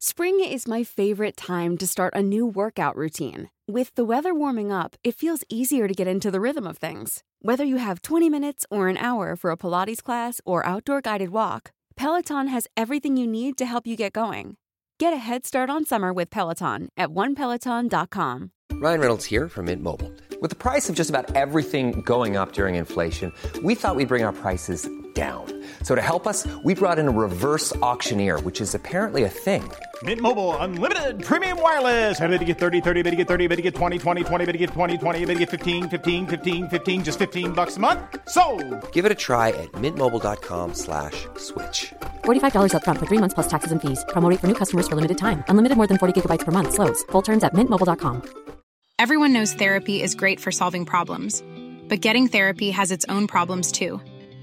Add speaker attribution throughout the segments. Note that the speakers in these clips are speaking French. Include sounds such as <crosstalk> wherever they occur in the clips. Speaker 1: Spring is my favorite time to start a new workout routine. With the weather warming up, it feels easier to get into the rhythm of things. Whether you have 20 minutes or an hour for a Pilates class or outdoor guided walk, Peloton has everything you need to help you get going. Get a head start on summer with Peloton at onepeloton.com.
Speaker 2: Ryan Reynolds here from Mint Mobile. With the price of just about everything going up during inflation, we thought we'd bring our prices down. So to help us, we brought in a reverse auctioneer, which is apparently a thing.
Speaker 3: Mint Mobile unlimited premium wireless. Ready to get 30, 30, bit to get 30, bit to get 20, 20, 20, bit to get 20, 20, bit to get 15, 15, 15, 15 just 15 bucks a month. So,
Speaker 2: Give it a try at mintmobile.com slash switch.
Speaker 4: $45 upfront for three months plus taxes and fees. Promo rate for new customers for limited time. Unlimited more than 40 gigabytes per month. Slows. Full terms at mintmobile.com.
Speaker 5: Everyone knows therapy is great for solving problems, but getting therapy has its own problems too,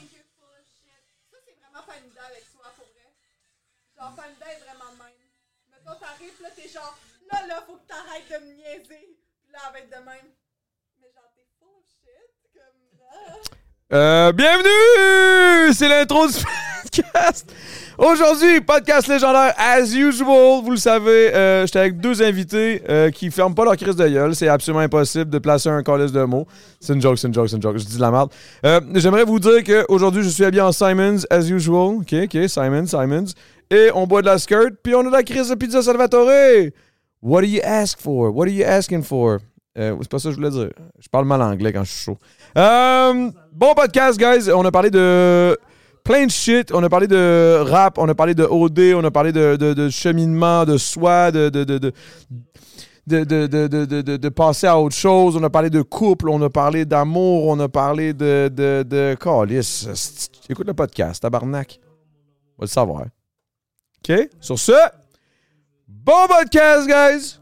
Speaker 6: Ça, c'est vraiment Panda avec soi, pour vrai. Genre, Panda est vraiment de même. Mettons, t'arrives, là, t'es genre, là, là, faut que t'arrêtes de me niaiser. Puis là, elle va être de même. Mais genre, t'es full of shit. Comme, ah.
Speaker 7: Euh, bienvenue! C'est l'intro du <laughs> podcast! Aujourd'hui, podcast légendaire as usual. Vous le savez, euh, j'étais avec deux invités euh, qui ferment pas leur crise de gueule. C'est absolument impossible de placer un callus de mots. C'est une joke, c'est une joke, c'est une joke. Je dis de la merde. Euh, J'aimerais vous dire qu'aujourd'hui, je suis habillé en Simons as usual. OK, OK, Simons, Simons. Et on boit de la skirt, puis on a de la crise de pizza Salvatore! What do you ask for? What are you asking for? Euh, c'est pas ça que je voulais dire. Je parle mal anglais quand je suis chaud. Euh, bon podcast, guys. On a parlé de plein de shit. On a parlé de rap, on a parlé de OD, on a parlé de, de- de cheminement, de soi, de, de, de, de, de, de, de- de- de- de- de passer à autre chose. On a parlé de couple, on a parlé d'amour, on a parlé de. de, de... Calisse, asti. écoute le podcast, tabarnak. On va le savoir. OK? Sur ce, bon podcast, guys!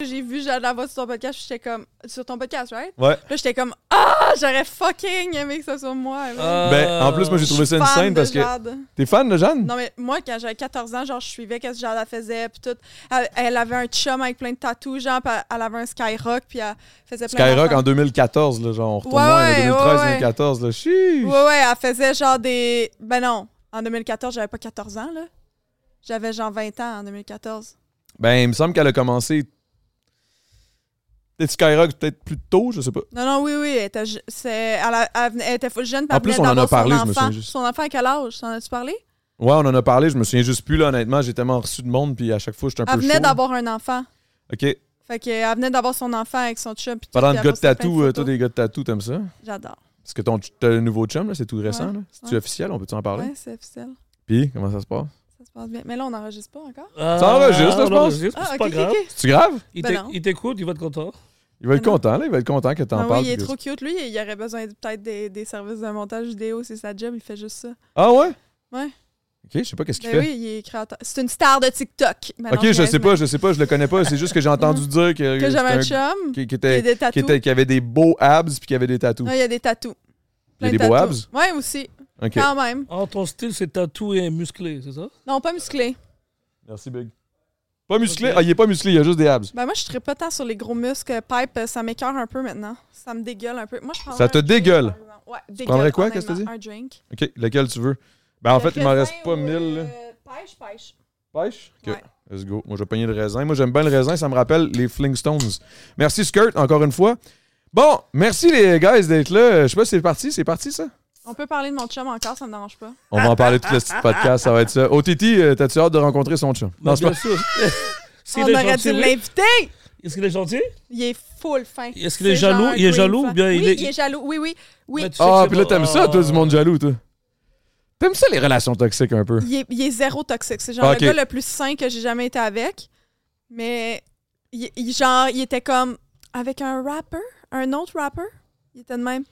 Speaker 6: J'ai vu genre, la voix sur ton podcast, puis j'étais comme, sur ton podcast, right?
Speaker 7: Ouais.
Speaker 6: Là, j'étais comme, ah, j'aurais fucking aimé que ça soit moi. ouais.
Speaker 7: Ben, en plus, moi, j'ai trouvé ça
Speaker 6: Euh, Fan
Speaker 7: insane
Speaker 6: de
Speaker 7: parce que.
Speaker 6: Jade.
Speaker 7: T'es fan de Jeanne?
Speaker 6: Non, mais moi, quand j'avais 14 ans, genre, je suivais qu'est-ce que Jade elle faisait, puis tout. Elle, elle avait un chum avec plein de tatous, genre, puis elle- elle avait un Skyrock, puis elle faisait plein
Speaker 7: Skyrock
Speaker 6: d'affaires.
Speaker 7: en 2014, là, genre, on retourne
Speaker 6: Ouais,
Speaker 7: loin,
Speaker 6: ouais, ouais, ouais.
Speaker 7: là, 2013-2014, là, chiche!
Speaker 6: Ouais, ouais, elle faisait genre des. Ben non, en 2014, j'avais pas 14 ans, là. J'avais genre 20 ans en 2014.
Speaker 7: Ben, il me semble qu'elle a commencé... Peut-être Skyrock, peut-être plus tôt, je sais pas.
Speaker 6: Non, non, oui, oui, elle était, je- c'est- elle a- elle venait- elle était full jeune. puis
Speaker 7: En
Speaker 6: elle
Speaker 7: plus,
Speaker 6: venait
Speaker 7: on en a
Speaker 6: d'avoir son
Speaker 7: parlé, je me
Speaker 6: enfant.
Speaker 7: souviens juste.
Speaker 6: Son enfant, à quel âge? T'en as-tu parlé?
Speaker 7: Ouais, on en a parlé, je me souviens juste plus, là, honnêtement, j'ai tellement reçu de monde, puis à chaque fois, j'étais un
Speaker 6: Elle
Speaker 7: peu
Speaker 6: venait
Speaker 7: chaud.
Speaker 6: d'avoir un enfant.
Speaker 7: OK.
Speaker 6: Fait que, elle venait d'avoir son enfant avec son chum. puis tout,
Speaker 7: Parlant
Speaker 6: puis
Speaker 7: de
Speaker 6: elle
Speaker 7: gars de
Speaker 6: postait plein
Speaker 7: tatou, euh,
Speaker 6: photos.
Speaker 7: toi, des gars de tatou, t'aimes ça?
Speaker 6: J'adore.
Speaker 7: Parce que ton t'as un nouveau chum, là, c'est tout récent,
Speaker 6: Ouais,
Speaker 7: là. C'est-tu
Speaker 6: ouais.
Speaker 7: officiel? On peut-tu en parler?
Speaker 6: Ouais, c'est officiel.
Speaker 7: Puis, comment ça se passe?
Speaker 6: Ça se passe bien. Mais là, on n'enregistre pas encore.
Speaker 7: Ça enregistre, là,
Speaker 8: on
Speaker 7: je pense.
Speaker 8: enregistre,
Speaker 6: Ah,
Speaker 8: Ah, C'est
Speaker 6: ok,
Speaker 8: pas
Speaker 6: ok,
Speaker 8: grave.
Speaker 6: ok.
Speaker 7: C'est grave?
Speaker 8: Il
Speaker 6: Ben
Speaker 8: t'é-
Speaker 6: non.
Speaker 8: Il t'écoute, il va être content.
Speaker 7: Il va être
Speaker 6: Mais non.
Speaker 7: content, là, il va être content que t'en
Speaker 6: Ah
Speaker 7: parles.
Speaker 6: oui, il est
Speaker 7: puis que-
Speaker 6: trop cute. Lui, il il aurait besoin de- peut-être des, des services de montage vidéo. C'est sa job, il fait juste ça.
Speaker 7: Ah ouais?
Speaker 6: Ouais.
Speaker 7: OK, je sais pas qu'est-ce qu'il
Speaker 6: Ben
Speaker 7: fait.
Speaker 6: oui, il est créateur. C'est une star de TikTok. Mais non,
Speaker 7: Ok, je
Speaker 6: niaise,
Speaker 7: sais
Speaker 6: mais-
Speaker 7: pas, je sais pas, je le connais pas. C'est juste
Speaker 6: <laughs>
Speaker 7: que j'ai entendu dire que,
Speaker 6: Que j'avais un
Speaker 7: c'était
Speaker 6: chum.
Speaker 7: qui, qui
Speaker 6: Il y a
Speaker 7: était,
Speaker 6: des
Speaker 7: qui,
Speaker 6: tatous.
Speaker 7: était- qui avait des beaux abs puis qui avait des tatous.
Speaker 6: Non, il y a des tatous.
Speaker 7: Il y a
Speaker 6: Plein
Speaker 7: des
Speaker 6: de
Speaker 7: beaux
Speaker 6: tatous. Ouais, aussi.
Speaker 7: Ok.
Speaker 6: Quand même.
Speaker 8: Ah, ton style, c'est tatoué et musclé, c'est ça?
Speaker 6: Non, pas musclé.
Speaker 7: Merci Big. Pas musclé, ah, il est pas musclé, il a juste des abs.
Speaker 6: Ben moi, je serais pas tant sur les gros muscles. Pipe, euh, ça m'écœure un peu maintenant. Ça me dégueule un peu. Moi, je prendrais
Speaker 7: Ça te
Speaker 6: un drink,
Speaker 7: dégueule?
Speaker 6: par exemple. Ouais, dégueule.
Speaker 7: prendrais quoi, qu'est-ce que t'as
Speaker 6: honnêtement,
Speaker 7: dit?
Speaker 6: Un drink.
Speaker 7: Ok, lequel tu veux Ben en fait, il m'en reste pas mille. là.
Speaker 8: euh,
Speaker 6: Pêche, pêche.
Speaker 7: Pêche Ok.
Speaker 6: euh, Ouais.
Speaker 7: Let's go. Moi, je vais pogner le raisin. Moi, j'aime bien le raisin, ça me rappelle les Flintstones. Merci Skirt, encore une fois. Bon, merci les guys d'être là. Je sais pas si c'est parti, c'est parti ça?
Speaker 6: On peut parler de mon chum encore, ça me dérange pas.
Speaker 7: On va en parler tout le petit podcast, ça va être ça. OTT, euh, t'as-tu hâte de rencontrer son chum?
Speaker 8: Mais
Speaker 7: Non, c'est
Speaker 8: Bah, bien
Speaker 7: pas...
Speaker 8: sûr. S'il
Speaker 6: on
Speaker 8: est
Speaker 6: aurait
Speaker 8: gentil,
Speaker 6: dû
Speaker 8: oui.
Speaker 6: l'inviter!
Speaker 8: Est-ce qu'il est gentil?
Speaker 6: Il est full fin.
Speaker 8: Est-ce qu'il est
Speaker 6: C'est genre
Speaker 8: jaloux?
Speaker 6: un
Speaker 8: Il est
Speaker 6: queen
Speaker 8: jaloux
Speaker 6: fan.
Speaker 8: ou bien il
Speaker 6: Oui,
Speaker 8: est-
Speaker 6: il est Oh. jaloux. Oui, oui. Oui,
Speaker 8: Mais tu sais que
Speaker 7: Ah,
Speaker 8: c'est
Speaker 7: puis là,
Speaker 8: pas-
Speaker 7: t'aimes ça,
Speaker 8: Ah.
Speaker 7: toi, du monde jaloux, toi? T'aimes ça, les relations toxiques, un peu?
Speaker 6: il est, il est zéro toxique. C'est genre
Speaker 7: Ah, Ok.
Speaker 6: le gars le plus sain que j'ai jamais été avec. Mais, il, il- genre, il était comme avec un rapper, un autre rapper. Il était de même.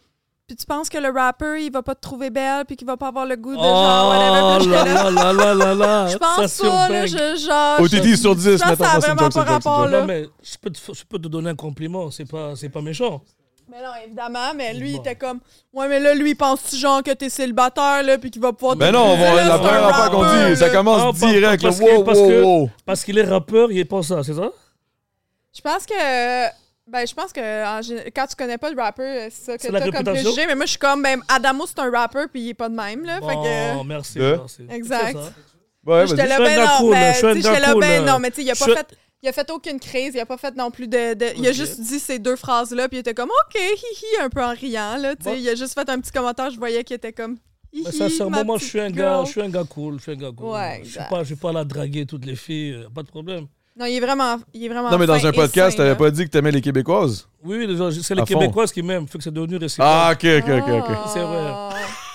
Speaker 6: Puis tu penses que le rapper, il va pas te trouver belle, puis qu'il va pas avoir le goût de genre, whatever.
Speaker 8: Oh
Speaker 6: Puis
Speaker 8: là
Speaker 6: j'étais là,
Speaker 8: là là là là là!
Speaker 6: <laughs> Je
Speaker 8: Ça
Speaker 6: pense pas, là,
Speaker 8: surbank.
Speaker 6: je, genre...
Speaker 7: OTT sur 10,
Speaker 6: ça,
Speaker 7: mettons,
Speaker 6: ça a
Speaker 7: non, c'est une
Speaker 6: vraiment
Speaker 7: joke, c'est une
Speaker 6: pas
Speaker 7: joke, c'est une
Speaker 6: rapport,
Speaker 7: joke.
Speaker 6: là.
Speaker 8: Non, mais je peux, te, je peux te donner un compliment, c'est pas, c'est pas méchant.
Speaker 6: Mais non, évidemment, mais lui, il
Speaker 8: Bon.
Speaker 6: était comme Ouais, mais là, lui, il pense genre que t'es célibataire, là, puis qu'il va pouvoir. te-
Speaker 7: Ben non, on va-
Speaker 6: Là,
Speaker 7: la
Speaker 6: c'est un
Speaker 7: première fois qu'on
Speaker 6: rappeur,
Speaker 7: dit, ça
Speaker 6: là.
Speaker 8: Ah,
Speaker 7: commence
Speaker 8: pas-
Speaker 7: direct. là.
Speaker 8: parce que-
Speaker 7: Wow,
Speaker 8: parce que-
Speaker 7: wow, wow.
Speaker 8: Parce qu'il est rappeur, il est pas ça, c'est ça?
Speaker 6: Je pense que. Ben, je pense que en gé- quand tu connais pas le rappeur, c'est ça que
Speaker 8: C'est la
Speaker 6: t'as comme
Speaker 8: réputation?
Speaker 6: préjugé. Mais moi, je suis comme, ben, Adamo, c'est un rappeur, puis il est pas de même, là. Fait que.
Speaker 8: Bon, Oh, merci.
Speaker 7: Deux.
Speaker 8: merci.
Speaker 6: Exact.
Speaker 8: C'est ça.
Speaker 7: Hein? Ouais,
Speaker 8: Je suis
Speaker 6: J'étais là,
Speaker 7: vas-y.
Speaker 6: ben
Speaker 8: un gars
Speaker 6: non,
Speaker 8: cool, là,
Speaker 6: ben,
Speaker 8: je suis un
Speaker 6: tu sais, j'étais
Speaker 8: gars
Speaker 6: là,
Speaker 8: cool,
Speaker 6: ben
Speaker 8: là.
Speaker 6: non, mais tu sais, il a
Speaker 8: Je
Speaker 6: pas
Speaker 8: suis-
Speaker 6: fait... Il a fait aucune crise, il a pas fait non plus de... de- Il a
Speaker 8: Ok.
Speaker 6: juste dit ces deux phrases-là, puis il était comme « OK, hihi », un peu en riant, là, tu sais.
Speaker 8: Bon.
Speaker 6: Il a juste fait un petit commentaire, je voyais qu'il était comme « Hihi,
Speaker 8: Mais sincèrement,
Speaker 6: ma
Speaker 8: moi, je suis, un
Speaker 6: petite
Speaker 8: gars,
Speaker 6: girl.
Speaker 8: je suis un gars cool. Je suis un gars cool.
Speaker 6: Ouais,
Speaker 8: je suis
Speaker 6: exact.
Speaker 8: pas, je suis pas là à draguer toutes les filles, euh, pas de problème.
Speaker 6: Non, il est vraiment... Il est vraiment
Speaker 7: Non, mais
Speaker 6: fin
Speaker 7: dans un
Speaker 6: et
Speaker 7: podcast,
Speaker 6: sain,
Speaker 7: t'avais
Speaker 6: là.
Speaker 7: pas dit que t'aimais les Québécoises?
Speaker 8: Oui, oui, les gens- c'est
Speaker 7: À
Speaker 8: les
Speaker 7: fond.
Speaker 8: Québécoises qui m'aiment, fait que c'est devenu réciproque.
Speaker 7: Ah, ok, ok, ok, ok.
Speaker 6: Ah.
Speaker 8: C'est vrai.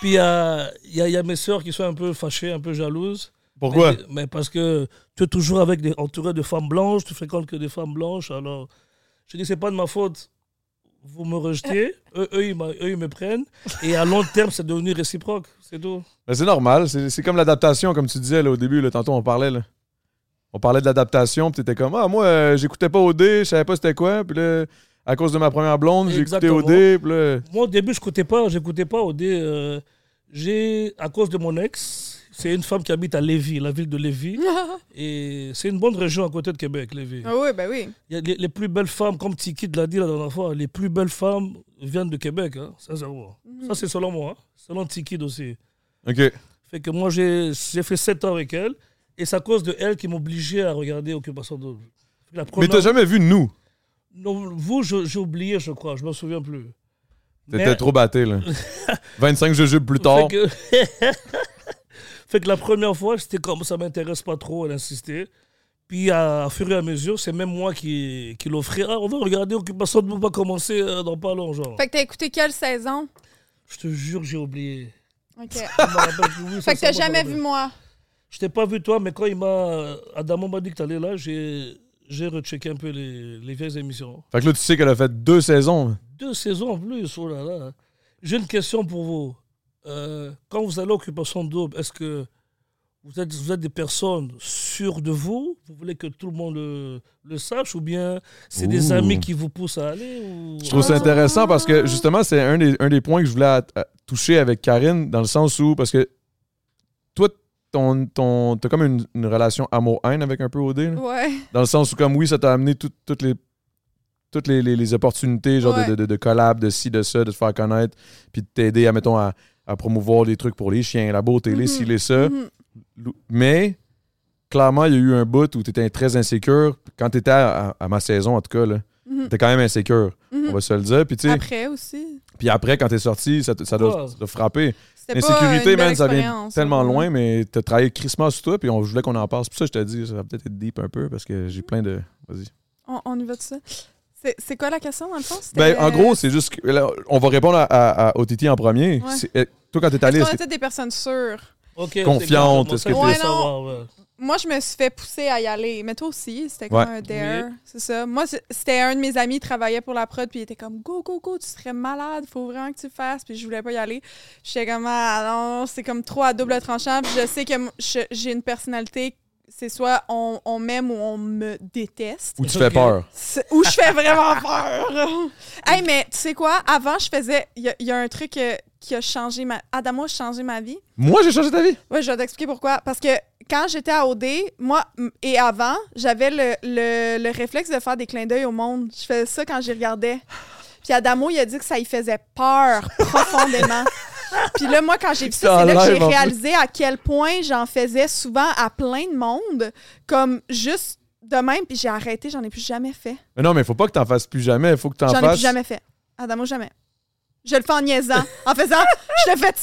Speaker 8: Puis il y a, il y a- il y a mes sœurs qui sont un peu fâchées, un peu jalouses.
Speaker 7: Pourquoi?
Speaker 8: mais, mais parce que tu es toujours avec des, entouré de femmes blanches, tu fréquentes que des femmes blanches. Alors, je dis, c'est pas de ma faute. Vous me rejetez, eux, eux, ils, m'a- eux, ils me prennent. Et à long terme, c'est devenu réciproque. C'est tout.
Speaker 7: Ben, c'est normal, c'est c'est comme l'adaptation, comme tu disais là, au début, là, tantôt on parlait. Là. On parlait de l'adaptation, puis t'étais comme Ah, moi, euh, j'écoutais pas OD, je savais pas c'était quoi, puis là, à cause de ma première blonde, j'ai écouté
Speaker 8: Exactement.
Speaker 7: OD, puis là.
Speaker 8: <laughs> Moi, au début, je n'écoutais pas, j'écoutais pas OD. euh, j'ai, à cause de mon ex, c'est une femme qui habite à Lévis, la ville de Lévis. et c'est une bonne région à côté de Québec, Lévis.
Speaker 6: Ah oui, ben oui.
Speaker 8: Il y a les, les plus belles femmes, comme Tiki l'a dit la dernière fois, les plus belles femmes viennent de Québec, hein, sincèrement. Ça, c'est selon moi, hein, selon Tiki aussi.
Speaker 7: Ok.
Speaker 8: Fait que moi, j'ai j'ai fait 7 ans avec elle, et c'est à cause de elle qui m'obligeait à regarder Occupation Double. La
Speaker 7: Mais
Speaker 8: première-
Speaker 7: t'as jamais vu nous.
Speaker 8: Non, vous, je- j'ai oublié, je crois, je me souviens plus.
Speaker 7: T'étais
Speaker 8: Mais-
Speaker 7: trop
Speaker 8: <laughs>
Speaker 7: batté, là. 25 jujubes plus tard.
Speaker 8: Fait que... <laughs> fait que la première fois, c'était comme ça m'intéresse pas trop, elle insistait. Puis, à, à fur et à mesure, c'est même moi qui, qui l'offrais. Ah, on va regarder Occupation Double va commencer euh, dans pas long, genre.
Speaker 6: Fait que t'as écouté quelle saison?
Speaker 8: Je te jure, j'ai oublié.
Speaker 6: OK.
Speaker 8: Je me rappelle plus. Oui,
Speaker 6: fait que
Speaker 8: sincèrement,
Speaker 6: t'as
Speaker 8: je me
Speaker 6: jamais
Speaker 8: rappelle.
Speaker 6: vu moi.
Speaker 8: Je t'ai pas vu toi, mais quand il m'a. Adamo m'a dit que t'allais là, j'ai j'ai rechecké un peu les, les vieilles émissions.
Speaker 7: Fait que là, tu sais qu'elle a fait deux saisons.
Speaker 8: Deux saisons en plus, oh là là. J'ai une question pour vous. Euh, quand vous allez à Occupation Double, est-ce que vous êtes, vous êtes des personnes sûres de vous Vous voulez que tout le monde le, le sache Ou bien c'est des
Speaker 7: Ouh.
Speaker 8: amis qui vous poussent à aller ou...
Speaker 7: Je trouve ça intéressant parce que justement, c'est un des, un des points que je voulais à- à toucher avec Karine, dans le sens où, parce que toi, ton, ton, t'as comme une, une relation amour-haine avec un peu OD. Là.
Speaker 6: Ouais.
Speaker 7: Dans le sens où, comme oui, ça t'a amené tout- toutes les toutes les, les- les opportunités, genre de-
Speaker 6: Ouais.
Speaker 7: de, de, de collab, de ci, de ça, de te faire connaître, puis de t'aider, à, mettons, à, à promouvoir des trucs pour les chiens, la beauté, les ci, les ça.
Speaker 6: Mhm.
Speaker 7: Lou- Mais, clairement, il y a eu un bout où tu étais très insécure. Quand tu étais à, à- à ma saison, en tout cas, là,
Speaker 6: Mhm.
Speaker 7: t'es quand même insécure, on va se le dire. Puis, tu sais,
Speaker 6: Après aussi.
Speaker 7: puis après, quand t'es sorti, ça, te- ça doit
Speaker 8: Ouais.
Speaker 7: te frapper.
Speaker 6: C'était pas
Speaker 7: L'insécurité,
Speaker 6: une belle
Speaker 7: man, ça vient
Speaker 6: expérience,
Speaker 7: tellement
Speaker 6: hein.
Speaker 7: loin, mais t'as travaillé crissement sur toi, puis on je voulais qu'on en parle. C'est pour ça que je t'ai dit, ça va peut-être être deep un peu, parce que j'ai plein de... Vas-y.
Speaker 6: On, on y va de ça. C'est- C'est quoi la question, dans le fond? C'était- euh,
Speaker 7: Ben, en gros, c'est juste que, là, on va répondre à, à- à OTT en premier.
Speaker 6: Ouais.
Speaker 7: C'est- euh, Toi, quand t'es allé,
Speaker 6: Est-ce qu'on
Speaker 7: c'est-
Speaker 6: était des personnes sûres?
Speaker 8: Ok, c'est
Speaker 7: Confiante,
Speaker 8: exactement
Speaker 7: est-ce
Speaker 8: ça
Speaker 7: que
Speaker 8: je voulais
Speaker 6: t'es- Ouais, non.
Speaker 8: savoir, ouais.
Speaker 6: Moi, je me suis fait pousser à y aller. Mais toi aussi, c'était comme
Speaker 7: Ouais.
Speaker 6: un dare. C'est ça. Moi, c'est- c'était un de mes amis qui travaillait pour la prod, puis il était comme Go, go, go, tu serais malade, faut vraiment que tu le fasses. Puis je voulais pas y aller. J'étais comme Ah non, c'est comme trop à double tranchant. Puis je sais que m- je- j'ai une personnalité, c'est soit on, on m'aime ou on me déteste.
Speaker 7: où tu fais
Speaker 8: Ok.
Speaker 7: peur.
Speaker 6: C'est- où je fais vraiment peur. <laughs> hey, mais tu sais quoi? Avant, je faisais. Il y, a- il y a un truc euh, qui a changé ma. Adamo a changé ma vie.
Speaker 7: Moi, j'ai changé ta vie.
Speaker 6: Oui, je vais t'expliquer pourquoi. Parce que quand j'étais à OD, moi m- et avant, j'avais le, le- le réflexe de faire des clins d'œil au monde. Je faisais ça quand j'y regardais. Puis Adamo, il a dit que ça y faisait <laughs> peur profondément. Puis là, moi, quand j'ai vu ça,
Speaker 7: Ça
Speaker 6: c'est là que
Speaker 7: enlève,
Speaker 6: j'ai
Speaker 7: en plus.
Speaker 6: réalisé à quel point j'en faisais souvent à plein de monde, comme juste de même. Puis j'ai arrêté, j'en ai plus jamais fait.
Speaker 7: Mais non, mais faut pas que t'en fasses plus jamais. Faut que t'en
Speaker 6: J'en ai plus
Speaker 7: fasses.
Speaker 6: jamais fait. Adamo, jamais. Je le fais en niaisant, en faisant Je te fais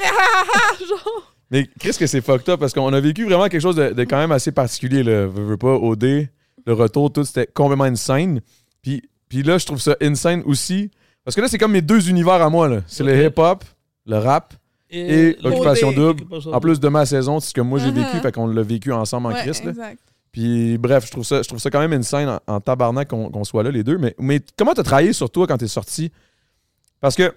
Speaker 6: peur! <laughs> Genre.
Speaker 7: Mais qu'est-ce que c'est fucked up parce qu'on a vécu vraiment quelque chose de, de quand même assez particulier. Là. Veux, veux pas, OD, le retour, tout, c'était complètement insane. Puis, puis là, je trouve ça insane aussi. Parce que là, c'est comme mes deux univers à moi. là. C'est le
Speaker 8: Ok.
Speaker 7: hip-hop, le rap et l'occupation
Speaker 6: OD,
Speaker 7: double.
Speaker 8: l'occupation
Speaker 7: En plus de ma saison, c'est ce que moi j'ai vécu,
Speaker 6: Mhm.
Speaker 7: fait qu'on l'a vécu ensemble en
Speaker 6: Ouais,
Speaker 7: Christ. là.
Speaker 6: exact.
Speaker 7: Puis bref, je trouve ça, je trouve ça quand même insane en, en tabarnak qu'on qu'on soit là les deux. Mais, mais comment t'as travaillé sur toi quand t'es sorti? Parce que,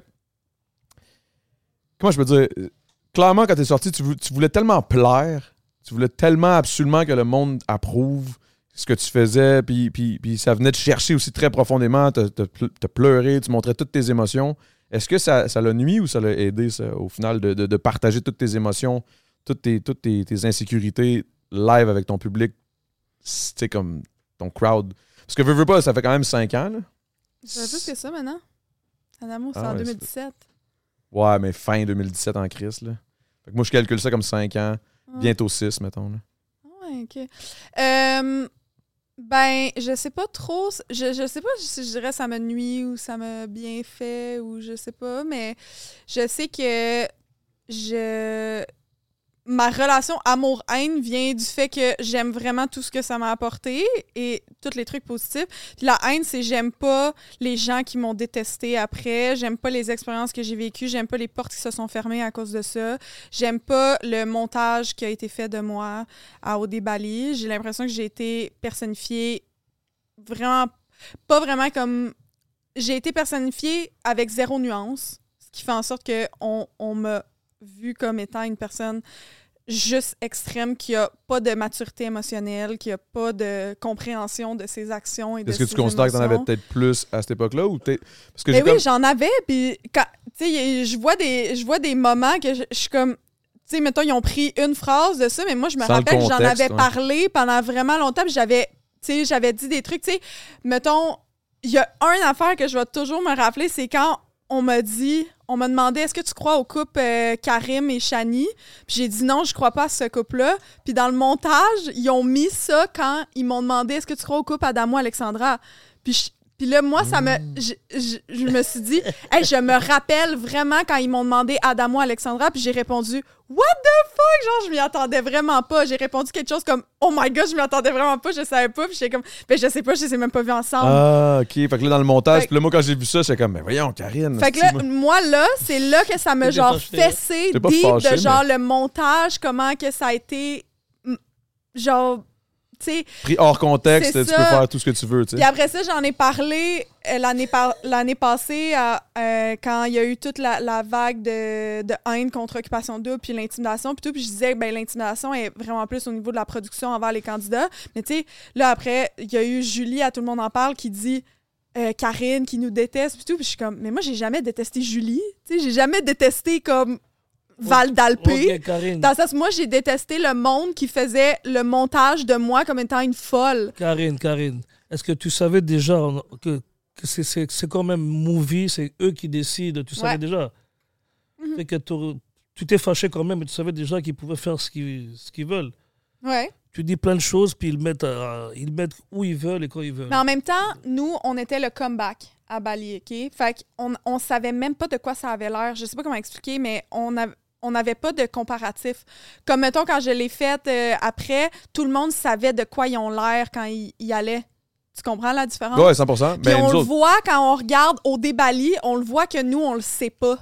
Speaker 7: comment je peux dire, euh, clairement quand t'es sorti, tu, vou- tu voulais tellement plaire, tu voulais tellement absolument que le monde approuve ce que tu faisais, puis, puis, puis ça venait te chercher aussi très profondément, te, te, ple- te pleurer, tu montrais toutes tes émotions. Est-ce que ça ça l'a nuit ou ça l'a aidé ça, au final de, de- de partager toutes tes émotions, toutes tes, toutes tes, tes insécurités live avec ton public c'est tu sais, comme ton crowd. Parce que veux, veux pas, ça fait quand même 5 ans. Là.
Speaker 6: C'est plus que ça maintenant. Adamo, c'est
Speaker 7: Ah
Speaker 6: en
Speaker 7: ouais,
Speaker 6: 2017.
Speaker 7: Ouais, mais fin 2017 en crise. Là. Fait que moi, je calcule ça comme 5 ans,
Speaker 6: Ah.
Speaker 7: bientôt 6, mettons. Là.
Speaker 6: Ouais, ok. Euh, ben, je sais pas trop. s- Je, je sais pas si je dirais ça me nuit ou ça m'a bien fait ou je sais pas, mais je sais que je. Ma relation amour-haine vient du fait que j'aime vraiment tout ce que ça m'a apporté et tous les trucs positifs. Puis la haine, c'est j'aime pas les gens qui m'ont détesté après, j'aime pas les expériences que j'ai vécues, j'aime pas les portes qui se sont fermées à cause de ça, j'aime pas le montage qui a été fait de moi à Odé Bali. J'ai l'impression que j'ai été personnifiée vraiment, pas vraiment comme. J'ai été personnifiée avec zéro nuance, ce qui fait en sorte qu'on on, m'a vue comme étant une personne juste extrême qui a pas de maturité émotionnelle, qui a pas de compréhension de ses actions et de
Speaker 7: Est-ce que
Speaker 6: ses
Speaker 7: tu considères que t'en avais
Speaker 6: émotions.
Speaker 7: peut-être plus à cette époque-là ou peut-être. Parce que
Speaker 6: Mais
Speaker 7: j'ai comme-
Speaker 6: Ben oui, j'en avais. Puis, quand- tu sais, y a- je vois des, je vois des moments que je je suis comme. Tu sais, mettons, ils ont pris une phrase de ça, mais moi, je me
Speaker 7: Sans le
Speaker 6: rappelle que j'en
Speaker 7: contexte,
Speaker 6: avais
Speaker 7: ouais.
Speaker 6: parlé pendant vraiment longtemps. puis j'avais, tu sais, j'avais dit des trucs. Tu sais, mettons, il y a une affaire que je vais toujours me rappeler, c'est quand on m'a dit, on m'a demandé est-ce que tu crois au couple euh, Karim et Shani? Puis j'ai dit non, je crois pas à ce couple-là. Puis dans le montage, ils ont mis ça quand ils m'ont demandé est-ce que tu crois au couple Adamo Alexandra? Puis, je- puis là, moi, ça me. Je, je- je me suis dit, Hey, je me rappelle vraiment quand ils m'ont demandé Adamo Alexandra, puis j'ai répondu What the fuck? Genre, je m'y attendais vraiment pas. J'ai répondu quelque chose comme Oh my god, je m'y attendais vraiment pas, je savais pas, puis j'étais comme Ben, je sais pas, je les ai même pas vus ensemble.
Speaker 7: Ah, ok. Fait que là, dans le montage,
Speaker 6: Fait-
Speaker 7: puis là, moi, quand j'ai vu ça, j'étais comme, mais voyons, Karine.
Speaker 6: Fait que là, moi, là, c'est là que ça m'a
Speaker 8: T'es
Speaker 6: genre
Speaker 8: détaché, là.
Speaker 6: fessé
Speaker 7: T'es pas
Speaker 6: deep
Speaker 7: fâché,
Speaker 6: de genre le montage, comment que ça a été. mm, Genre, tu sais.
Speaker 7: Pris hors contexte,
Speaker 6: c'est
Speaker 7: tu
Speaker 6: ça.
Speaker 7: peux faire tout ce que tu veux, tu
Speaker 6: Puis
Speaker 7: sais.
Speaker 6: après ça, j'en ai parlé euh, l'année par- l'année passée à- euh, quand il y a eu toute la, la vague de, de haine contre Occupation Double puis l'intimidation puis tout. Puis je disais que ben, l'intimidation est vraiment plus au niveau de la production envers les candidats. Mais tu sais, là après, il y a eu Julie, à tout le monde en parle, qui dit euh, Karine qui nous déteste puis tout. Puis je suis comme, mais moi, j'ai jamais détesté Julie. Tu sais, j'ai jamais détesté comme Val d'Alpé.
Speaker 8: Ok, Karine.
Speaker 6: Dans le sens, moi, j'ai détesté le monde qui faisait le montage de moi comme étant une folle.
Speaker 8: Karine, Karine, est-ce que tu savais déjà que, que c'est- c'est c'est quand même movie, c'est eux qui décident, tu savais
Speaker 6: Ouais. Mhm.
Speaker 8: déjà Fait que t'aurais- Tu t'es fâché quand même, mais tu savais déjà qu'ils pouvaient faire ce qu'ils ce qu'ils veulent.
Speaker 6: Ouais.
Speaker 8: Tu dis plein de choses, puis ils mettent, à- ils mettent où ils veulent et quand ils veulent.
Speaker 6: Mais en même temps, nous, on était le comeback à Bali, OK? Fait qu'on on savait même pas de quoi ça avait l'air. Je sais pas comment expliquer, mais on a- on n'avait pas de comparatif. Comme, mettons, quand je l'ai faite euh, après, tout le monde savait de quoi ils ont l'air quand ils ils y allaient. Tu comprends la différence?
Speaker 7: Ouais, 100%.
Speaker 6: Puis
Speaker 7: Mais
Speaker 6: on
Speaker 7: Ben, nous
Speaker 6: le
Speaker 7: autres,
Speaker 6: voit quand on regarde au débali, on le voit que nous, on le sait pas.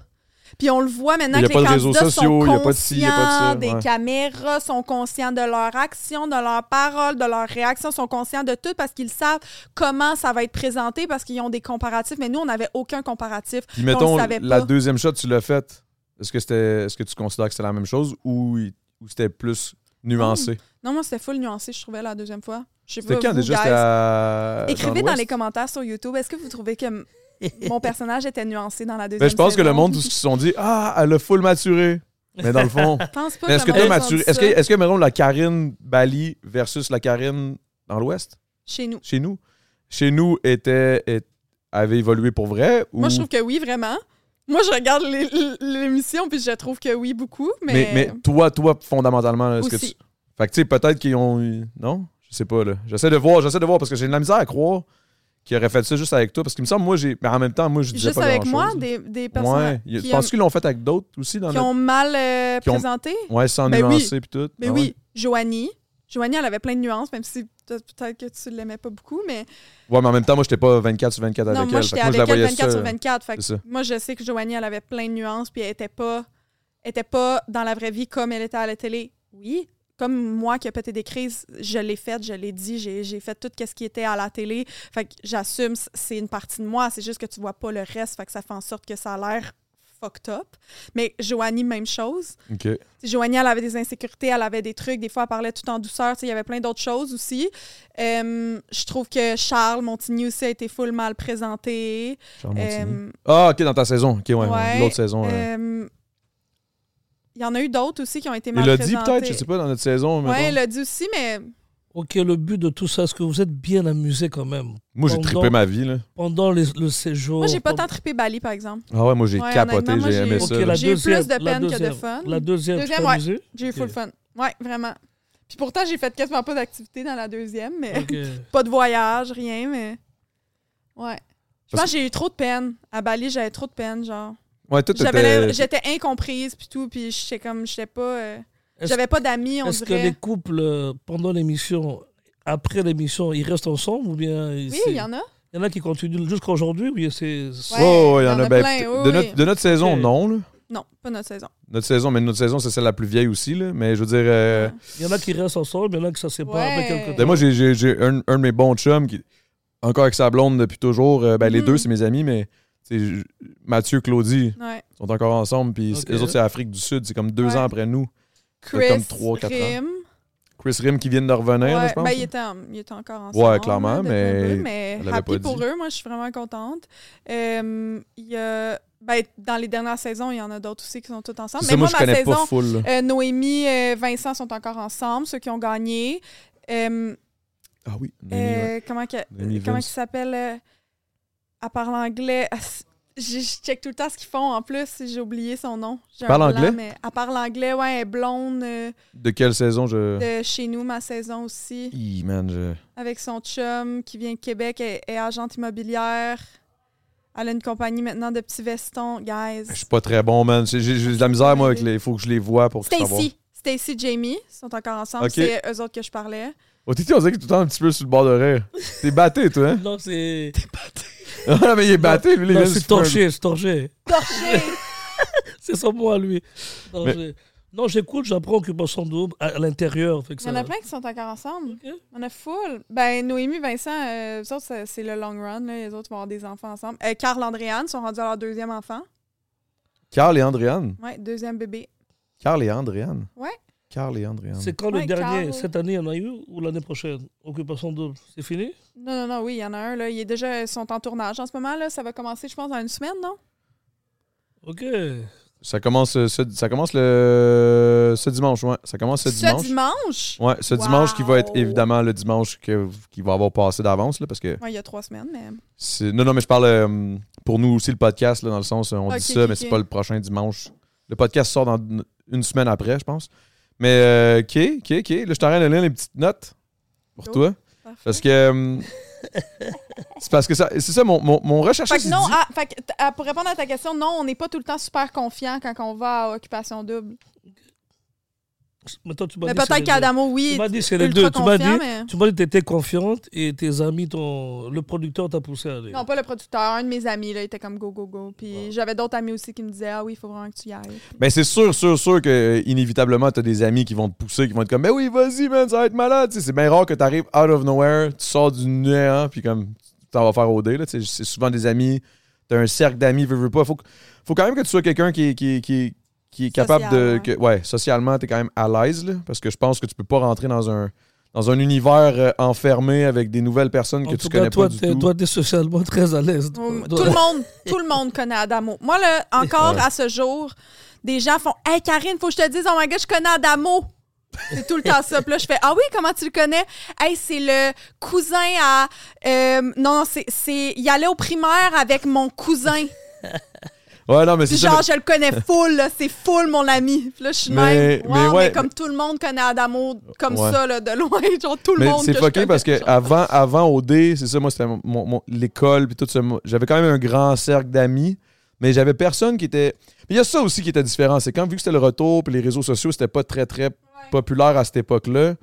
Speaker 6: Puis on le voit maintenant
Speaker 7: Il y a
Speaker 6: que
Speaker 7: pas
Speaker 6: les
Speaker 7: de réseaux
Speaker 6: candidats
Speaker 7: sociaux,
Speaker 6: sont
Speaker 7: il y a
Speaker 6: conscients
Speaker 7: pas de ci, il y a pas de ça,
Speaker 6: des
Speaker 7: ouais.
Speaker 6: caméras, sont conscients de leurs actions, de leurs paroles, de leurs réactions, sont conscients de tout parce qu'ils savent comment ça va être présenté, parce qu'ils ont des comparatifs. Mais nous, on n'avait aucun comparatif. Puis
Speaker 7: puis
Speaker 6: on
Speaker 7: mettons,
Speaker 6: le savait
Speaker 7: la
Speaker 6: pas.
Speaker 7: deuxième shot, tu l'as faite. Est-ce que, c'était, est-ce que tu considères que c'était la même chose ou, ou c'était plus nuancé?
Speaker 6: Non, moi, c'était full nuancé, je trouvais, la deuxième fois. Je sais
Speaker 7: C'était
Speaker 6: pas,
Speaker 7: quand
Speaker 6: vous,
Speaker 7: déjà? C'était
Speaker 6: guys.
Speaker 7: à-
Speaker 6: Écrivez dans
Speaker 7: l'Ouest?
Speaker 6: les commentaires sur YouTube, est-ce que vous trouvez que m- mon personnage était nuancé dans la deuxième
Speaker 7: Ben, je pense que le
Speaker 6: saison? <laughs>
Speaker 7: monde, tous se sont dit Ah, elle a full maturé. Mais dans le fond,
Speaker 6: Je pense pas
Speaker 7: mais est-ce que
Speaker 6: le
Speaker 7: t'as
Speaker 6: monde a
Speaker 7: maturé
Speaker 6: dit
Speaker 7: Est-ce que,
Speaker 6: ça
Speaker 7: est-ce que, mettons, la Karine Bali versus la Karine dans l'Ouest,
Speaker 6: Chez nous.
Speaker 7: chez nous, chez nous, était, est- avait évolué pour vrai ou...
Speaker 6: Moi, je trouve que oui, vraiment. Moi, je regarde les- l'émission, puis je trouve que oui, beaucoup,
Speaker 7: mais...
Speaker 6: mais...
Speaker 7: mais toi, toi, fondamentalement, est-ce que tu.
Speaker 6: Aussi.
Speaker 7: Fait que, tu sais, peut-être qu'ils ont. eu- Non Je sais pas, là. J'essaie de voir, j'essaie de voir parce que j'ai de la misère à croire qui aurait fait ça juste avec toi? Parce qu'il me semble, moi, j'ai. Mais en même temps, moi, je disais
Speaker 6: Juste
Speaker 7: pas
Speaker 6: avec
Speaker 7: grand-chose.
Speaker 6: moi, des, des personnes
Speaker 7: Ouais. Il-
Speaker 6: qui,
Speaker 7: Penses-tu qu'ils l'ont fait avec d'autres aussi dans
Speaker 6: qui ont mal euh,
Speaker 7: qui ont-
Speaker 6: présenté.
Speaker 7: notre- Ouais, sans
Speaker 6: Ben oui.
Speaker 7: nuancer puis tout.
Speaker 6: Mais
Speaker 7: Ah
Speaker 6: oui, Joanie. Joanie, elle avait plein de nuances, même si peut- peut-être que tu l'aimais pas beaucoup, mais
Speaker 7: Ouais. Ouais, mais en même temps, moi, j'étais pas 24 sur 24
Speaker 6: non,
Speaker 7: avec
Speaker 6: moi
Speaker 7: elle. Fait
Speaker 6: j'étais
Speaker 7: que moi,
Speaker 6: avec
Speaker 7: je la
Speaker 6: elle
Speaker 7: voyais
Speaker 6: 24
Speaker 7: ça.
Speaker 6: sur 24. Fait que
Speaker 7: C'est ça.
Speaker 6: moi, je sais que Joanie, elle avait plein de nuances, puis elle était pas, elle était pas dans la vraie vie comme elle était à la télé. Oui, comme moi qui a pété des crises, je l'ai faite, je l'ai dit, j'ai j'ai fait tout ce qui était à la télé. Fait que j'assume, c- c'est une partie de moi, c'est juste que tu vois pas le reste, fait que ça fait en sorte que ça a l'air fucked up. Mais Joanie, même chose.
Speaker 7: OK.
Speaker 6: T'sais, Joanie, elle avait des insécurités, elle avait des trucs. Des fois, elle parlait tout en douceur. T'sais, Il y avait plein d'autres choses aussi. Euh, je trouve que Charles Montigny aussi a été full mal présenté.
Speaker 7: Charles Montigny.
Speaker 6: Euh,
Speaker 7: Ah, OK, dans ta saison. OK, ouais. ouais,
Speaker 6: ouais,
Speaker 7: L'autre saison. ouais.
Speaker 6: euh, Il y en a eu d'autres aussi qui ont été mal
Speaker 7: Il l'a dit
Speaker 6: présentés.
Speaker 7: peut-être, je sais pas, dans notre saison.
Speaker 6: Oui,
Speaker 7: mettons.
Speaker 6: il l'a dit aussi, mais
Speaker 8: Ok, le but de tout ça, est-ce que vous êtes bien amusé quand même
Speaker 7: Moi, j'ai
Speaker 8: Pendant-
Speaker 7: trippé ma vie, là.
Speaker 8: pendant les- le séjour
Speaker 6: moi, j'ai pas
Speaker 8: pendant-
Speaker 6: tant trippé Bali, par exemple.
Speaker 7: Ah ouais, moi, j'ai
Speaker 6: Ouais,
Speaker 7: capoté,
Speaker 6: honnêtement, moi,
Speaker 7: j'ai aimé
Speaker 6: j'ai-
Speaker 7: ça.
Speaker 8: Ok,
Speaker 7: là.
Speaker 8: la
Speaker 6: J'ai eu
Speaker 8: deuxième-
Speaker 6: plus de
Speaker 8: la
Speaker 6: peine que de
Speaker 8: deuxième-
Speaker 6: fun.
Speaker 8: La deuxième, tu t'es
Speaker 6: Deuxième, ouais.
Speaker 8: amusé?
Speaker 6: J'ai eu
Speaker 8: Ok.
Speaker 6: full fun. Oui, vraiment. Puis pourtant, j'ai fait quasiment pas d'activité dans la deuxième, mais
Speaker 8: Ok.
Speaker 6: pas de voyage, rien, mais. Ouais. Je pense que j'ai eu trop de peine. À Bali, j'avais trop de peine, genre.
Speaker 7: Ouais, tout
Speaker 6: J'avais l'air-
Speaker 7: était...
Speaker 6: J'étais incomprise, puis tout, puis j'étais comme, j'étais pas. euh,
Speaker 8: Est-ce-
Speaker 6: J'avais pas d'amis, on
Speaker 8: Est-ce que
Speaker 6: dirait.
Speaker 8: les couples, euh, pendant l'émission, après l'émission, ils restent ensemble ou bien ils-
Speaker 6: Oui,
Speaker 8: c'est-
Speaker 6: il y en a.
Speaker 8: il y en a qui continuent jusqu'à aujourd'hui ou bien c'est c'est-
Speaker 6: Ouais,
Speaker 7: Oh, il y en a, ben,
Speaker 6: plein,
Speaker 7: p-
Speaker 6: oui,
Speaker 7: de,
Speaker 6: oui.
Speaker 7: notre, de notre saison,
Speaker 8: Ok.
Speaker 7: non. Là.
Speaker 6: Non, pas notre saison.
Speaker 7: Notre saison, mais notre saison, c'est celle la plus vieille aussi. Là. Mais je veux dire, euh,
Speaker 8: il y en a qui restent ensemble, il y en a qui se séparent après
Speaker 6: Ouais.
Speaker 8: quelques
Speaker 7: ben,
Speaker 8: temps.
Speaker 7: moi, j'ai- j'ai j'ai un, un de mes bons chums qui, encore avec sa blonde depuis toujours, euh, ben, les
Speaker 6: Mhm.
Speaker 7: deux, c'est mes amis, mais tu sais, je- Mathieu, Claudie
Speaker 6: Ouais.
Speaker 7: sont encore ensemble, puis
Speaker 8: Ok.
Speaker 7: les autres, c'est Afrique du Sud, c'est comme deux
Speaker 6: Ouais.
Speaker 7: ans après nous.
Speaker 6: Chris,
Speaker 7: comme trois, quatre ans.
Speaker 6: Rim.
Speaker 7: Chris Rim qui viennent de revenir, là,
Speaker 6: Ouais,
Speaker 7: je pense. hein?
Speaker 6: ben, il, était en- il était encore ensemble.
Speaker 7: Ouais,
Speaker 6: là,
Speaker 7: clairement,
Speaker 6: depuis
Speaker 7: mais
Speaker 6: un peu, mais
Speaker 7: elle l'avait
Speaker 6: happy
Speaker 7: pas
Speaker 6: pour
Speaker 7: dit.
Speaker 6: eux, moi, je suis vraiment contente. Euh, il y a- ben, dans les dernières saisons, il y en a d'autres aussi qui sont tous ensemble. Mais
Speaker 7: C'est ça,
Speaker 6: moi,
Speaker 7: moi, je
Speaker 6: ma
Speaker 7: connais
Speaker 6: saison,
Speaker 7: pas full. là.
Speaker 6: euh, Noémie et Vincent sont encore ensemble, ceux qui ont gagné. Euh,
Speaker 7: ah oui, Noémie, ouais.
Speaker 6: Euh, comment que-
Speaker 7: Noémie
Speaker 6: comment
Speaker 7: Vince.
Speaker 6: il s'appelle euh, Elle parle anglais. Ah, c- Je je check tout le temps ce qu'ils font. En plus, j'ai oublié son nom. J'ai un
Speaker 7: Parle
Speaker 6: blanc,
Speaker 7: anglais?
Speaker 6: Mais elle parle anglais, ouais, elle est blonde euh,
Speaker 7: De quelle saison je.
Speaker 6: de chez nous, ma saison aussi.
Speaker 7: Hi, man, je-
Speaker 6: Avec son chum qui vient de Québec, elle elle est agente immobilière. Elle a une compagnie maintenant de petits vestons, guys.
Speaker 7: je suis pas très bon, man. J'ai j'ai- j'ai de la misère, moi, avec les. Il faut que je les vois pour savoir.
Speaker 6: Stacy. Stacy, Jamie sont encore ensemble.
Speaker 7: Ok.
Speaker 6: C'est eux autres que je parlais.
Speaker 7: Oh, Titi, on dirait que t'es tout le temps un petit peu sur le bord de rire. T'es batté, toi, hein?
Speaker 8: <laughs> Non, c'est.
Speaker 7: Ah, <laughs> non, mais il est batté, lui, il
Speaker 8: Non,
Speaker 7: vient de
Speaker 8: c'est
Speaker 7: se faire-
Speaker 8: torché, c'est torché.
Speaker 6: Torché!
Speaker 8: <laughs> C'est son mot à lui. Non, j'ai- non, j'écoute, j'apprends occupation double à, à l'intérieur. fait que
Speaker 6: Il y en
Speaker 8: ça-
Speaker 6: a plein qui sont encore ensemble.
Speaker 8: Ok.
Speaker 6: On a full. Ben, Noémie, Vincent, euh, eux autres, c'est c'est le long run. Là. Les autres vont avoir des enfants ensemble. Euh, Carl, Andréane sont rendus à leur deuxième enfant.
Speaker 7: Carl et Andréane.
Speaker 6: Ouais, deuxième bébé.
Speaker 7: Carl et Andréane.
Speaker 6: Ouais.
Speaker 7: Carl et Andréane.
Speaker 8: C'est quand
Speaker 6: Ouais,
Speaker 8: le dernier
Speaker 6: Carl.
Speaker 8: Cette année, il y en a eu ou l'année prochaine Occupation double, c'est fini
Speaker 6: Non, non, non, oui, il y en a un. Là. Il est déjà, ils sont en tournage en ce moment. Là. Ça va commencer, je pense, dans une semaine, non?
Speaker 8: Ok.
Speaker 7: Ça commence, euh, ce, ça commence le. Ce dimanche, ouais. Ça commence ce dimanche.
Speaker 6: dimanche?
Speaker 7: Ouais, ce
Speaker 6: Wow.
Speaker 7: dimanche qui va être évidemment le dimanche que, qui va avoir passé d'avance, là, parce que.
Speaker 6: Ouais, il y a trois semaines, mais.
Speaker 7: c'est- Non, non, mais je parle euh, pour nous aussi, le podcast, là, dans le sens, euh, on
Speaker 6: Ok,
Speaker 7: dit ça,
Speaker 6: ok,
Speaker 7: mais c'est
Speaker 6: ok.
Speaker 7: pas le prochain dimanche. Le podcast sort dans une- une semaine après, je pense. Mais, euh, OK, OK, OK. Là, je t'arrête de lire les petites notes pour
Speaker 6: Oh.
Speaker 7: toi.
Speaker 6: Parfait.
Speaker 7: Parce que. euh,
Speaker 6: <laughs>
Speaker 7: c'est parce que ça. C'est ça, mon, mon, mon recherche.
Speaker 6: Fait que non, ah, fait que t- ah, pour répondre à ta question, non, on n'est pas tout le temps super confiant quand on va à Occupation Double.
Speaker 8: Mais toi, tu m'as
Speaker 6: Mais
Speaker 8: dit c'est
Speaker 6: peut-être
Speaker 8: les deux.
Speaker 6: qu'Adamo, oui,
Speaker 8: Tu m'as dit c'est les
Speaker 6: ultra
Speaker 8: deux. Tu m'as
Speaker 6: confiant,
Speaker 8: dit,
Speaker 6: mais...
Speaker 8: tu m'as dit que t'étais confiante et tes amis, t'ont- le producteur t'a poussé à aller.
Speaker 6: Non, pas le producteur, un de mes amis, là, il était comme go, go, go. Puis j'avais d'autres amis aussi qui me disaient, ah oui, il faut vraiment que tu y ailles.
Speaker 7: Ben, c'est sûr, sûr, sûr que euh, inévitablement, t'as des amis qui vont te pousser, qui vont être comme, ben oui, vas-y, man, ça va être malade. Tu sais, c'est bien rare que t'arrives out of nowhere, tu sors du néant, puis comme, tu t'en vas faire au dé. là. Tu sais, C'est souvent des amis, t'as un cercle d'amis, veux, veux pas. Faut, que- faut quand même que tu sois quelqu'un qui, qui, qui, qui est capable de.
Speaker 6: Social,
Speaker 7: que- ouais, socialement, t'es quand même à l'aise, là, parce que je pense que tu peux pas rentrer dans un. Dans un univers euh, enfermé avec des nouvelles personnes
Speaker 8: En
Speaker 7: que
Speaker 8: tout
Speaker 7: tu
Speaker 8: cas,
Speaker 7: connais
Speaker 8: toi,
Speaker 7: pas du
Speaker 8: t'es-
Speaker 7: tout.
Speaker 8: Toi, t'es socialement très à l'aise.
Speaker 6: Oh,
Speaker 8: Toi-
Speaker 6: Tout le monde, tout le monde connaît Adamo. Moi, là, encore à ce jour, des gens font Hey Karine, faut que je te dise, oh my god, je connais Adamo. C'est tout le temps ça. Puis là, je fais Ah oui, comment tu le connais? Hey, c'est le cousin à. euh, non, non, c'est. c'est- Il allait au primaire avec mon cousin.
Speaker 7: Ouais, non, mais c'est
Speaker 6: Puis
Speaker 7: ça.
Speaker 6: genre,
Speaker 7: mais-
Speaker 6: je le connais full, là, c'est full mon ami. Puis là, je suis de
Speaker 7: Mais-
Speaker 6: même.
Speaker 7: mais
Speaker 6: mais,
Speaker 7: ouais.
Speaker 6: mais comme tout le monde connaît Adamo, comme
Speaker 7: Ouais.
Speaker 6: ça, là, de loin, <laughs> genre tout le
Speaker 7: Mais
Speaker 6: monde.
Speaker 7: c'est
Speaker 6: que je
Speaker 7: fucké
Speaker 6: connais,
Speaker 7: parce que
Speaker 6: genre.
Speaker 7: avant, avant OD, c'est ça, moi, c'était mon, mon- mon- l'école, puis tout ça. moi, J'avais quand même un grand cercle d'amis, mais j'avais personne qui était. Mais il y a ça aussi qui était différent. C'est quand, vu que c'était le retour, puis les réseaux sociaux, c'était pas très, très populaire à cette époque-là,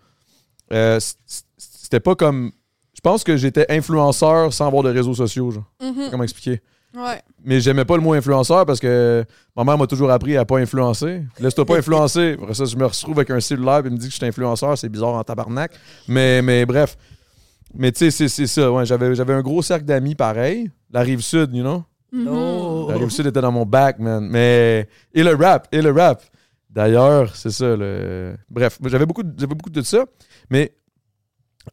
Speaker 7: euh, c- c- c'était pas comme. Je pense que j'étais influenceur sans avoir de réseaux sociaux, genre. Je
Speaker 6: Mm-hmm.
Speaker 7: sais Comment expliquer?
Speaker 6: Ouais.
Speaker 7: Mais j'aimais pas le mot influenceur parce que ma mère m'a toujours appris à pas influencer. Laisse-toi pas influencer. Après ça, je me retrouve avec un cellulaire et me dit que je suis influenceur. C'est bizarre en tabarnak. Mais, mais bref. Mais tu sais, c'est- c'est ça. Ouais, J'avais j'avais un gros cercle d'amis pareil. La rive sud, you know?
Speaker 8: Non.
Speaker 7: La rive sud était dans mon bac, man. Mais. Et le rap, et le rap. D'ailleurs, c'est ça. Le... Bref, j'avais beaucoup, de- j'avais beaucoup de ça. Mais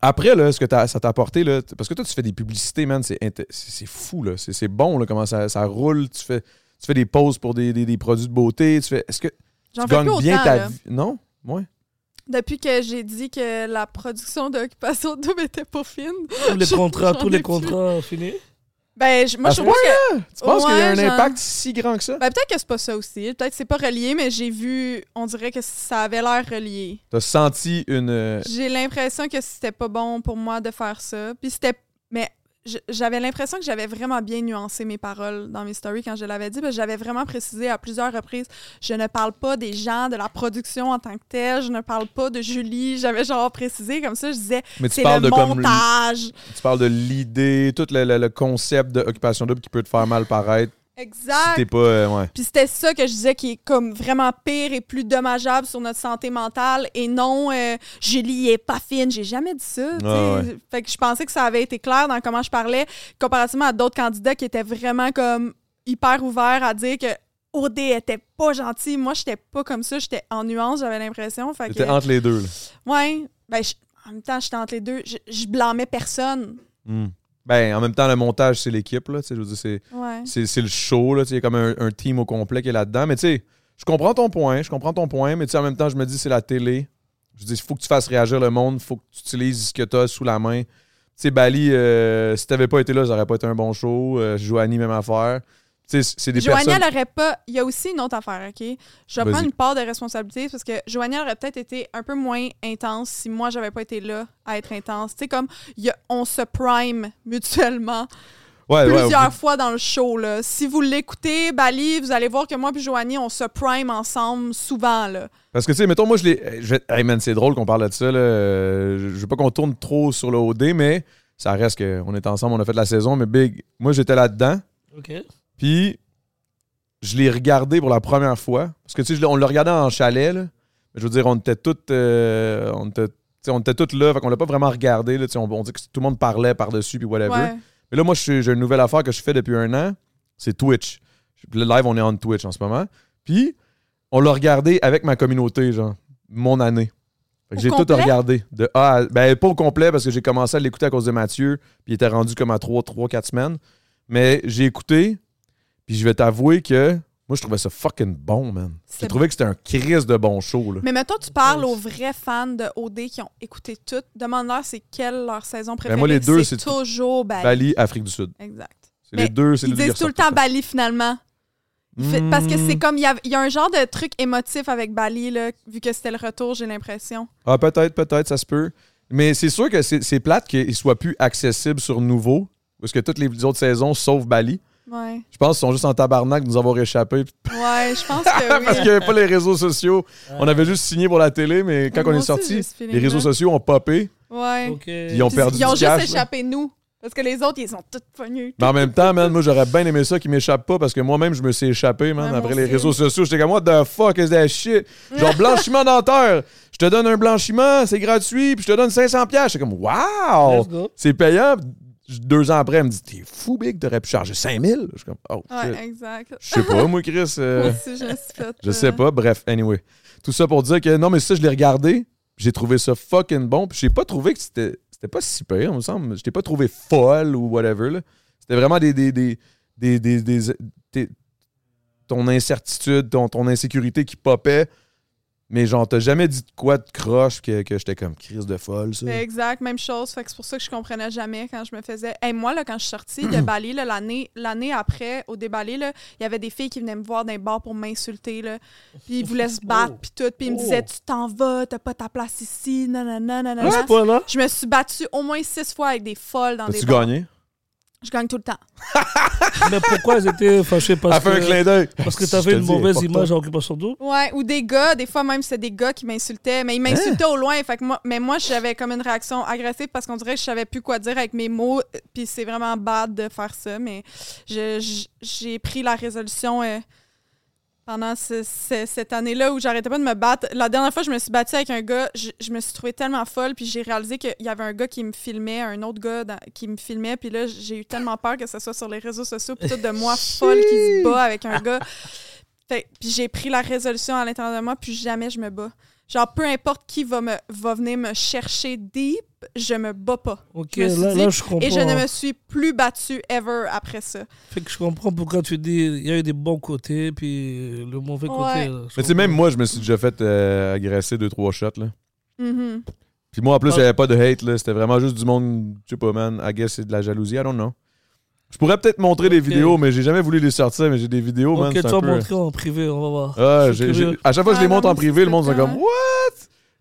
Speaker 7: après, là, ce que t'as- ça t'a apporté, là, t- parce que toi, tu fais des publicités, man, c'est inté- c'est c'est fou, là. C'est c'est bon, là, comment ça, ça roule. Tu fais, tu fais des pauses pour des, des- des produits de beauté. Tu fais. Est-ce que
Speaker 6: J'en
Speaker 7: tu
Speaker 6: fais plus
Speaker 7: gagnes
Speaker 6: autant,
Speaker 7: bien ta
Speaker 6: là.
Speaker 7: vie? Non? Ouais.
Speaker 6: Depuis que j'ai dit que la production d'Occupation <laughs> Double était pas fine.
Speaker 8: Tous les
Speaker 6: je-
Speaker 8: contrats,
Speaker 6: j'en
Speaker 8: tous
Speaker 6: ai
Speaker 8: les
Speaker 6: plus.
Speaker 8: contrats finis.
Speaker 6: Ben, je- moi,
Speaker 7: À
Speaker 6: je
Speaker 7: ce
Speaker 6: trouve que.
Speaker 7: Ah, hein? Tu penses qu'il y a un
Speaker 6: Ouais, genre-
Speaker 7: impact si grand que ça?
Speaker 6: Ben, peut-être que c'est pas ça aussi. Peut-être que c'est pas relié, mais j'ai vu. On dirait que ça avait l'air relié.
Speaker 7: T'as senti une. euh,
Speaker 6: J'ai l'impression que c'était pas bon pour moi de faire ça. Puis c'était. Mais je- j'avais l'impression que j'avais vraiment bien nuancé mes paroles dans mes stories quand je l'avais dit. parce que J'avais vraiment précisé à plusieurs reprises je ne parle pas des gens, de la production en tant que telle, je ne parle pas de Julie. J'avais genre précisé comme ça, je disais
Speaker 7: Mais tu
Speaker 6: c'est
Speaker 7: parles
Speaker 6: le
Speaker 7: de comme
Speaker 6: montage.
Speaker 7: Tu parles de l'idée, tout le, le- le concept d'occupation double qui peut te faire mal paraître. Si
Speaker 6: Exact.
Speaker 7: t'es pas. euh, ouais.
Speaker 6: Puis c'était ça que je disais qui est comme vraiment pire et plus dommageable sur notre santé mentale. Et non, euh, Julie est pas fine. J'ai jamais dit ça. tu sais.
Speaker 7: Ah ouais.
Speaker 6: Fait que je pensais que ça avait été clair dans comment je parlais, comparativement à d'autres candidats qui étaient vraiment comme hyper ouverts à dire que OD était pas gentil. Moi, j'étais pas comme ça. J'étais en nuance, j'avais l'impression. Fait que,
Speaker 7: T'étais entre les deux, là.
Speaker 6: ouais, ben, je- en même temps, j'étais entre les deux. Je, je blâmais personne.
Speaker 7: Hmm. Ben, en même temps, le montage, c'est l'équipe, là. tu sais, Je veux dire, c'est.
Speaker 6: Ouais.
Speaker 7: c'est, c'est le show, là. tu sais, Il y a comme un, un team au complet qui est là-dedans. Mais tu sais, je comprends ton point, je comprends ton point, mais tu sais, en même temps, je me dis, c'est la télé. Je dis, il faut que tu fasses réagir le monde, faut que tu utilises ce que tu as sous la main. Tu sais, Bali, euh, si t'avais pas été là, ça aurait pas été un bon show. Euh, Joanie, même affaire. Tu sais, c'est des
Speaker 6: Joanie,
Speaker 7: personnes...
Speaker 6: elle aurait pas. Il y a aussi une autre affaire, OK? Je vais
Speaker 7: Vas-y.
Speaker 6: prendre une part de responsabilité parce que Joanie aurait peut-être été un peu moins intense si moi, j'avais pas été là à être intense. Tu sais, comme il y a- on se prime mutuellement
Speaker 7: Euh, Ouais, ouais,
Speaker 6: plusieurs fois dans le show. Là. Si vous l'écoutez, Bali, vous allez voir que moi et Joanie, on se prime ensemble souvent. Là.
Speaker 7: Parce que, tu sais, mettons, moi, je l'ai. je vais- Hey, man, c'est drôle qu'on parle de ça. Là. Euh, Je veux pas qu'on tourne trop sur le OD, mais ça reste qu'on est ensemble, on a fait la saison. Mais, Big, moi, j'étais là-dedans.
Speaker 8: Ok.
Speaker 7: Puis, je l'ai regardé pour la première fois. Parce que, tu sais, je l'ai- on le regardait en chalet, là. Mais je veux dire, on était toutes. euh, on était. tu sais, on était toutes là, fait qu'on l'a pas vraiment regardé. Là, Tu sais, on, on dit que tout le monde parlait par-dessus, puis whatever.
Speaker 6: Ouais.
Speaker 7: Mais là, moi, je suis- j'ai une nouvelle affaire que je fais depuis un an. C'est Twitch. Le live, on est en Twitch en ce moment. Puis, on l'a regardé avec ma communauté, genre, mon année. Fait que
Speaker 6: Au
Speaker 7: J'ai tout
Speaker 6: complet?
Speaker 7: regardé. De A à- Ben, pas au complet, parce que j'ai commencé à l'écouter à cause de Mathieu. Puis, il était rendu comme à 3, 3, 4 semaines. Mais j'ai écouté. Puis, je vais t'avouer que moi, je trouvais ça fucking bon, man. J'ai
Speaker 6: C'est-
Speaker 7: trouvé que c'était un crise de bon show, là.
Speaker 6: Mais mettons, tu parles aux vrais fans de OD qui ont écouté tout. Demande-leur c'est quelle leur saison préférée.
Speaker 7: Ben, moi, les deux, c'est tout-
Speaker 6: toujours Bali.
Speaker 7: Bali, Afrique du Sud.
Speaker 6: Exact.
Speaker 7: C'est les
Speaker 6: Mais
Speaker 7: deux, c'est
Speaker 6: Ils
Speaker 7: les deux qui
Speaker 6: disent tout le
Speaker 7: ressortent
Speaker 6: temps Bali finalement. Il fait- Parce que c'est
Speaker 7: Hmm.
Speaker 6: comme, il y, a- il y a un genre de truc émotif avec Bali, là, vu que c'était le retour, j'ai l'impression.
Speaker 7: Ah, peut-être, peut-être, ça se peut. Mais c'est sûr que c'est c'est plate qu'il soit plus accessible sur nouveau. Parce que toutes les autres saisons, sauf Bali,
Speaker 6: Ouais.
Speaker 7: je pense qu'ils sont juste en tabarnak de nous avoir échappé. <laughs>
Speaker 6: Ouais, je pense que oui.
Speaker 7: Parce qu'il n'y avait pas les réseaux sociaux. On avait juste signé pour la télé, mais quand
Speaker 6: Moi
Speaker 7: on est
Speaker 6: aussi, j'ai
Speaker 7: sorti,
Speaker 6: ce
Speaker 7: les réseaux
Speaker 6: feeling-là.
Speaker 7: sociaux ont popé.
Speaker 6: Ouais.
Speaker 8: Ok.
Speaker 7: Ils ont
Speaker 6: Puis
Speaker 7: perdu
Speaker 6: ils ont
Speaker 7: du
Speaker 6: juste
Speaker 7: cash, là.
Speaker 6: échappé nous. Parce que les autres, ils ont tous connus.
Speaker 7: Mais en même temps, man, moi, j'aurais bien aimé ça qu'ils m'échappent pas parce que moi-même, je me suis échappé, man,
Speaker 6: Ouais, moi
Speaker 7: après les
Speaker 6: aussi.
Speaker 7: réseaux sociaux. J'étais comme, what the fuck is that shit? Genre, blanchiment dentaire. Je te donne un blanchiment, c'est gratuit, puis je te donne 500$. piastres. J'étais comme,
Speaker 8: Let's
Speaker 7: wow!
Speaker 8: go.
Speaker 7: C'est payable. Deux ans après, elle me dit, t'es fou, big, t'aurais pu charger 5000$. Je suis comme, oh, shit.
Speaker 6: Ouais, exact.
Speaker 7: Je sais pas, moi, Chris. euh,
Speaker 6: Moi aussi, je me suis fait,
Speaker 7: je
Speaker 6: euh,
Speaker 7: sais pas. Bref, anyway. Tout ça pour dire que non, mais ça, je l'ai regardé. J'ai trouvé ça fucking bon. Puis j'ai pas trouvé que c'était. C'était pas si pire, il me semble. Je t'ai pas trouvé folle ou whatever. là. C'était vraiment des. des, des, des, des- des- des- ton incertitude, ton, ton insécurité qui popait. Mais genre, t'as jamais dit de quoi de croche que, que j'étais comme crise de folle, ça.
Speaker 6: Exact, même chose. Fait que c'est pour ça que je comprenais jamais quand je me faisais. Hey, moi, là, quand je suis sortie de Bali, là, l'année, l'année après, au déballé, là, il y avait des filles qui venaient me voir dans les bars pour m'insulter. Là. Puis ils voulaient se battre, puis tout. Puis ils me
Speaker 8: Oh.
Speaker 6: disaient Tu t'en vas, t'as pas ta place ici, nanana, nanana.
Speaker 8: À ce point-là,
Speaker 6: Je me suis battue au moins six fois avec des folles dans des
Speaker 7: As-tu
Speaker 6: bars.
Speaker 7: gagné?
Speaker 6: Je gagne tout le temps.
Speaker 8: mais pourquoi ils étaient fâchés parce
Speaker 7: Elle fait un clin
Speaker 8: que,
Speaker 7: d'œil.
Speaker 8: parce que
Speaker 7: Si,
Speaker 8: tu avais
Speaker 7: je te
Speaker 8: une
Speaker 7: dis,
Speaker 8: mauvaise
Speaker 7: porte-toi.
Speaker 8: image à Occupation Double
Speaker 6: Ouais, ou des gars, des fois même c'était des gars qui m'insultaient, mais ils m'insultaient au loin, fait que moi, mais moi j'avais comme une réaction agressive parce qu'on dirait que je savais plus quoi dire avec mes mots, euh, puis c'est vraiment bad de faire ça, mais je- je- j'ai pris la résolution euh, pendant ce- ce- cette année-là où j'arrêtais pas de me battre. La dernière fois je me suis battue avec un gars, je, je me suis trouvée tellement folle, puis j'ai réalisé qu'il y avait un gars qui me filmait, un autre gars dans- qui me filmait, puis là j'ai eu tellement peur que ce soit sur les réseaux sociaux, puis tout de moi folle qui se bat avec un gars. Fait- puis j'ai pris la résolution à l'intérieur de moi, puis jamais je me bats. Genre, peu importe qui va, me, va venir me chercher deep, je me bats pas.
Speaker 8: Ok,
Speaker 6: Je me suis
Speaker 8: là,
Speaker 6: dit,
Speaker 8: là, je comprends.
Speaker 6: Et je ne me suis plus battue ever après ça.
Speaker 8: Fait que je comprends pourquoi tu dis il y a eu des bons côtés puis le mauvais
Speaker 6: Ouais.
Speaker 8: côté. euh, là. Je
Speaker 7: Mais tu sais, même
Speaker 8: comprends.
Speaker 7: moi, je me suis déjà fait euh, agresser deux, trois shots, là.
Speaker 6: Mhm.
Speaker 7: Puis moi, en plus,
Speaker 8: Ah.
Speaker 7: j'avais pas de hate, là. C'était vraiment juste du monde, je sais pas, man. I guess c'est de la jalousie, I don't know. Je pourrais peut-être montrer des
Speaker 8: Ok.
Speaker 7: vidéos, mais j'ai jamais voulu les sortir, mais j'ai des vidéos, man.
Speaker 8: Ok,
Speaker 7: c'est
Speaker 8: tu
Speaker 7: un
Speaker 8: vas
Speaker 7: peu...
Speaker 8: montrer en privé, on va voir.
Speaker 7: Ah,
Speaker 8: Je suis
Speaker 7: j'ai- j'ai-
Speaker 8: curieux.
Speaker 7: à chaque fois que je les
Speaker 6: Ah, non,
Speaker 7: monte en
Speaker 6: mais
Speaker 7: privé,
Speaker 6: c'est
Speaker 7: le monde est
Speaker 6: fréquent,
Speaker 7: comme What?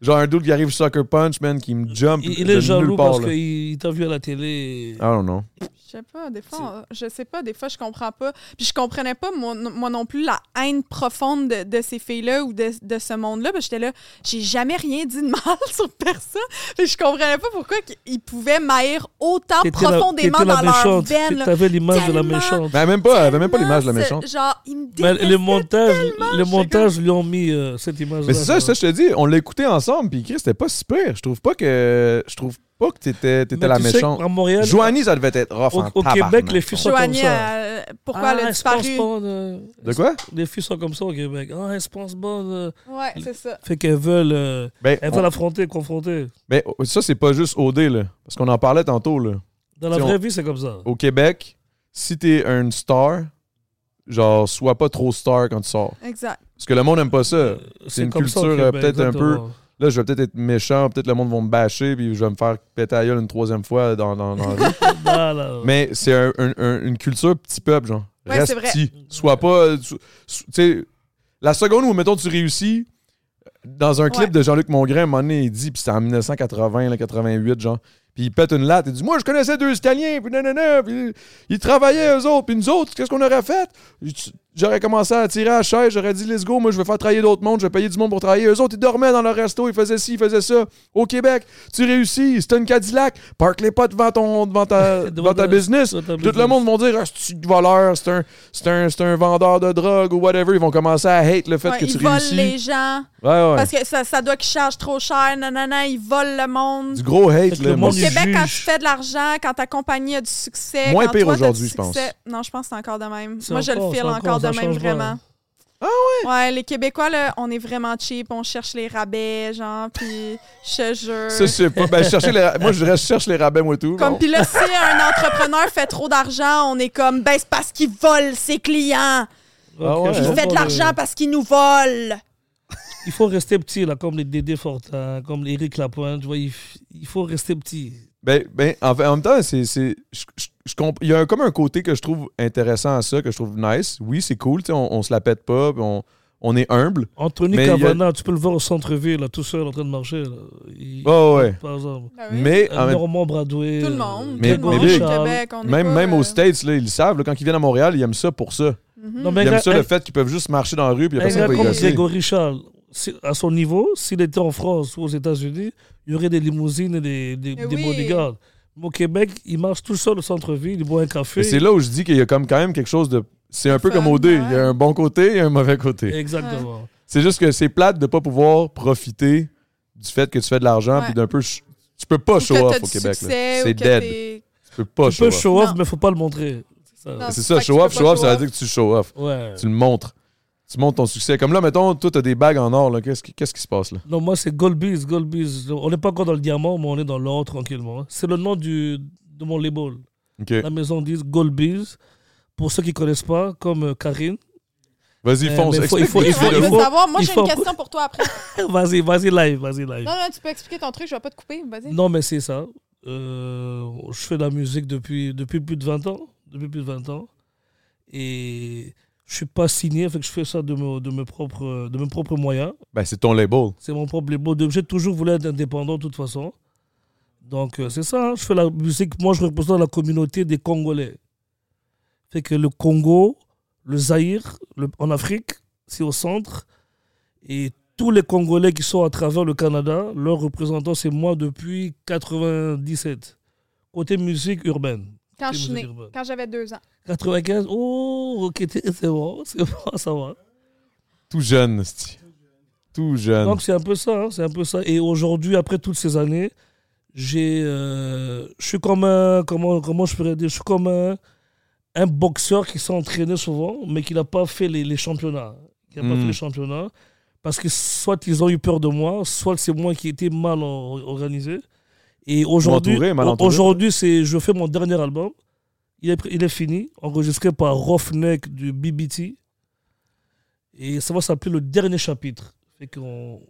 Speaker 7: Genre un dude qui arrive Sucker Punch, man, qui me jump.
Speaker 8: Il, il
Speaker 7: de
Speaker 8: est
Speaker 7: nulle
Speaker 8: jaloux
Speaker 7: part,
Speaker 8: parce
Speaker 7: là.
Speaker 8: qu'il t'a vu à la télé.
Speaker 7: I don't know.
Speaker 6: Je sais pas, des fois, on- je sais pas, des fois, je comprends pas. Puis je comprenais pas, moi, non- moi non plus, la haine profonde de, de ces filles-là ou de, de ce monde-là. Parce que J'étais là, j'ai jamais rien dit de mal <laughs> sur personne. Puis je comprenais pas pourquoi ils pouvaient m'haïr autant
Speaker 8: T'étais la-
Speaker 6: profondément
Speaker 8: t'étais la
Speaker 6: dans leur
Speaker 8: méchante.
Speaker 6: veine. là.
Speaker 8: T'avais l'image de la
Speaker 6: Tellement.
Speaker 8: méchante.
Speaker 7: Mais elle a Ben, même pas, elle avait même pas
Speaker 6: Tellement,
Speaker 7: l'image de la
Speaker 6: c'est-
Speaker 7: méchante.
Speaker 6: Genre, il me
Speaker 8: Mais
Speaker 6: détestait
Speaker 8: le montage,
Speaker 6: tellement,
Speaker 8: le
Speaker 6: j'étais
Speaker 8: montage lui ont mis euh, cette image.
Speaker 7: Mais c'est ça, ça, je te dis, on l'a écouté ensemble, puis Chris, c'était pas si pire. Je trouve pas que. Je trouve pas que t'étais, t'étais la méchante.
Speaker 8: À Montréal,
Speaker 7: Joanie, ça devait être rough
Speaker 8: au,
Speaker 7: en
Speaker 8: au Québec,
Speaker 7: tabarnak.
Speaker 8: les filles
Speaker 6: comme-
Speaker 8: sont comme
Speaker 6: Joanie,
Speaker 8: ça. Ah,
Speaker 6: euh, pourquoi elle a
Speaker 8: elle se pense
Speaker 6: disparu?
Speaker 8: bonne, euh,
Speaker 7: De quoi?
Speaker 8: Les filles sont comme ça au Québec. Ah, elles se pensent bonnes. euh.
Speaker 6: Ouais, c'est ça.
Speaker 8: Fait qu'elles veulent, euh,
Speaker 7: Ben,
Speaker 8: elles
Speaker 7: on-
Speaker 8: veulent affronter, confronter.
Speaker 7: ben, ça, c'est pas juste OD, là. Parce qu'on en parlait tantôt, là.
Speaker 8: Dans la
Speaker 7: Si on-
Speaker 8: vraie vie, c'est comme ça.
Speaker 7: Au Québec, si t'es une star, genre, sois pas trop star quand tu sors.
Speaker 6: Exact.
Speaker 7: Parce que le monde aime pas ça. C'est une
Speaker 8: Euh, comme ça au
Speaker 7: culture euh,
Speaker 8: Québec,
Speaker 7: peut-être un peu.
Speaker 8: exactement.
Speaker 7: Là, je vais peut-être être méchant, peut-être le monde va me bâcher, puis je vais me faire péter la gueule une troisième fois dans, dans, dans
Speaker 8: <laughs>
Speaker 7: la vie.
Speaker 8: Voilà.
Speaker 7: Mais c'est un- un- un- une culture petit peuple, genre.
Speaker 6: Ouais,
Speaker 7: Reste
Speaker 6: c'est vrai.
Speaker 7: petit. Sois pas. euh, so- so- Tu sais, la seconde où, mettons, tu réussis, dans un
Speaker 6: Ouais.
Speaker 7: clip de Jean-Luc Mongrain, à un moment donné, il dit, puis c'était en 1980, là, 88, genre. Puis il pète une latte, il dit Moi, je connaissais deux Italiens, puis nanana, puis ils travaillaient eux autres, puis nous autres, qu'est-ce qu'on aurait fait J'aurais commencé à tirer à la chaise, j'aurais dit Let's go, moi, je vais faire travailler d'autres mondes, je vais payer du monde pour travailler. Eux autres, ils dormaient dans leur resto, ils faisaient ci, ils faisaient ça. Au Québec, tu réussis, c'était une Cadillac, parque les pas devant, ton, devant,
Speaker 6: <laughs>
Speaker 7: ta, devant ta business.
Speaker 8: Devant ta
Speaker 7: Tout le
Speaker 8: business.
Speaker 7: monde vont dire Ah, c'est un voleur, c'est un, c'est un, c'est un vendeur de drogue ou whatever. Ils vont commencer à hate le fait
Speaker 6: Ouais,
Speaker 7: que
Speaker 6: ils
Speaker 7: tu
Speaker 6: volent
Speaker 7: réussis.
Speaker 6: les gens.
Speaker 7: Ouais, ouais.
Speaker 6: Parce que ça, ça doit qu'ils chargent trop cher. Nanana, ils volent le monde.
Speaker 7: Du gros hate,
Speaker 8: que
Speaker 7: là.
Speaker 8: le
Speaker 7: moi.
Speaker 6: Au
Speaker 8: monde est-
Speaker 6: Québec, quand tu
Speaker 8: juges.
Speaker 6: fais de l'argent, quand ta compagnie a du succès.
Speaker 7: Moins
Speaker 6: quand
Speaker 7: pire
Speaker 6: toi, t'as du
Speaker 7: aujourd'hui, je pense.
Speaker 6: succès- Non, je pense que c'est encore de même.
Speaker 8: C'est
Speaker 6: Moi, je le
Speaker 8: encore-
Speaker 6: file
Speaker 8: c'est
Speaker 6: encore
Speaker 8: encore,
Speaker 6: de
Speaker 8: ça
Speaker 6: même,
Speaker 8: change pas.
Speaker 6: vraiment.
Speaker 7: Ah
Speaker 6: ouais? Ouais, les Québécois, là, on est vraiment cheap, on cherche les rabais, genre, puis je te jure.
Speaker 7: Ça, c'est pas. Ben, chercher les... Moi, je dirais, je cherche les rabais, moi, tout.
Speaker 6: Comme
Speaker 7: Bon.
Speaker 6: puis là, si un entrepreneur fait trop d'argent, on est comme ben c'est parce qu'il vole ses clients.
Speaker 7: Ah ouais.
Speaker 8: Ok, je
Speaker 6: Il fait
Speaker 7: Ouais.
Speaker 6: de
Speaker 8: comprends,
Speaker 6: l'argent
Speaker 8: mais
Speaker 6: parce qu'il nous vole.
Speaker 8: hein? euh, Il faut rester petit, là, comme les Dédé Fortin, comme les Eric Lapointe. Tu vois, il, f- il faut rester petit.
Speaker 7: Ben, ben, en, fait, en même temps, c'est. c'est- je- je- je comp- Il y a un- comme un côté que je trouve intéressant à ça, que je trouve nice. Oui, c'est cool, tu sais, on, on se la pète pas, puis on, on est humble.
Speaker 8: Anthony
Speaker 7: Mais il y a-
Speaker 8: Cavana, tu peux le voir au centre-ville, là, tout seul, en train de marcher. Là. Il-
Speaker 7: Ouais, ouais.
Speaker 8: Par exemple.
Speaker 7: Mais en
Speaker 8: Euh,
Speaker 7: même
Speaker 8: Normand Bradway.
Speaker 6: Ah Tout le
Speaker 8: euh,
Speaker 6: monde.
Speaker 7: Mais-
Speaker 6: tout le
Speaker 8: Grégory
Speaker 6: monde
Speaker 7: mais-
Speaker 6: au
Speaker 8: Charles.
Speaker 6: Québec, on est
Speaker 7: même,
Speaker 6: pas,
Speaker 7: même
Speaker 6: euh, Mhm.
Speaker 7: aux States, là, ils le savent. là, quand ils viennent à Montréal, ils aiment ça pour ça.
Speaker 8: Non, mais
Speaker 7: Ils aiment ça,
Speaker 8: un-
Speaker 7: le fait qu'ils peuvent juste marcher dans la rue puis il y a
Speaker 8: un
Speaker 7: personne
Speaker 8: gars
Speaker 7: qui va
Speaker 8: comme
Speaker 7: les gosser.
Speaker 8: Grégory Charles, si- à son niveau, s'il était en France ou aux États-Unis, il y aurait des limousines et des, des,
Speaker 6: Eh
Speaker 8: des
Speaker 6: oui.
Speaker 8: bodyguards. Mais au Québec, il marche tout seul au centre-ville, il boit un café.
Speaker 7: Mais c'est là où je dis qu'il y a comme quand même quelque chose de. C'est un peu
Speaker 6: Fun,
Speaker 7: comme OD. Il y
Speaker 6: ouais.
Speaker 7: a un bon côté et un mauvais côté.
Speaker 8: Exactement.
Speaker 7: C'est juste que c'est plate de pas pouvoir profiter du fait que tu fais de l'argent
Speaker 6: Ouais.
Speaker 7: puis d'un peu. ch- Tu peux pas
Speaker 6: ou que
Speaker 7: show
Speaker 6: t'as
Speaker 7: off au
Speaker 6: du
Speaker 7: Québec. là.
Speaker 6: succès, ou
Speaker 7: C'est
Speaker 6: que
Speaker 7: dead. Tu
Speaker 6: t'es-
Speaker 7: peux pas
Speaker 8: Tu
Speaker 7: show
Speaker 8: peux
Speaker 7: off.
Speaker 8: show off,
Speaker 6: Non.
Speaker 8: mais faut pas le montrer. C'est ça.
Speaker 6: Non.
Speaker 7: C'est ça,
Speaker 6: Fait que
Speaker 7: show
Speaker 6: tu
Speaker 7: off,
Speaker 6: peux
Speaker 7: show
Speaker 6: pas
Speaker 7: off, ça
Speaker 6: show
Speaker 7: veut
Speaker 6: off.
Speaker 7: dire que tu show off.
Speaker 8: Ouais.
Speaker 7: Tu le montres. Tu montres ton succès. Comme là, mettons, toi, t'as des bagues en or. là. Qu'est-ce qui, qu'est-ce qui se passe là?
Speaker 8: Non, moi, c'est Goldbees, Goldbees. On n'est pas encore dans le diamant, mais on est dans l'or tranquillement. hein. C'est le nom du, de mon label.
Speaker 7: OK.
Speaker 8: La maison disent Goldbees. Pour ceux qui ne connaissent pas, comme euh, Karine,
Speaker 7: Vas-y,
Speaker 8: Euh,
Speaker 7: fonce.
Speaker 8: mais faut- il
Speaker 7: Explique
Speaker 8: faut- il
Speaker 7: les
Speaker 6: Ouais,
Speaker 8: faut-
Speaker 7: trucs
Speaker 6: je
Speaker 7: de
Speaker 6: veux
Speaker 8: il
Speaker 7: ouf.
Speaker 8: faut-
Speaker 6: savoir. Moi,
Speaker 8: il
Speaker 6: j'ai
Speaker 8: faut-
Speaker 6: une question pour toi
Speaker 8: <laughs>
Speaker 6: après.
Speaker 8: Vas-y, vas-y, live, vas-y, live.
Speaker 6: Non, non, tu peux expliquer ton truc, je vais pas te couper. Vas-y.
Speaker 8: Non, mais c'est ça. Euh, je fais de la musique depuis, depuis plus de 20 ans. Depuis plus de 20 ans. Et je suis pas signé, fait que je fais ça de mes, de mes, propres, de mes propres moyens.
Speaker 7: Ben, c'est ton label.
Speaker 8: C'est mon propre label. Donc, J'ai toujours voulu être indépendant de toute façon. Donc euh, c'est ça, hein. je fais la musique, moi je représente la communauté des Congolais. Fait que le Congo, le Zaïre, le- en Afrique, c'est au centre. Et tous les Congolais qui sont à travers le Canada, leur représentant c'est moi depuis 97. Côté musique urbaine.
Speaker 6: Quand je
Speaker 8: c'est
Speaker 6: suis
Speaker 8: musique
Speaker 6: née,
Speaker 8: urbaine.
Speaker 6: quand j'avais deux ans.
Speaker 8: 95, oh ok, t'es- c'est bon, c'est bon, ça va.
Speaker 7: Tout jeune, c'ti. Tout jeune.
Speaker 8: Donc c'est un peu ça, hein, c'est un peu ça. Et aujourd'hui, après toutes ces années, j'ai, euh, je suis comme un, comment, comment je pourrais dire, je suis comme un, un boxeur qui s'est entraîné souvent, mais qui n'a pas fait les, les championnats, hein. qui n'a pas
Speaker 7: Mm.
Speaker 8: fait les championnats, parce que soit ils ont eu peur de moi, soit c'est moi qui étais mal or- organisé. Et aujourd'hui,
Speaker 7: entouré, mal entouré.
Speaker 8: aujourd'hui, c'est, je fais mon dernier album. Il est, pr- il est fini, enregistré par Roughneck du BBT. Et ça va s'appeler le dernier chapitre. Fait qu'on-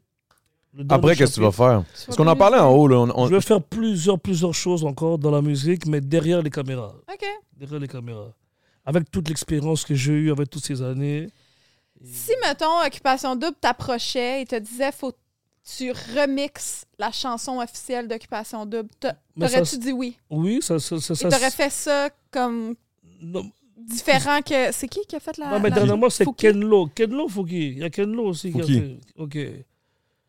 Speaker 8: le
Speaker 7: Après,
Speaker 8: dernier
Speaker 7: qu'est-ce que tu vas
Speaker 8: chapitre-
Speaker 7: faire? Parce
Speaker 6: vas
Speaker 7: qu'on en
Speaker 6: plus-
Speaker 7: parlait en haut, là. On, on-
Speaker 8: Je vais faire plusieurs, plusieurs choses encore dans la musique, mais derrière les caméras.
Speaker 6: OK.
Speaker 8: Derrière les caméras. Avec toute l'expérience que j'ai eue, avec toutes ces années.
Speaker 6: Si, mettons, Occupation Double t'approchait et te disait, faut que tu remixes la chanson officielle d'Occupation Double, t'a-
Speaker 8: Mais ça,
Speaker 6: t'aurais-tu
Speaker 8: c'est-
Speaker 6: dit oui?
Speaker 8: Oui, ça. ça, ça,
Speaker 6: et
Speaker 8: ça-
Speaker 6: t'aurais fait ça comme
Speaker 8: Non,
Speaker 6: différent que. C'est qui qui a fait la.
Speaker 7: Ah,
Speaker 8: non, mais
Speaker 6: la-
Speaker 8: dernièrement, c'est
Speaker 6: Fouki?
Speaker 8: Ken Lo. Ken Lo, Fouki. Il y a Ken Lo aussi qui a
Speaker 7: Fouki.
Speaker 8: fait. Ok.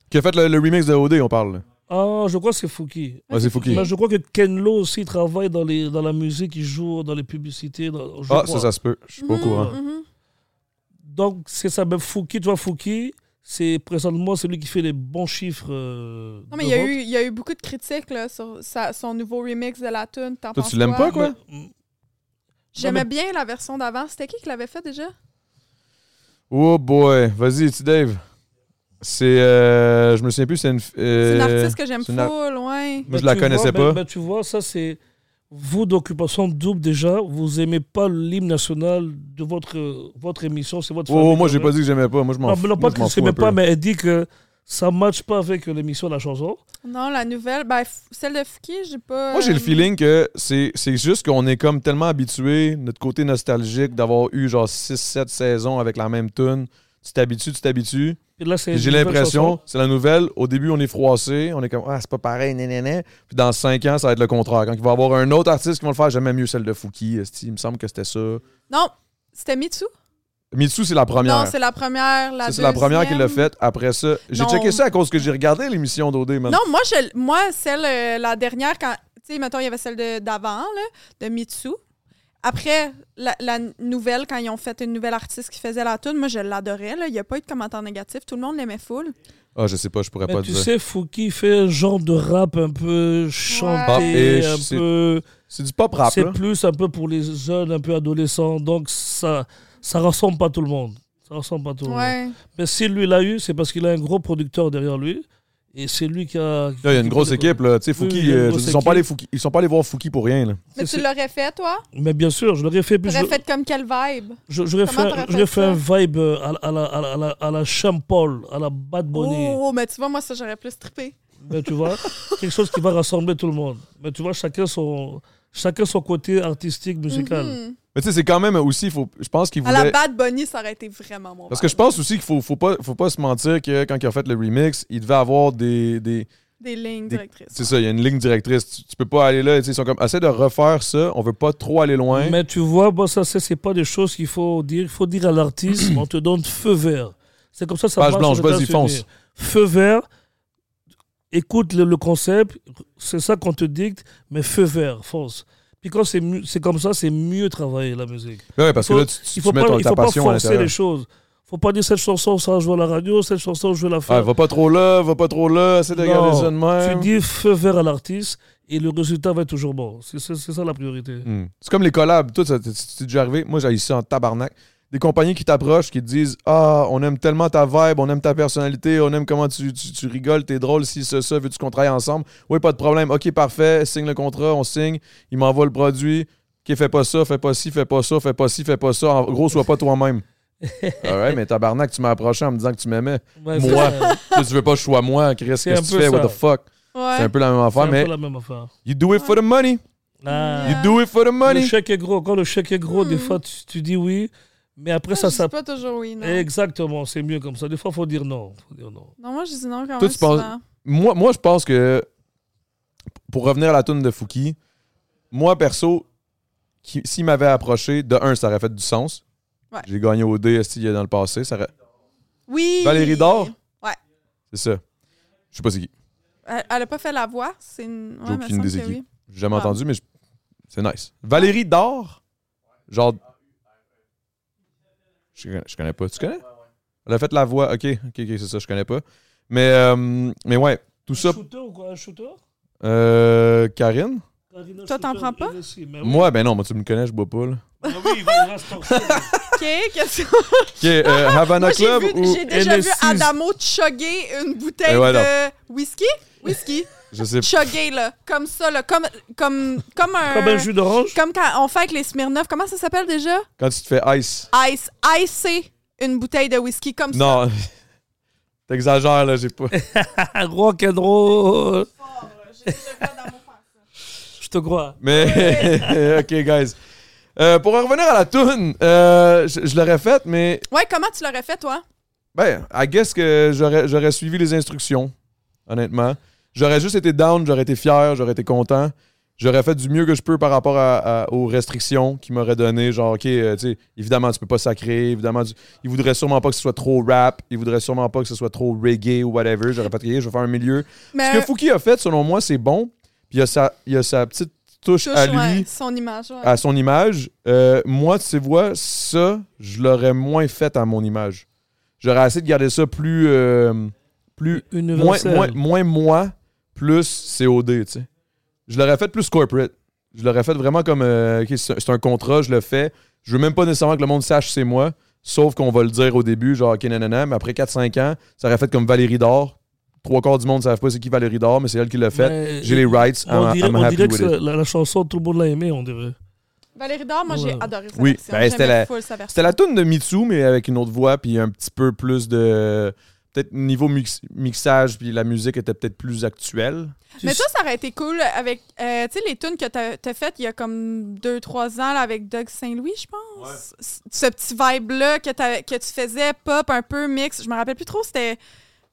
Speaker 7: Qui a fait le, le remix de OD, on parle. là.
Speaker 8: Ah, je crois que c'est Fouki.
Speaker 7: Ah, c'est Fouki.
Speaker 8: Mais je crois que Ken Lo aussi travaille dans, les, dans la musique, il joue dans les publicités. dans- je
Speaker 7: Ah, ça,
Speaker 8: crois. Mm.
Speaker 7: ça se peut. Je suis pas au
Speaker 6: Mhm,
Speaker 7: courant.
Speaker 6: mhm.
Speaker 8: Donc, c'est ça. Mais Fouki, tu vois, Fouki, c'est présentement celui qui fait les bons chiffres. euh,
Speaker 6: Non, mais
Speaker 8: de
Speaker 6: il y, a
Speaker 8: vente.
Speaker 6: eu, il y a eu beaucoup de critiques là, sur sa- son nouveau remix de la tune. T'en
Speaker 7: Toi,
Speaker 6: penses
Speaker 7: tu l'aimes pas, quoi?
Speaker 8: Mais-
Speaker 6: J'aimais
Speaker 8: Non,
Speaker 6: bien la version d'avant. C'était qui qui l'avait fait déjà?
Speaker 7: Oh boy. Vas-y, tu Dave. C'est. euh, je me souviens plus, c'est une.
Speaker 6: C'est
Speaker 7: euh,
Speaker 6: une artiste que j'aime
Speaker 7: c'est une ar-
Speaker 6: full, ouais.
Speaker 7: Moi, je
Speaker 8: Ben,
Speaker 7: la
Speaker 8: tu
Speaker 7: connaissais
Speaker 8: vois, ben-
Speaker 7: pas.
Speaker 8: ben, tu vois, ça, c'est. Vous, d'occupation double, déjà, vous aimez pas l'hymne national de votre, euh, votre émission, c'est votre.
Speaker 7: Oh,
Speaker 8: famille,
Speaker 7: moi,
Speaker 8: quand
Speaker 7: j'ai
Speaker 8: même.
Speaker 7: pas dit que j'aimais pas. Moi, je m'en
Speaker 8: Non,
Speaker 7: fous.
Speaker 8: mais non,
Speaker 7: Moi,
Speaker 8: pas
Speaker 7: je
Speaker 8: que
Speaker 7: m'en
Speaker 8: c'est
Speaker 7: fous un
Speaker 8: même pas,
Speaker 7: peu.
Speaker 8: mais elle dit que ça ne matche pas avec euh, l'émission de la chanson.
Speaker 6: Non, la nouvelle. Ben, f- celle de Fouki, j'ai pas.
Speaker 7: Moi, j'ai le
Speaker 6: euh,
Speaker 7: feeling que c'est c'est juste qu'on est comme tellement habitué, notre côté nostalgique, d'avoir eu genre 6-7 saisons avec la même tune. Tu t'habitues, tu t'habitues.
Speaker 8: Et là, c'est
Speaker 7: Puis
Speaker 8: une
Speaker 7: J'ai
Speaker 8: nouvelle
Speaker 7: l'impression,
Speaker 8: chanson.
Speaker 7: c'est la nouvelle. Au début, on est froissé. On est comme, ah, c'est pas pareil, nénéné. Puis dans 5 ans, ça va être le contraire. Quand il va y avoir un autre artiste qui va le faire, j'aimais mieux celle de Fouki. esti. Il me semble que c'était ça.
Speaker 6: Non, c'était Mitsu?
Speaker 7: Mitsu, c'est la première.
Speaker 6: Non, c'est la première. La
Speaker 7: Ça, c'est la première qui
Speaker 6: deuxième.
Speaker 7: l'a faite. Après ça, j'ai
Speaker 6: Non.
Speaker 7: checké ça à cause que j'ai regardé l'émission d'OD, man.
Speaker 6: Non, moi, je, moi celle, euh, la dernière, quand, tu sais, mettons, il y avait celle de- d'avant, là, de Mitsu. Après, la, la nouvelle, quand ils ont fait une nouvelle artiste qui faisait la tune, moi, je l'adorais. là. Il n'y a pas eu de commentaires négatifs. Tout le monde l'aimait full.
Speaker 7: Ah, je sais pas, je pourrais
Speaker 8: Mais
Speaker 7: pas
Speaker 8: tu
Speaker 7: dire.
Speaker 8: sais, Fouki fait un genre de rap un peu chanté,
Speaker 7: Pop-ish,
Speaker 8: un
Speaker 7: c'est-
Speaker 8: peu.
Speaker 7: Ah, C'est du pop rap,
Speaker 8: C'est
Speaker 7: là.
Speaker 8: plus un peu pour les jeunes, un peu adolescents. Donc, ça ça rassemble pas tout le monde. Ça rassemble pas tout le monde.
Speaker 6: Ouais.
Speaker 8: Mais si lui l'a eu, c'est parce qu'il a un gros producteur derrière lui. Et c'est lui qui a.
Speaker 7: Là, il y a une grosse équipe, là. Tu sais,
Speaker 8: Oui,
Speaker 7: Fouki,
Speaker 8: il y a une
Speaker 7: euh, je veux
Speaker 8: grosse
Speaker 7: dire, ils, sont pas
Speaker 8: équipe.
Speaker 7: allés Fouki- ils sont pas allés voir Fouki pour rien, là.
Speaker 6: Mais
Speaker 8: C'est-
Speaker 6: tu l'aurais fait, toi?
Speaker 8: Mais bien sûr, je l'aurais fait.
Speaker 6: Tu
Speaker 8: Puis je,
Speaker 6: l'aurais fait comme quelle vibe?
Speaker 8: je- j'aurais
Speaker 6: Comment
Speaker 8: fait,
Speaker 6: t'aurais fait
Speaker 8: j'aurais fait
Speaker 6: ça
Speaker 8: un vibe euh, à, la- à la, à, la, à, la, à la Sean Paul, à la Bad Bunny.
Speaker 6: Oh, mais tu vois, moi, ça, j'aurais plus trippé.
Speaker 8: Mais tu vois, quelque chose qui va rassembler tout le monde. Mais tu vois, chacun son, chacun son côté artistique, musical.
Speaker 6: Mhm.
Speaker 7: Mais tu sais, c'est quand même aussi, il faut, je pense qu'il
Speaker 6: À la
Speaker 7: voulait...
Speaker 6: Bad Bunny, ça aurait été vraiment mon
Speaker 7: Parce que
Speaker 6: vibe.
Speaker 7: je pense aussi qu'il faut, faut, pas, faut pas se mentir que quand ils ont fait le remix, il devait avoir des... des
Speaker 6: Des lignes
Speaker 7: des-
Speaker 6: directrices.
Speaker 7: c'est ça, il y a une ligne directrice. Tu, tu peux pas aller là. tu sais, Ils sont comme, essaie de refaire ça. On veut pas trop aller loin.
Speaker 8: Mais tu vois, bon, ça, c'est c'est pas des choses qu'il faut dire. Il faut dire à
Speaker 7: <clears throat>
Speaker 8: l'artiste, on te donne feu vert. C'est comme ça, ça
Speaker 7: Page
Speaker 8: marche
Speaker 7: blanche,
Speaker 8: aux
Speaker 7: vas-y,
Speaker 8: États-Unis.
Speaker 7: fonce.
Speaker 8: Feu vert, écoute le, le concept, c'est ça qu'on te dicte, mais feu vert, fonce. Puis quand c'est mieux- c'est comme ça, c'est mieux travailler la musique.
Speaker 7: Ouais, parce
Speaker 8: faut-
Speaker 7: que là, tu, tu
Speaker 8: Il faut
Speaker 7: mets
Speaker 8: pas,
Speaker 7: ton-
Speaker 8: il
Speaker 7: ta
Speaker 8: faut pas
Speaker 7: passion à
Speaker 8: forcer
Speaker 7: l'intérieur.
Speaker 8: les choses. Faut pas dire cette chanson, ça je joue à la radio, cette chanson, je vais la
Speaker 7: Ouais,
Speaker 8: faire.
Speaker 7: Ah, va pas trop là, va pas trop là. Essaie de
Speaker 8: Non,
Speaker 7: regarder ça de même.
Speaker 8: Tu dis feu vert à l'artiste et le résultat va être toujours bon. C'est c'est- c'est ça la priorité.
Speaker 7: Hmm. C'est comme les collabs, tout ça. C'est déjà arrivé. Moi, j'ai ça en tabarnak. Des compagnies qui t'approchent, qui te disent Ah, on aime tellement ta vibe, on aime ta personnalité, on aime comment tu, tu, tu rigoles, t'es drôle, si ça, ça, veux-tu qu'on travaille ensemble Oui, pas de problème. Ok, parfait, signe le contrat, on signe,
Speaker 8: <laughs>
Speaker 7: il m'envoie le produit. Ok, fais pas ça, fais pas ci, fais pas ça, fais pas ci, fais pas ça. En gros, sois pas toi-même. All right, mais tabarnak, tu m'as approché en me disant que tu m'aimais.
Speaker 8: Ouais,
Speaker 7: Moi.
Speaker 8: c'est ça.
Speaker 7: Tu sais, tu veux pas que je sois moi, Chris, qu'est-ce
Speaker 8: C'est un
Speaker 7: que tu
Speaker 8: peu
Speaker 7: fais? What
Speaker 8: ça.
Speaker 7: the fuck?
Speaker 6: Ouais.
Speaker 7: C'est un peu la même
Speaker 8: C'est
Speaker 7: affaire,
Speaker 8: un
Speaker 7: mais
Speaker 8: peu la même affaire.
Speaker 7: you do it for the money.
Speaker 8: Ah.
Speaker 7: You do it for the
Speaker 8: Le
Speaker 7: money.
Speaker 8: chèque est gros. Quand le chèque est gros, des
Speaker 6: Hmm.
Speaker 8: fois, tu, tu dis oui, mais après,
Speaker 6: Moi,
Speaker 8: ça
Speaker 6: je dis
Speaker 8: ça
Speaker 6: pas toujours oui, non.
Speaker 8: Exactement, c'est mieux comme ça. Des fois, faut dire non. Faut dire non.
Speaker 6: Non, moi, je dis non quand
Speaker 7: Toi,
Speaker 6: même
Speaker 7: tu penses-
Speaker 6: souvent.
Speaker 7: Moi, moi je pense que pour revenir à la toune de Fouki, moi perso, qui- s'il m'avait approché, de un, ça aurait fait du sens.
Speaker 6: Ouais.
Speaker 7: J'ai gagné au dé esti, il y a dans le passé. Ça aurait-
Speaker 6: Oui!
Speaker 7: Valérie Dore?
Speaker 6: Ouais.
Speaker 7: C'est ça. Je sais pas c'est qui.
Speaker 6: Elle, elle a pas fait la voix. C'est une...
Speaker 7: J'ai
Speaker 6: Ouais, me
Speaker 7: aucune
Speaker 6: semble
Speaker 7: idée
Speaker 6: que
Speaker 7: c'est qui.
Speaker 6: oui.
Speaker 7: J'ai jamais
Speaker 6: Ah.
Speaker 7: entendu, mais je- c'est nice. Valérie Dore? Genre. Je, connais- je connais pas. Tu connais? Elle a fait la voix. Ok, ok, ok, c'est ça, je connais pas. Mais, euh, mais ouais, tout ça.
Speaker 8: Un shooter ou quoi Un shooter
Speaker 7: Euh, Karine?
Speaker 8: Karina,
Speaker 6: Toi, t'en
Speaker 8: shooter, <laughs>
Speaker 6: prends pas
Speaker 8: LSI, mais oui.
Speaker 7: Moi, ben non, moi, tu me connais, je bois pas, là.
Speaker 8: Ah oui, il va- il reste en shooter.
Speaker 6: OK, qu'est-ce que...
Speaker 7: Ok, euh, Havana
Speaker 6: Moi, j'ai
Speaker 7: Club
Speaker 6: vu-
Speaker 7: ou.
Speaker 6: j'ai déjà vu
Speaker 8: NSX?
Speaker 6: Adamo chugger une bouteille
Speaker 7: Eh ouais, non.
Speaker 6: de whisky. Whisky.
Speaker 7: <laughs> Je sais pas.
Speaker 6: chugger, là. Comme ça, là. Comme, comme,
Speaker 8: Comme
Speaker 6: comme un...
Speaker 8: un Ah ben, jus d'orange
Speaker 6: comme quand on fait avec les Smirnoff. Comment ça s'appelle déjà?
Speaker 7: Quand tu te fais ice.
Speaker 6: Ice. Icer une bouteille de whisky comme ça.
Speaker 7: Non. T'exagères, là, j'ai
Speaker 8: <laughs>
Speaker 7: pas.
Speaker 8: Un rock'n'roll
Speaker 6: J'ai déjà vu Adamo faire ça.
Speaker 8: Je te crois.
Speaker 7: Mais. <laughs> ok, guys. Euh, pour en revenir à la toune, euh, je, je l'aurais faite, mais.
Speaker 6: Ouais, comment tu l'aurais fait, toi?
Speaker 7: Ben, I guess que j'aurais j'aurais suivi les instructions, honnêtement. J'aurais juste été down, j'aurais été fier, j'aurais été content. J'aurais fait du mieux que je peux par rapport à- à- aux restrictions qu'ils m'auraient données. Genre, OK, euh, tu sais, évidemment, tu peux pas sacrer. Évidemment, tu- ils voudraient sûrement pas que ce soit trop rap. Ils voudraient sûrement pas que ce soit trop reggae ou whatever. J'aurais pas trié, je vais faire un milieu.
Speaker 6: Mais
Speaker 7: Ce que Fouki a fait, selon moi, c'est bon. Puis il y a sa, il y a sa petite touche,
Speaker 6: touche,
Speaker 7: à lui Ah.
Speaker 6: ouais, son image, ouais.
Speaker 7: à son image. Euh, moi, tu sais, vois, ça, je l'aurais moins fait à mon image. J'aurais essayé de garder ça plus. euh, plus moins,
Speaker 8: Universel.
Speaker 7: moins, moins moi, plus COD, tu sais. Je l'aurais fait plus corporate. Je l'aurais fait vraiment comme. euh, OK, c'est c'est un contrat, je le fais. Je veux même pas nécessairement que le monde sache c'est moi, sauf qu'on va le dire au début, genre, OK, nanana, mais après 4-5 ans, ça aurait fait comme Valérie Dor. Trois quarts du monde ne savent pas c'est qui Valérie Dor, mais c'est elle qui l'a fait.
Speaker 8: Mais-
Speaker 7: J'ai les rights.
Speaker 8: On
Speaker 7: I'm-
Speaker 8: dirait,
Speaker 7: I'm
Speaker 8: on
Speaker 7: happy
Speaker 8: dirait que
Speaker 7: with it.
Speaker 8: c'est la, la chanson, tout le monde l'a aimée, on dirait.
Speaker 6: Valérie Dore, moi, j'ai
Speaker 8: Ouais.
Speaker 6: adoré sa
Speaker 7: Oui,
Speaker 6: version.
Speaker 7: ben, c'était
Speaker 6: J'aimais
Speaker 7: la-
Speaker 6: full sa version.
Speaker 7: C'était la toune de Mitsu, mais avec une autre voix, puis un petit peu plus de. Peut-être niveau mix- mixage, puis la musique était peut-être plus actuelle.
Speaker 8: Tu
Speaker 6: Mais
Speaker 8: sais-
Speaker 6: ça, ça aurait été cool avec, euh, tu sais, les tunes que t'as as faites il y a comme 2-3 ans là, avec Doug Saint-Louis, je pense. C- Ce petit vibe-là que, t'as- que tu faisais, pop, un peu mix. Je me rappelle plus trop, c'était...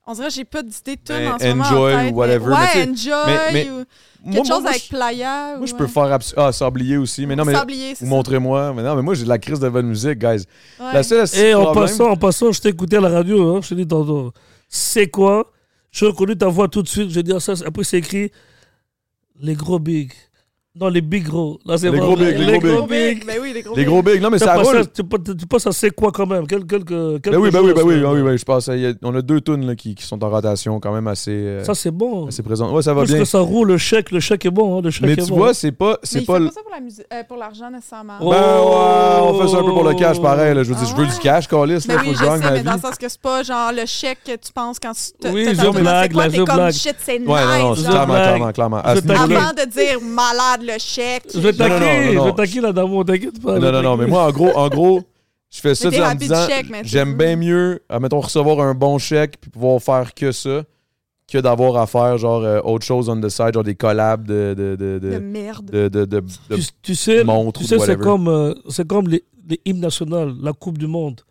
Speaker 6: On dirait que j'ai pas d'idée de tunes
Speaker 7: Ben,
Speaker 6: en ce moment en
Speaker 7: Enjoy
Speaker 6: tête,
Speaker 7: ou whatever,
Speaker 6: mais-
Speaker 7: mais
Speaker 6: Ouais,
Speaker 7: tu
Speaker 6: Enjoy
Speaker 7: mais- mais-
Speaker 6: ou
Speaker 7: Moi,
Speaker 6: quelque
Speaker 7: moi,
Speaker 6: chose
Speaker 7: moi,
Speaker 6: avec
Speaker 7: je-
Speaker 6: Playa.
Speaker 7: Moi, je
Speaker 6: ou,
Speaker 7: peux
Speaker 6: ouais.
Speaker 7: faire. abs- Ah, Sablier aussi. Mais non, mais.
Speaker 6: Sablier, c'est
Speaker 7: Ou
Speaker 6: ça.
Speaker 7: montrez-moi. Mais non, mais moi, j'ai de la crise de bonne musique, guys.
Speaker 6: Ouais.
Speaker 7: La seule astuce
Speaker 8: Et Eh, en
Speaker 7: problème-
Speaker 8: passant, en passant, je t'ai écouté à la radio, hein, je te dis tantôt, c'est quoi J'ai reconnu ta voix tout de suite, j'ai dit ah, ça, c'est- après c'est écrit les gros bigs. Non, les big gros. Là, c'est
Speaker 7: Les
Speaker 8: pas
Speaker 7: gros
Speaker 8: vrai.
Speaker 7: bigs,
Speaker 8: les,
Speaker 7: les gros
Speaker 8: gros
Speaker 6: Ben
Speaker 8: bigs.
Speaker 6: oui, les gros
Speaker 7: Les gros bigs. Non, mais
Speaker 8: T'as
Speaker 7: ça
Speaker 8: pas
Speaker 7: roule.
Speaker 8: ça, Tu, pas- tu passes à c'est quoi quand même Quel- quelques- quelques
Speaker 7: Ben oui, ben
Speaker 8: jours,
Speaker 7: oui, ben
Speaker 8: ça.
Speaker 7: oui, ben oui, ben, je pense. il y a- on a deux tunes là, qui, qui sont en rotation quand même assez, euh,
Speaker 8: Ça, c'est bon.
Speaker 7: assez présentes. Ouais, ça va
Speaker 8: Plus
Speaker 7: bien.
Speaker 8: que ça roule, le chèque, le chèque est bon. hein, le chèque
Speaker 7: Mais
Speaker 8: est
Speaker 7: tu
Speaker 8: bon.
Speaker 7: vois, c'est pas.
Speaker 6: Mais
Speaker 7: C'est
Speaker 6: il
Speaker 7: pas.
Speaker 6: fait
Speaker 7: le-
Speaker 6: pas ça pour la musi- euh, pour l'argent, nécessairement.
Speaker 8: Oh.
Speaker 7: Ben ouais, on fait ça un peu pour le cash, pareil. là. Je veux dire,
Speaker 6: Ah
Speaker 7: je veux du
Speaker 6: ouais?
Speaker 7: cash, Calis.
Speaker 6: Mais
Speaker 7: là, faut
Speaker 6: oui,
Speaker 7: que
Speaker 6: je
Speaker 7: je gagne
Speaker 6: sais,
Speaker 7: ma
Speaker 6: mais
Speaker 7: vie.
Speaker 6: dans le sens que c'est pas genre le chèque que tu penses quand tu te
Speaker 8: Oui,
Speaker 6: t'as
Speaker 8: je
Speaker 6: ta tournée,
Speaker 8: blague,
Speaker 6: c'est quoi,
Speaker 8: la
Speaker 6: t'es
Speaker 8: je
Speaker 6: comme
Speaker 8: blague.
Speaker 6: shit, c'est nice.
Speaker 7: Ouais, non, non,
Speaker 8: Je
Speaker 7: clairement,
Speaker 8: blague.
Speaker 7: clairement, clairement. À
Speaker 8: Je
Speaker 7: ce niveau-là-
Speaker 8: taquine.
Speaker 6: Avant de dire malade le chèque.
Speaker 8: Je vais
Speaker 7: Non, non, non,
Speaker 8: t'inquiéter, je
Speaker 7: non.
Speaker 8: vais t'inquiéter là, d'amour, t'inquiète pas.
Speaker 7: Non, non, non, mais moi, en gros, en gros je fais ça
Speaker 6: t'es
Speaker 7: tu sais, en me
Speaker 6: happy de
Speaker 7: disant,
Speaker 6: chèque, mais c'est-
Speaker 7: j'aime bien mieux, euh, mettons, recevoir un bon chèque puis pouvoir faire que ça que d'avoir à faire, genre, euh, autre chose on the side, genre des collabs de... de, de,
Speaker 6: De
Speaker 7: de,
Speaker 6: merde.
Speaker 7: de, de- de- de-
Speaker 8: tu, tu sais,
Speaker 7: montre
Speaker 8: tu
Speaker 7: ou
Speaker 8: sais c'est
Speaker 7: whatever.
Speaker 8: comme, euh, c'est comme les, les hymnes nationaux, la Coupe du Monde.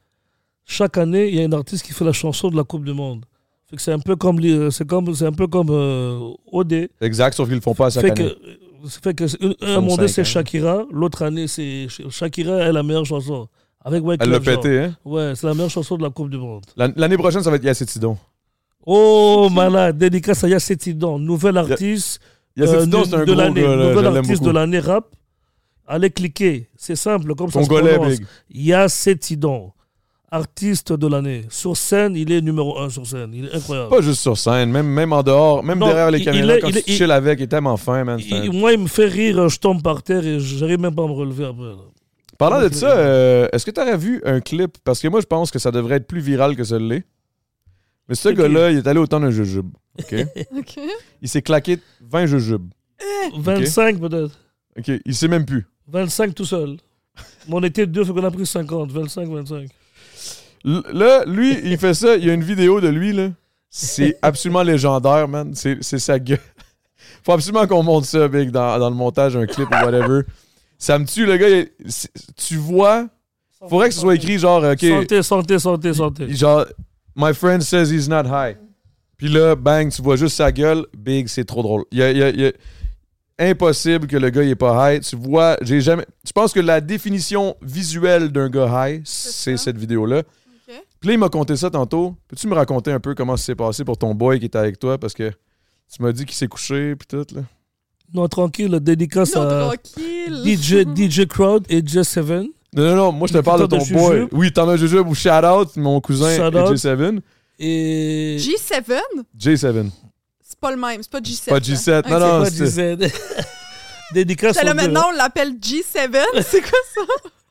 Speaker 8: Chaque année, il y a un artiste qui fait la chanson de la Coupe du Monde. Fait que c'est un peu comme, les- euh, c'est comme, c'est un peu comme euh, OD.
Speaker 7: Exact, sauf qu'ils le font pas à chaque
Speaker 8: Fait que,
Speaker 7: année.
Speaker 8: euh, fait que c'est- un-
Speaker 7: Font
Speaker 8: un mondial
Speaker 7: cinq
Speaker 8: c'est
Speaker 7: ans.
Speaker 8: Shakira, l'autre année c'est Sh- Shakira est la meilleure chanson. Avec White
Speaker 7: Elle l'a
Speaker 8: Club, genre.
Speaker 7: pété, hein?
Speaker 8: Ouais, c'est la meilleure chanson de la Coupe du Monde.
Speaker 7: L'an- L'année prochaine, ça va être Yacetidon.
Speaker 8: Oh malade, dédicace à Yacetidon, nouvel artiste. Euh,
Speaker 7: Yacetidon, c'est un
Speaker 8: de
Speaker 7: gros gars,
Speaker 8: l'année,
Speaker 7: là,
Speaker 8: nouvel
Speaker 7: je l'aime
Speaker 8: artiste de
Speaker 7: beaucoup.
Speaker 8: l'année rap. Allez cliquer, c'est simple comme ça. se
Speaker 7: Congolais,
Speaker 8: prononce.
Speaker 7: big.
Speaker 8: Yacetidon, artiste de l'année. Sur scène, il est numéro un sur scène, il est incroyable.
Speaker 7: Pas juste sur scène, même, même en dehors, même
Speaker 8: Non,
Speaker 7: derrière les
Speaker 8: il-
Speaker 7: caméras,
Speaker 8: il est-
Speaker 7: quand
Speaker 8: il
Speaker 7: tu
Speaker 8: est- il-
Speaker 7: chill avec, il est tellement fin, man. c'est un-
Speaker 8: Il- moi, il me fait rire, hein, je tombe par terre et j'arrive même pas à me relever après. là.
Speaker 7: Parlant de
Speaker 8: Ok.
Speaker 7: ça, euh, est-ce que tu aurais vu un clip? Parce que moi, je pense que ça devrait être plus viral que ça l'est. Mais ce
Speaker 8: Ok.
Speaker 7: gars-là, il est allé au temps d'un jujube. OK?
Speaker 8: <laughs>
Speaker 6: OK.
Speaker 7: il s'est claqué 20 jujubes.
Speaker 8: 25 peut-être.
Speaker 7: OK? Il sait même plus.
Speaker 8: 25 tout seul. Mais on était deux, fait qu'on a pris 50. 25, 25.
Speaker 9: L- Là, lui, il fait ça. Il y a une vidéo de lui, là. C'est absolument légendaire, man. C'est c'est sa gueule. Faut absolument qu'on monte ça, Big, dans, dans le montage, un clip ou whatever. Ça me tue, le gars. il- c'est- Tu vois... Faudrait que ce soit écrit, genre, OK...
Speaker 7: Santé, santé, santé, santé.
Speaker 9: Genre, my friend says he's not high. Puis là, bang, tu vois juste sa gueule. Big, c'est trop drôle. Il y a- il y a- il y a- Impossible que le gars il est pas high. Tu vois, j'ai jamais. Je pense que la définition visuelle d'un gars high, c'est
Speaker 6: ça.
Speaker 9: cette vidéo-là. Puis là, il m'a conté ça tantôt. Peux-tu me raconter un peu comment ça s'est passé pour ton boy qui était avec toi? Parce que tu m'as dit qu'il s'est couché, puis tout, là.
Speaker 7: Non, tranquille, dédicace
Speaker 6: Non,
Speaker 7: à
Speaker 6: tranquille.
Speaker 7: DJ, DJ Crowd et J7.
Speaker 9: Non, non, non, moi, je te
Speaker 7: Le
Speaker 9: parle de ton
Speaker 7: putain de
Speaker 9: boy.
Speaker 7: jujube.
Speaker 9: Oui, t'en as Juju ou shout-out, mon cousin
Speaker 7: Shout-out.
Speaker 9: J7.
Speaker 7: Et.
Speaker 6: G7,
Speaker 9: J7.
Speaker 6: c'est pas le même, c'est pas G7.
Speaker 9: Pas G7.
Speaker 6: hein.
Speaker 9: Non, non,
Speaker 7: Pas
Speaker 9: c'est-
Speaker 7: J7. <laughs> Dédicace
Speaker 6: C'est
Speaker 7: au
Speaker 6: là
Speaker 7: bureau.
Speaker 6: maintenant, on l'appelle G7. C'est quoi ça?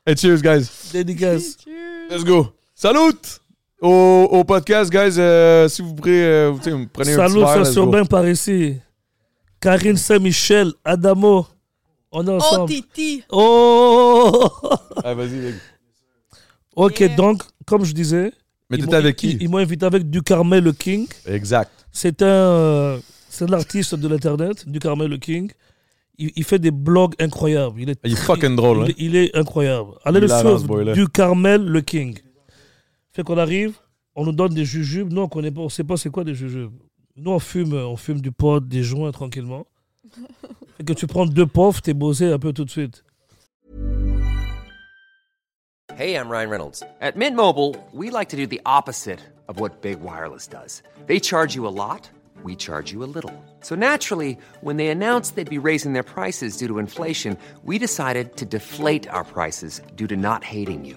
Speaker 9: Hey, cheers, guys.
Speaker 7: Dédicace.
Speaker 9: Let's go. Salut au, au podcast, guys. euh, si vous prenez, euh, tu sais, vous prenez un petit
Speaker 7: Salut,
Speaker 9: verre,
Speaker 7: ça
Speaker 9: let's
Speaker 7: sur
Speaker 9: go.
Speaker 7: bien par ici. Karine Saint-Michel, Adamo. On est
Speaker 6: Oh,
Speaker 7: ensemble.
Speaker 6: Titi.
Speaker 7: Oh!
Speaker 9: Ah, vas-y, vas-y.
Speaker 7: ok,
Speaker 6: Yeah.
Speaker 7: donc, comme je disais.
Speaker 9: Mais
Speaker 7: ils
Speaker 9: t'étais
Speaker 7: m'ont-
Speaker 9: avec
Speaker 7: ils-
Speaker 9: qui?
Speaker 7: Ils m'ont invité avec Ducarmel le King.
Speaker 9: Exact.
Speaker 7: C'est un, euh, c'est l'artiste de l'internet, Ducarmel le King. Il, il fait des blogs incroyables. Il est,
Speaker 9: Il est
Speaker 7: très-
Speaker 9: fucking drôle,
Speaker 7: il-
Speaker 9: hein?
Speaker 7: il est incroyable. Allez
Speaker 9: Il
Speaker 7: le
Speaker 9: l'avance,
Speaker 7: suivre,
Speaker 9: boy-là.
Speaker 7: Ducarmel le King. Fait qu'on arrive, on nous donne des jujubes. Nous, on connaît pas, on sait pas c'est quoi des jujubes. Nous, on fume, euh, on fume du pot, des joints tranquillement. Fait que tu prends deux pofs, t'es bossé un peu tout de suite.
Speaker 10: Hey, I'm Ryan Reynolds. At Mint Mobile, we like to do the opposite of what Big Wireless does. They charge you a lot, we charge you a little. So naturally, when they announced they'd be raising their prices due to inflation, we decided to deflate our prices due to not hating you.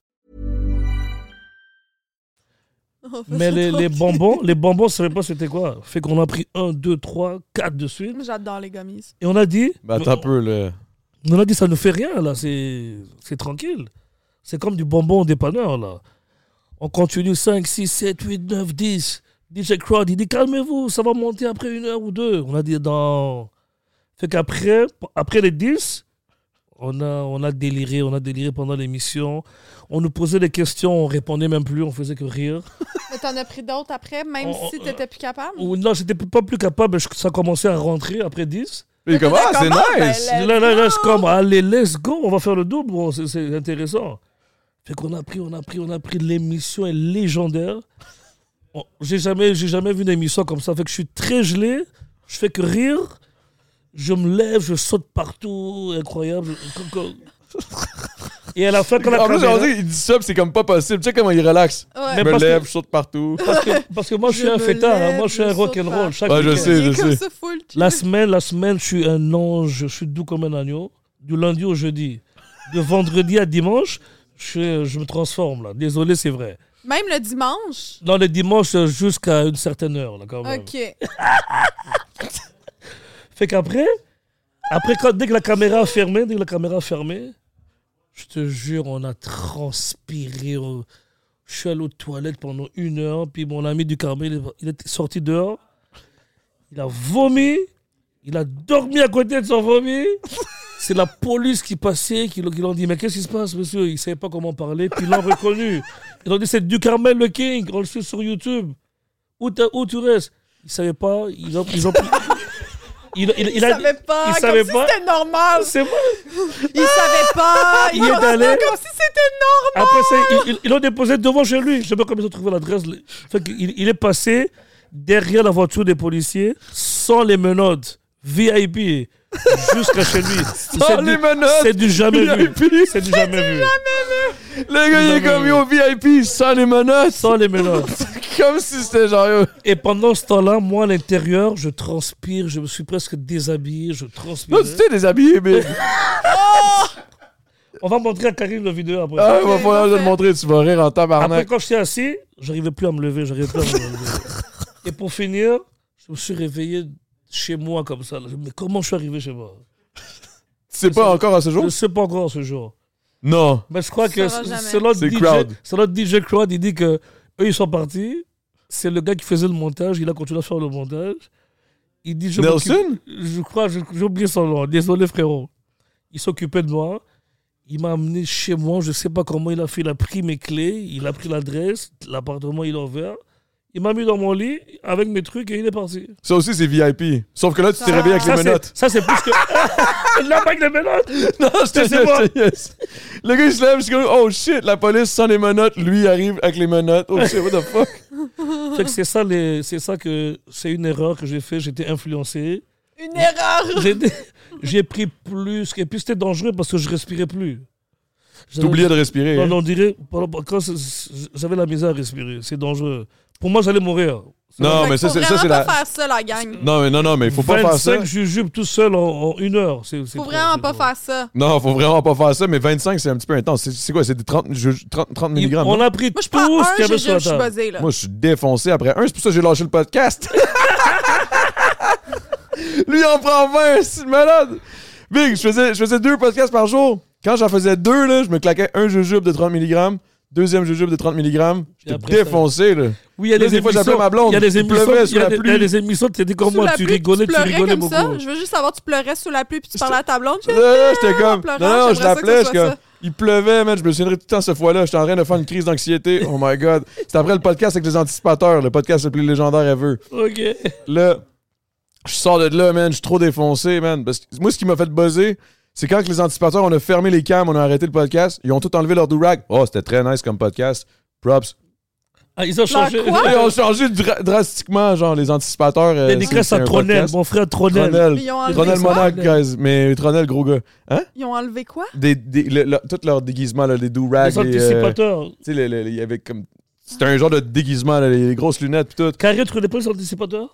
Speaker 6: Bah,
Speaker 7: Mais les, les bonbons, les bonbons, on savait pas c'était quoi. Fait qu'on a pris un, deux, trois, quatre de suite.
Speaker 6: J'adore les gummies.
Speaker 7: Et on a dit.
Speaker 9: Ben, attends un peu, là.
Speaker 7: On a dit, ça ne fait rien, là, c'est c'est tranquille. C'est comme du bonbon au dépanneur, là. On continue 5, 6, 7, 8, 9, 10. DJ Crowd, il dit, calmez-vous, ça va monter après une heure ou deux. On a dit, dans. Fait qu'après après les 10, on a, on a déliré, on a déliré pendant l'émission. On nous posait des questions, on répondait même plus, on faisait que rire.
Speaker 6: Mais t'en as pris d'autres après, même
Speaker 7: Oh,
Speaker 6: si
Speaker 7: oh,
Speaker 6: t'étais plus capable?
Speaker 7: Ou non, j'étais pas plus capable, je- ça commençait à rentrer après 10.
Speaker 9: Il est comme, ah, c'est
Speaker 6: Comment? Ben,
Speaker 9: nice!
Speaker 6: let's
Speaker 7: Là, là, là, je suis
Speaker 6: go!
Speaker 7: comme, allez, let's go, on va faire le double, bon, c'est- c'est intéressant. Fait qu'on a pris, on a pris, on a pris, l'émission est légendaire. Bon, j'ai jamais, j'ai jamais vu une émission comme ça, fait que je suis très gelé, je fais que rire, je me lève, je saute partout, incroyable. Comme- comme- Et à la fin, quand la
Speaker 9: En plus,
Speaker 7: caméra-
Speaker 9: on dit, il dit ça, puis c'est comme pas possible. Tu sais comment il relaxe.
Speaker 6: Ouais.
Speaker 9: Je
Speaker 7: Mais
Speaker 9: me
Speaker 7: parce
Speaker 9: lève,
Speaker 7: que-
Speaker 9: je saute partout.
Speaker 7: parce, que, parce que moi, je, suis
Speaker 6: Je
Speaker 7: un
Speaker 6: me
Speaker 7: fêtard, hein,
Speaker 6: lève,
Speaker 7: moi, je suis
Speaker 6: je
Speaker 7: un
Speaker 6: saute
Speaker 7: rock'n'roll.
Speaker 6: partout.
Speaker 7: chaque
Speaker 9: Ouais, je
Speaker 7: week-end.
Speaker 9: sais.
Speaker 6: Il est
Speaker 9: je
Speaker 6: comme
Speaker 9: sais.
Speaker 6: ça, full cute.
Speaker 7: La semaine, la semaine, je suis un ange, je suis doux comme un agneau. Du lundi au jeudi, de vendredi à dimanche, je, je me transforme là. Désolé, c'est vrai.
Speaker 6: Même le dimanche?
Speaker 7: Dans le dimanche euh, jusqu'à une certaine heure là quand même.
Speaker 6: OK.
Speaker 7: Fait qu'après, après quand, dès que la caméra a fermé, dès que la caméra a fermé, je te jure, on a transpiré. on- Je suis allé aux toilettes pendant une heure, puis mon ami du Carmel, il est- il est sorti dehors, il a vomi, il a dormi à côté de son vomi. C'est la police qui passait, qui, l'ont- qui l'ont dit Mais qu'est-ce qui se passe, monsieur Il ne savait pas comment parler, puis ils l'ont reconnu. Ils ont dit C'est du Carmel le King, on le suit sur YouTube. Où, t'as- où tu restes Ils ne savaient pas, ils ont. Ils ont <laughs> il, il- il
Speaker 6: Il
Speaker 7: a-
Speaker 6: savait pas,
Speaker 7: il
Speaker 6: comme
Speaker 7: savait
Speaker 6: si
Speaker 7: pas.
Speaker 6: c'était normal.
Speaker 7: C'est vrai.
Speaker 6: Il savait pas.
Speaker 7: Il est allé.
Speaker 6: Comme si c'était normal.
Speaker 7: Après ça, ils- ils- ils l'ont déposé devant chez lui. Je sais pas comment ils ont trouvé l'adresse. Fait qu'il- il, est passé derrière la voiture des policiers sans les menottes
Speaker 8: VIP jusqu'à chez
Speaker 7: <laughs>
Speaker 8: lui. C'est du-
Speaker 7: les menottes.
Speaker 8: C'est du jamais vu.
Speaker 7: VIP.
Speaker 8: C'est du jamais vu.
Speaker 7: Le gars, il est comme yo VIP sans les menottes.
Speaker 8: Sans les menottes.
Speaker 7: <laughs> Comme si c'était genre yo.
Speaker 8: Et pendant ce temps-là, moi, à l'intérieur, je transpire, je me suis presque déshabillé, je transpire.
Speaker 7: Non, tu t'es déshabillé, mais.
Speaker 8: On va montrer à Karim la vidéo après.
Speaker 7: Ah, va falloir le montrer, tu vas rire en
Speaker 8: Après,
Speaker 7: tabarnak.
Speaker 8: quand j'étais assis, j'arrivais plus à me lever, j'arrivais plus à me
Speaker 7: <laughs>
Speaker 8: lever. Et pour finir, je me suis réveillé chez moi comme ça. là. Mais comment je suis arrivé chez moi
Speaker 7: C'est pas encore à ce
Speaker 8: Je
Speaker 7: jour?
Speaker 8: ne sais pas encore ce jour.
Speaker 7: Non.
Speaker 8: Mais je crois
Speaker 6: Tu
Speaker 8: que
Speaker 6: sauras jamais.
Speaker 8: c'est notre
Speaker 7: C'est
Speaker 8: DJ,
Speaker 7: crowd.
Speaker 8: c'est notre DJ crowd, il dit que eux ils sont partis. C'est le gars qui faisait le montage, il a continué à faire le montage. Il dit je
Speaker 7: Nelson
Speaker 8: m'occupe- Je crois, je- j'ai oublié son nom. Désolé frérot. Il s'occupait de moi. Il m'a amené chez moi. Je sais pas comment il a fait. Il a pris mes clés, il a pris l'adresse, l'appartement il a ouvert. Il m'a mis dans mon lit avec mes trucs et il est parti.
Speaker 7: Ça aussi, c'est VIP. Sauf que là, tu t'es réveillé avec
Speaker 8: Ça,
Speaker 7: les
Speaker 8: c'est-
Speaker 7: menottes.
Speaker 8: Ça c'est plus que
Speaker 7: <laughs>
Speaker 8: la bague de menottes.
Speaker 7: Non, je te
Speaker 8: Mais
Speaker 7: laisse,
Speaker 8: c'est moi.
Speaker 7: je te laisse. Le gars, il se lève, je suis comme, oh shit, la police sans les menottes, lui, il arrive avec les menottes. Oh shit, what the fuck?
Speaker 8: <laughs> Fait que c'est ça les- c'est ça que c'est une erreur que j'ai fait. J'étais influencé.
Speaker 6: Une erreur!
Speaker 8: J'ai- J'ai pris plus. Et puis c'était dangereux parce que je respirais plus. J'avais-
Speaker 7: T'oubliais de respirer.
Speaker 8: Non,
Speaker 7: hein.
Speaker 8: non, on dirait. pendant- Quand c'est- c'est- j'avais la misère à respirer, c'est dangereux. Pour moi, j'allais mourir.
Speaker 6: Fait
Speaker 7: Non, mais
Speaker 6: qu'il
Speaker 7: ça,
Speaker 6: faut
Speaker 7: c'est ça,
Speaker 6: vraiment
Speaker 7: c'est la.
Speaker 6: pas faire ça, la gang.
Speaker 7: Non, mais non, non, mais il faut pas faire ça.
Speaker 8: 25 jujubes tout seul en, en une heure. C'est, c'est
Speaker 6: Faut
Speaker 8: trop,
Speaker 6: vraiment
Speaker 8: c'est
Speaker 6: pas
Speaker 8: trop.
Speaker 6: faire ça.
Speaker 7: Non, faut vraiment pas faire ça, mais 25, c'est un petit peu intense. C'est- C'est quoi? C'est des 30, je- 30, 30
Speaker 8: Il-
Speaker 7: milligrammes.
Speaker 8: on a pris
Speaker 6: Moi, je
Speaker 8: tout
Speaker 6: prends
Speaker 8: ce
Speaker 6: un,
Speaker 8: qu'il y
Speaker 6: je,
Speaker 8: avait
Speaker 6: je,
Speaker 8: sur
Speaker 6: je
Speaker 8: la
Speaker 6: suis
Speaker 8: table.
Speaker 6: buzzée, là.
Speaker 7: Moi, je suis défoncé après un. C'est pour ça que j'ai lâché
Speaker 8: <laughs>
Speaker 7: le podcast. Lui, il en prend 20, c'est malade. Big, je faisais, je faisais deux podcasts par jour. Quand j'en faisais deux, là, je me claquais un jujube de 30 mg, deuxième jujube de 30 mg.
Speaker 8: Et
Speaker 7: J'étais
Speaker 8: après ça-
Speaker 7: défoncé, là.
Speaker 8: Oui, il y a
Speaker 7: Là,
Speaker 8: des,
Speaker 7: des fois, j'appelais
Speaker 8: émissions-
Speaker 7: ma blonde.
Speaker 8: Il y a des
Speaker 7: Il
Speaker 8: émissions.
Speaker 7: pleuvait sous
Speaker 8: Il y a
Speaker 7: la
Speaker 8: des- il y a
Speaker 7: pluie.
Speaker 8: des émissions. Tu étais comme
Speaker 6: Sous
Speaker 8: moi.
Speaker 6: la
Speaker 8: Tu
Speaker 6: pluie,
Speaker 8: rigolais, tu
Speaker 6: pleurais
Speaker 8: rigolais
Speaker 6: comme
Speaker 8: beaucoup.
Speaker 6: ça. Je veux juste savoir, tu pleurais sous la pluie puis tu parlais à ta blonde.
Speaker 7: Là, là, j'étais
Speaker 6: Ah, en
Speaker 7: comme. Non,
Speaker 6: pleurant,
Speaker 7: non,
Speaker 6: j'aimerais ça
Speaker 7: je
Speaker 6: que ce
Speaker 7: l'appelais, je
Speaker 6: soit
Speaker 7: comme.
Speaker 6: ça.
Speaker 7: Il pleuvait, man. Je me souviendrai tout le temps ce fois-là. J'étais en train de faire une crise d'anxiété. Oh my god. C'était après le podcast avec les anticipateurs, le podcast le plus légendaire ever.
Speaker 8: Ok.
Speaker 7: là, je sors de là, man, je suis trop défoncé, man. Parce que moi, ce qui m'a fait buzzer, c'est quand que les anticipateurs, on a fermé les cams, on a arrêté le podcast, ils ont tout enlevé leur durag. Oh, c'était très nice comme podcast. Props.
Speaker 8: Ah, ils ont changé.
Speaker 7: Ils ont changé dra- drastiquement, genre, les anticipateurs. euh, c'est-
Speaker 8: Dédicace
Speaker 7: c'est
Speaker 8: à
Speaker 7: un
Speaker 8: Tronel,
Speaker 7: podcast.
Speaker 8: mon frère Tronel.
Speaker 7: Tronel.
Speaker 6: Mais ils ont enlevé
Speaker 7: Tronel
Speaker 6: quoi?
Speaker 7: Monarch, guys. Mais Tronel, gros gars. Hein?
Speaker 6: Ils ont enlevé quoi?
Speaker 7: Des, des, le- le- tous leurs déguisements, là, les durags.
Speaker 8: Les anticipateurs.
Speaker 7: Tu sais, le- le- il y avait comme. C'était un genre de déguisement, là, les, les grosses lunettes, pis tout.
Speaker 8: Carré, tu connais pas les anticipateurs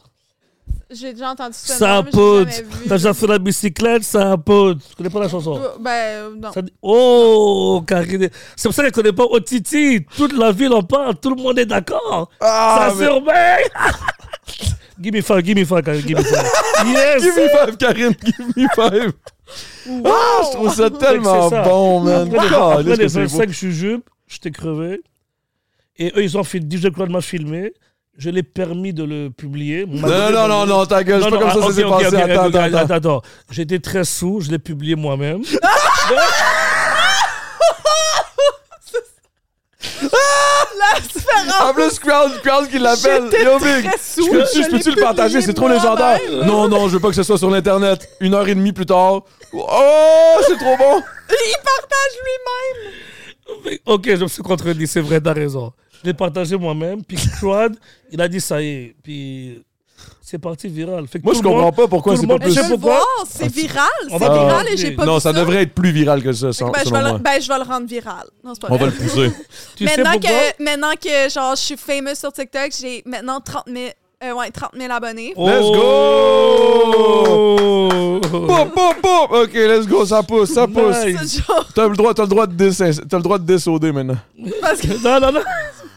Speaker 6: J'ai déjà entendu ça.
Speaker 8: Ça
Speaker 6: mais j'ai
Speaker 8: pote.
Speaker 6: jamais vu.
Speaker 8: T'as déjà fait la bicyclette, ça pote. Tu connais pas la chanson
Speaker 6: Ben, euh, non. <laughs>
Speaker 8: Ça dit- Oh, Carré. C'est pour ça qu'elle connaît pas Otiti. Toute la ville en parle, tout le monde est d'accord.
Speaker 7: Ah,
Speaker 8: ça
Speaker 7: mais- <laughs>
Speaker 8: surveille. give me five, give me hein. five, Carré, give me five. Yes.
Speaker 7: Give me five, Karine, give me five. Ah, je trouve ça tellement
Speaker 8: C'est ça.
Speaker 7: bon, man.
Speaker 8: Après les,
Speaker 7: Ah,
Speaker 8: après
Speaker 7: est-ce
Speaker 8: les
Speaker 7: que c'est beau.
Speaker 8: 25 jujubes, j'étais crevé. Et eux, ils ont fait DJ Claude m'a filmé. Je l'ai permis de le publier.
Speaker 7: Non, non, non, non, ta gueule, c'est pas comme
Speaker 8: ah,
Speaker 7: ça que ça s'est passé. attends,
Speaker 8: attends,
Speaker 7: attends, attends.
Speaker 8: J'étais très sous, je l'ai publié moi-même.
Speaker 6: La différence!
Speaker 7: Ah! En plus, crowd, crowd qui l'appelle.
Speaker 6: J'étais
Speaker 7: Yo, Big.
Speaker 6: très sous,
Speaker 7: Je peux-tu
Speaker 6: je
Speaker 7: je peux-tu
Speaker 6: l'ai
Speaker 7: le partager?
Speaker 6: publié
Speaker 7: C'est trop légendaire.
Speaker 6: moi-même.
Speaker 7: Non, non, je veux pas que ce soit sur l'Internet. Une heure et demie plus tard. Oh, c'est trop bon.
Speaker 6: Il partage lui-même!
Speaker 8: Mais, <laughs> ok, je me suis contredit, c'est vrai, t'as raison. Je l'ai partagé moi-même. Puis Claude, il a dit ça y est. Puis c'est parti viral. Fait que
Speaker 7: Moi,
Speaker 8: tout
Speaker 7: je
Speaker 8: le monde-
Speaker 7: comprends pas pourquoi
Speaker 8: tout le
Speaker 7: c'est pas
Speaker 8: monde-
Speaker 7: plus-
Speaker 8: Je
Speaker 6: Je
Speaker 8: sais
Speaker 6: veux le
Speaker 8: pourquoi.
Speaker 6: voir, c'est viral! C'est
Speaker 8: Ah, On va-
Speaker 6: viral et j'ai pas
Speaker 7: Non,
Speaker 6: vu
Speaker 7: ça
Speaker 6: ça.
Speaker 7: devrait être plus viral que ça, sans-
Speaker 6: Ben, je
Speaker 7: selon
Speaker 6: vais le-
Speaker 7: moi.
Speaker 6: ben, je vais le rendre viral. Non, c'est pas
Speaker 7: On va
Speaker 6: vrai.
Speaker 7: le pousser.
Speaker 8: Tu sais
Speaker 6: Maintenant
Speaker 8: pourquoi
Speaker 6: que, maintenant que genre, je suis famous sur TikTok, j'ai maintenant 30 000, euh, ouais, 30 000 abonnés.
Speaker 8: Oh,
Speaker 7: Let's go! Pop, pop, pop! OK, let's go, ça pousse, ça pousse.
Speaker 8: Nice.
Speaker 6: C'est genre-
Speaker 7: T'as le droit, t'as le droit de 10, t'as le droit de 10 au dé maintenant.
Speaker 6: parce que-
Speaker 8: Non, non, non.
Speaker 6: Mais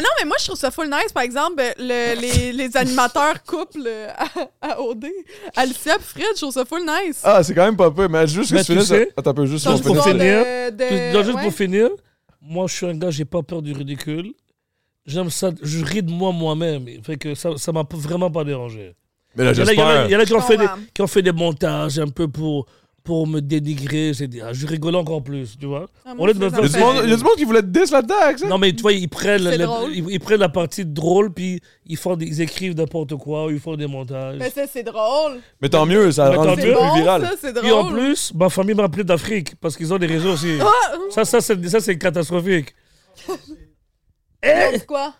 Speaker 6: Ben non, mais moi, je trouve ça full nice. Par exemple, le- les, les animateurs couple euh, à, à OD. Alicia et Fred, je trouve ça full nice.
Speaker 7: Ah, c'est quand même pas peu, mais juste que
Speaker 8: Mais
Speaker 7: je
Speaker 8: tu
Speaker 7: finisse.
Speaker 8: sais-
Speaker 7: Attends, un peu, juste
Speaker 6: Dans
Speaker 7: qu'on
Speaker 6: le
Speaker 8: Juste pour
Speaker 6: fond
Speaker 7: finisse.
Speaker 6: de-
Speaker 8: finir,
Speaker 6: de-
Speaker 8: juste- non, juste
Speaker 6: Euh, ouais.
Speaker 8: pour finir, moi je suis un gars, j'ai pas peur du ridicule. J'aime ça, je ris de moi moi-même. Fait que ça, ça m'a p- vraiment pas dérangé.
Speaker 7: Mais là,
Speaker 8: Il y en a- il y en a, il y en a
Speaker 7: j'espère.
Speaker 8: qui, ont
Speaker 6: Je
Speaker 8: fait des,
Speaker 6: comprends.
Speaker 8: qui ont fait des montages un peu pour, pour me dénigrer. J'ai dit, ah, je rigole encore plus, tu vois.
Speaker 6: Ah,
Speaker 8: Au
Speaker 6: moi,
Speaker 8: lieu
Speaker 6: je
Speaker 8: de me
Speaker 6: les
Speaker 8: faire-
Speaker 7: Il y a du monde- il y a du monde qui voulait te 10 là-dedans, avec ça?
Speaker 8: Non mais tu vois, ils prennent,
Speaker 6: C'est
Speaker 8: la-
Speaker 6: drôle.
Speaker 8: ils, ils prennent la partie drôle, puis ils, font des- ils écrivent n'importe quoi, ils font des montages.
Speaker 6: Mais Ben, ça, c'est drôle.
Speaker 7: Mais tant mieux, ça
Speaker 8: Mais
Speaker 7: rend
Speaker 8: tant
Speaker 7: le
Speaker 8: mieux.
Speaker 6: C'est
Speaker 7: truc
Speaker 8: peu
Speaker 7: plus
Speaker 6: bon,
Speaker 7: viral.
Speaker 6: ça, c'est drôle.
Speaker 8: Et en plus, ma famille m'a appelé d'Afrique parce qu'ils ont des réseaux aussi.
Speaker 6: Ah!
Speaker 8: Ça, ça, c'est, ça, c'est catastrophique.
Speaker 6: Ils ont dit quoi?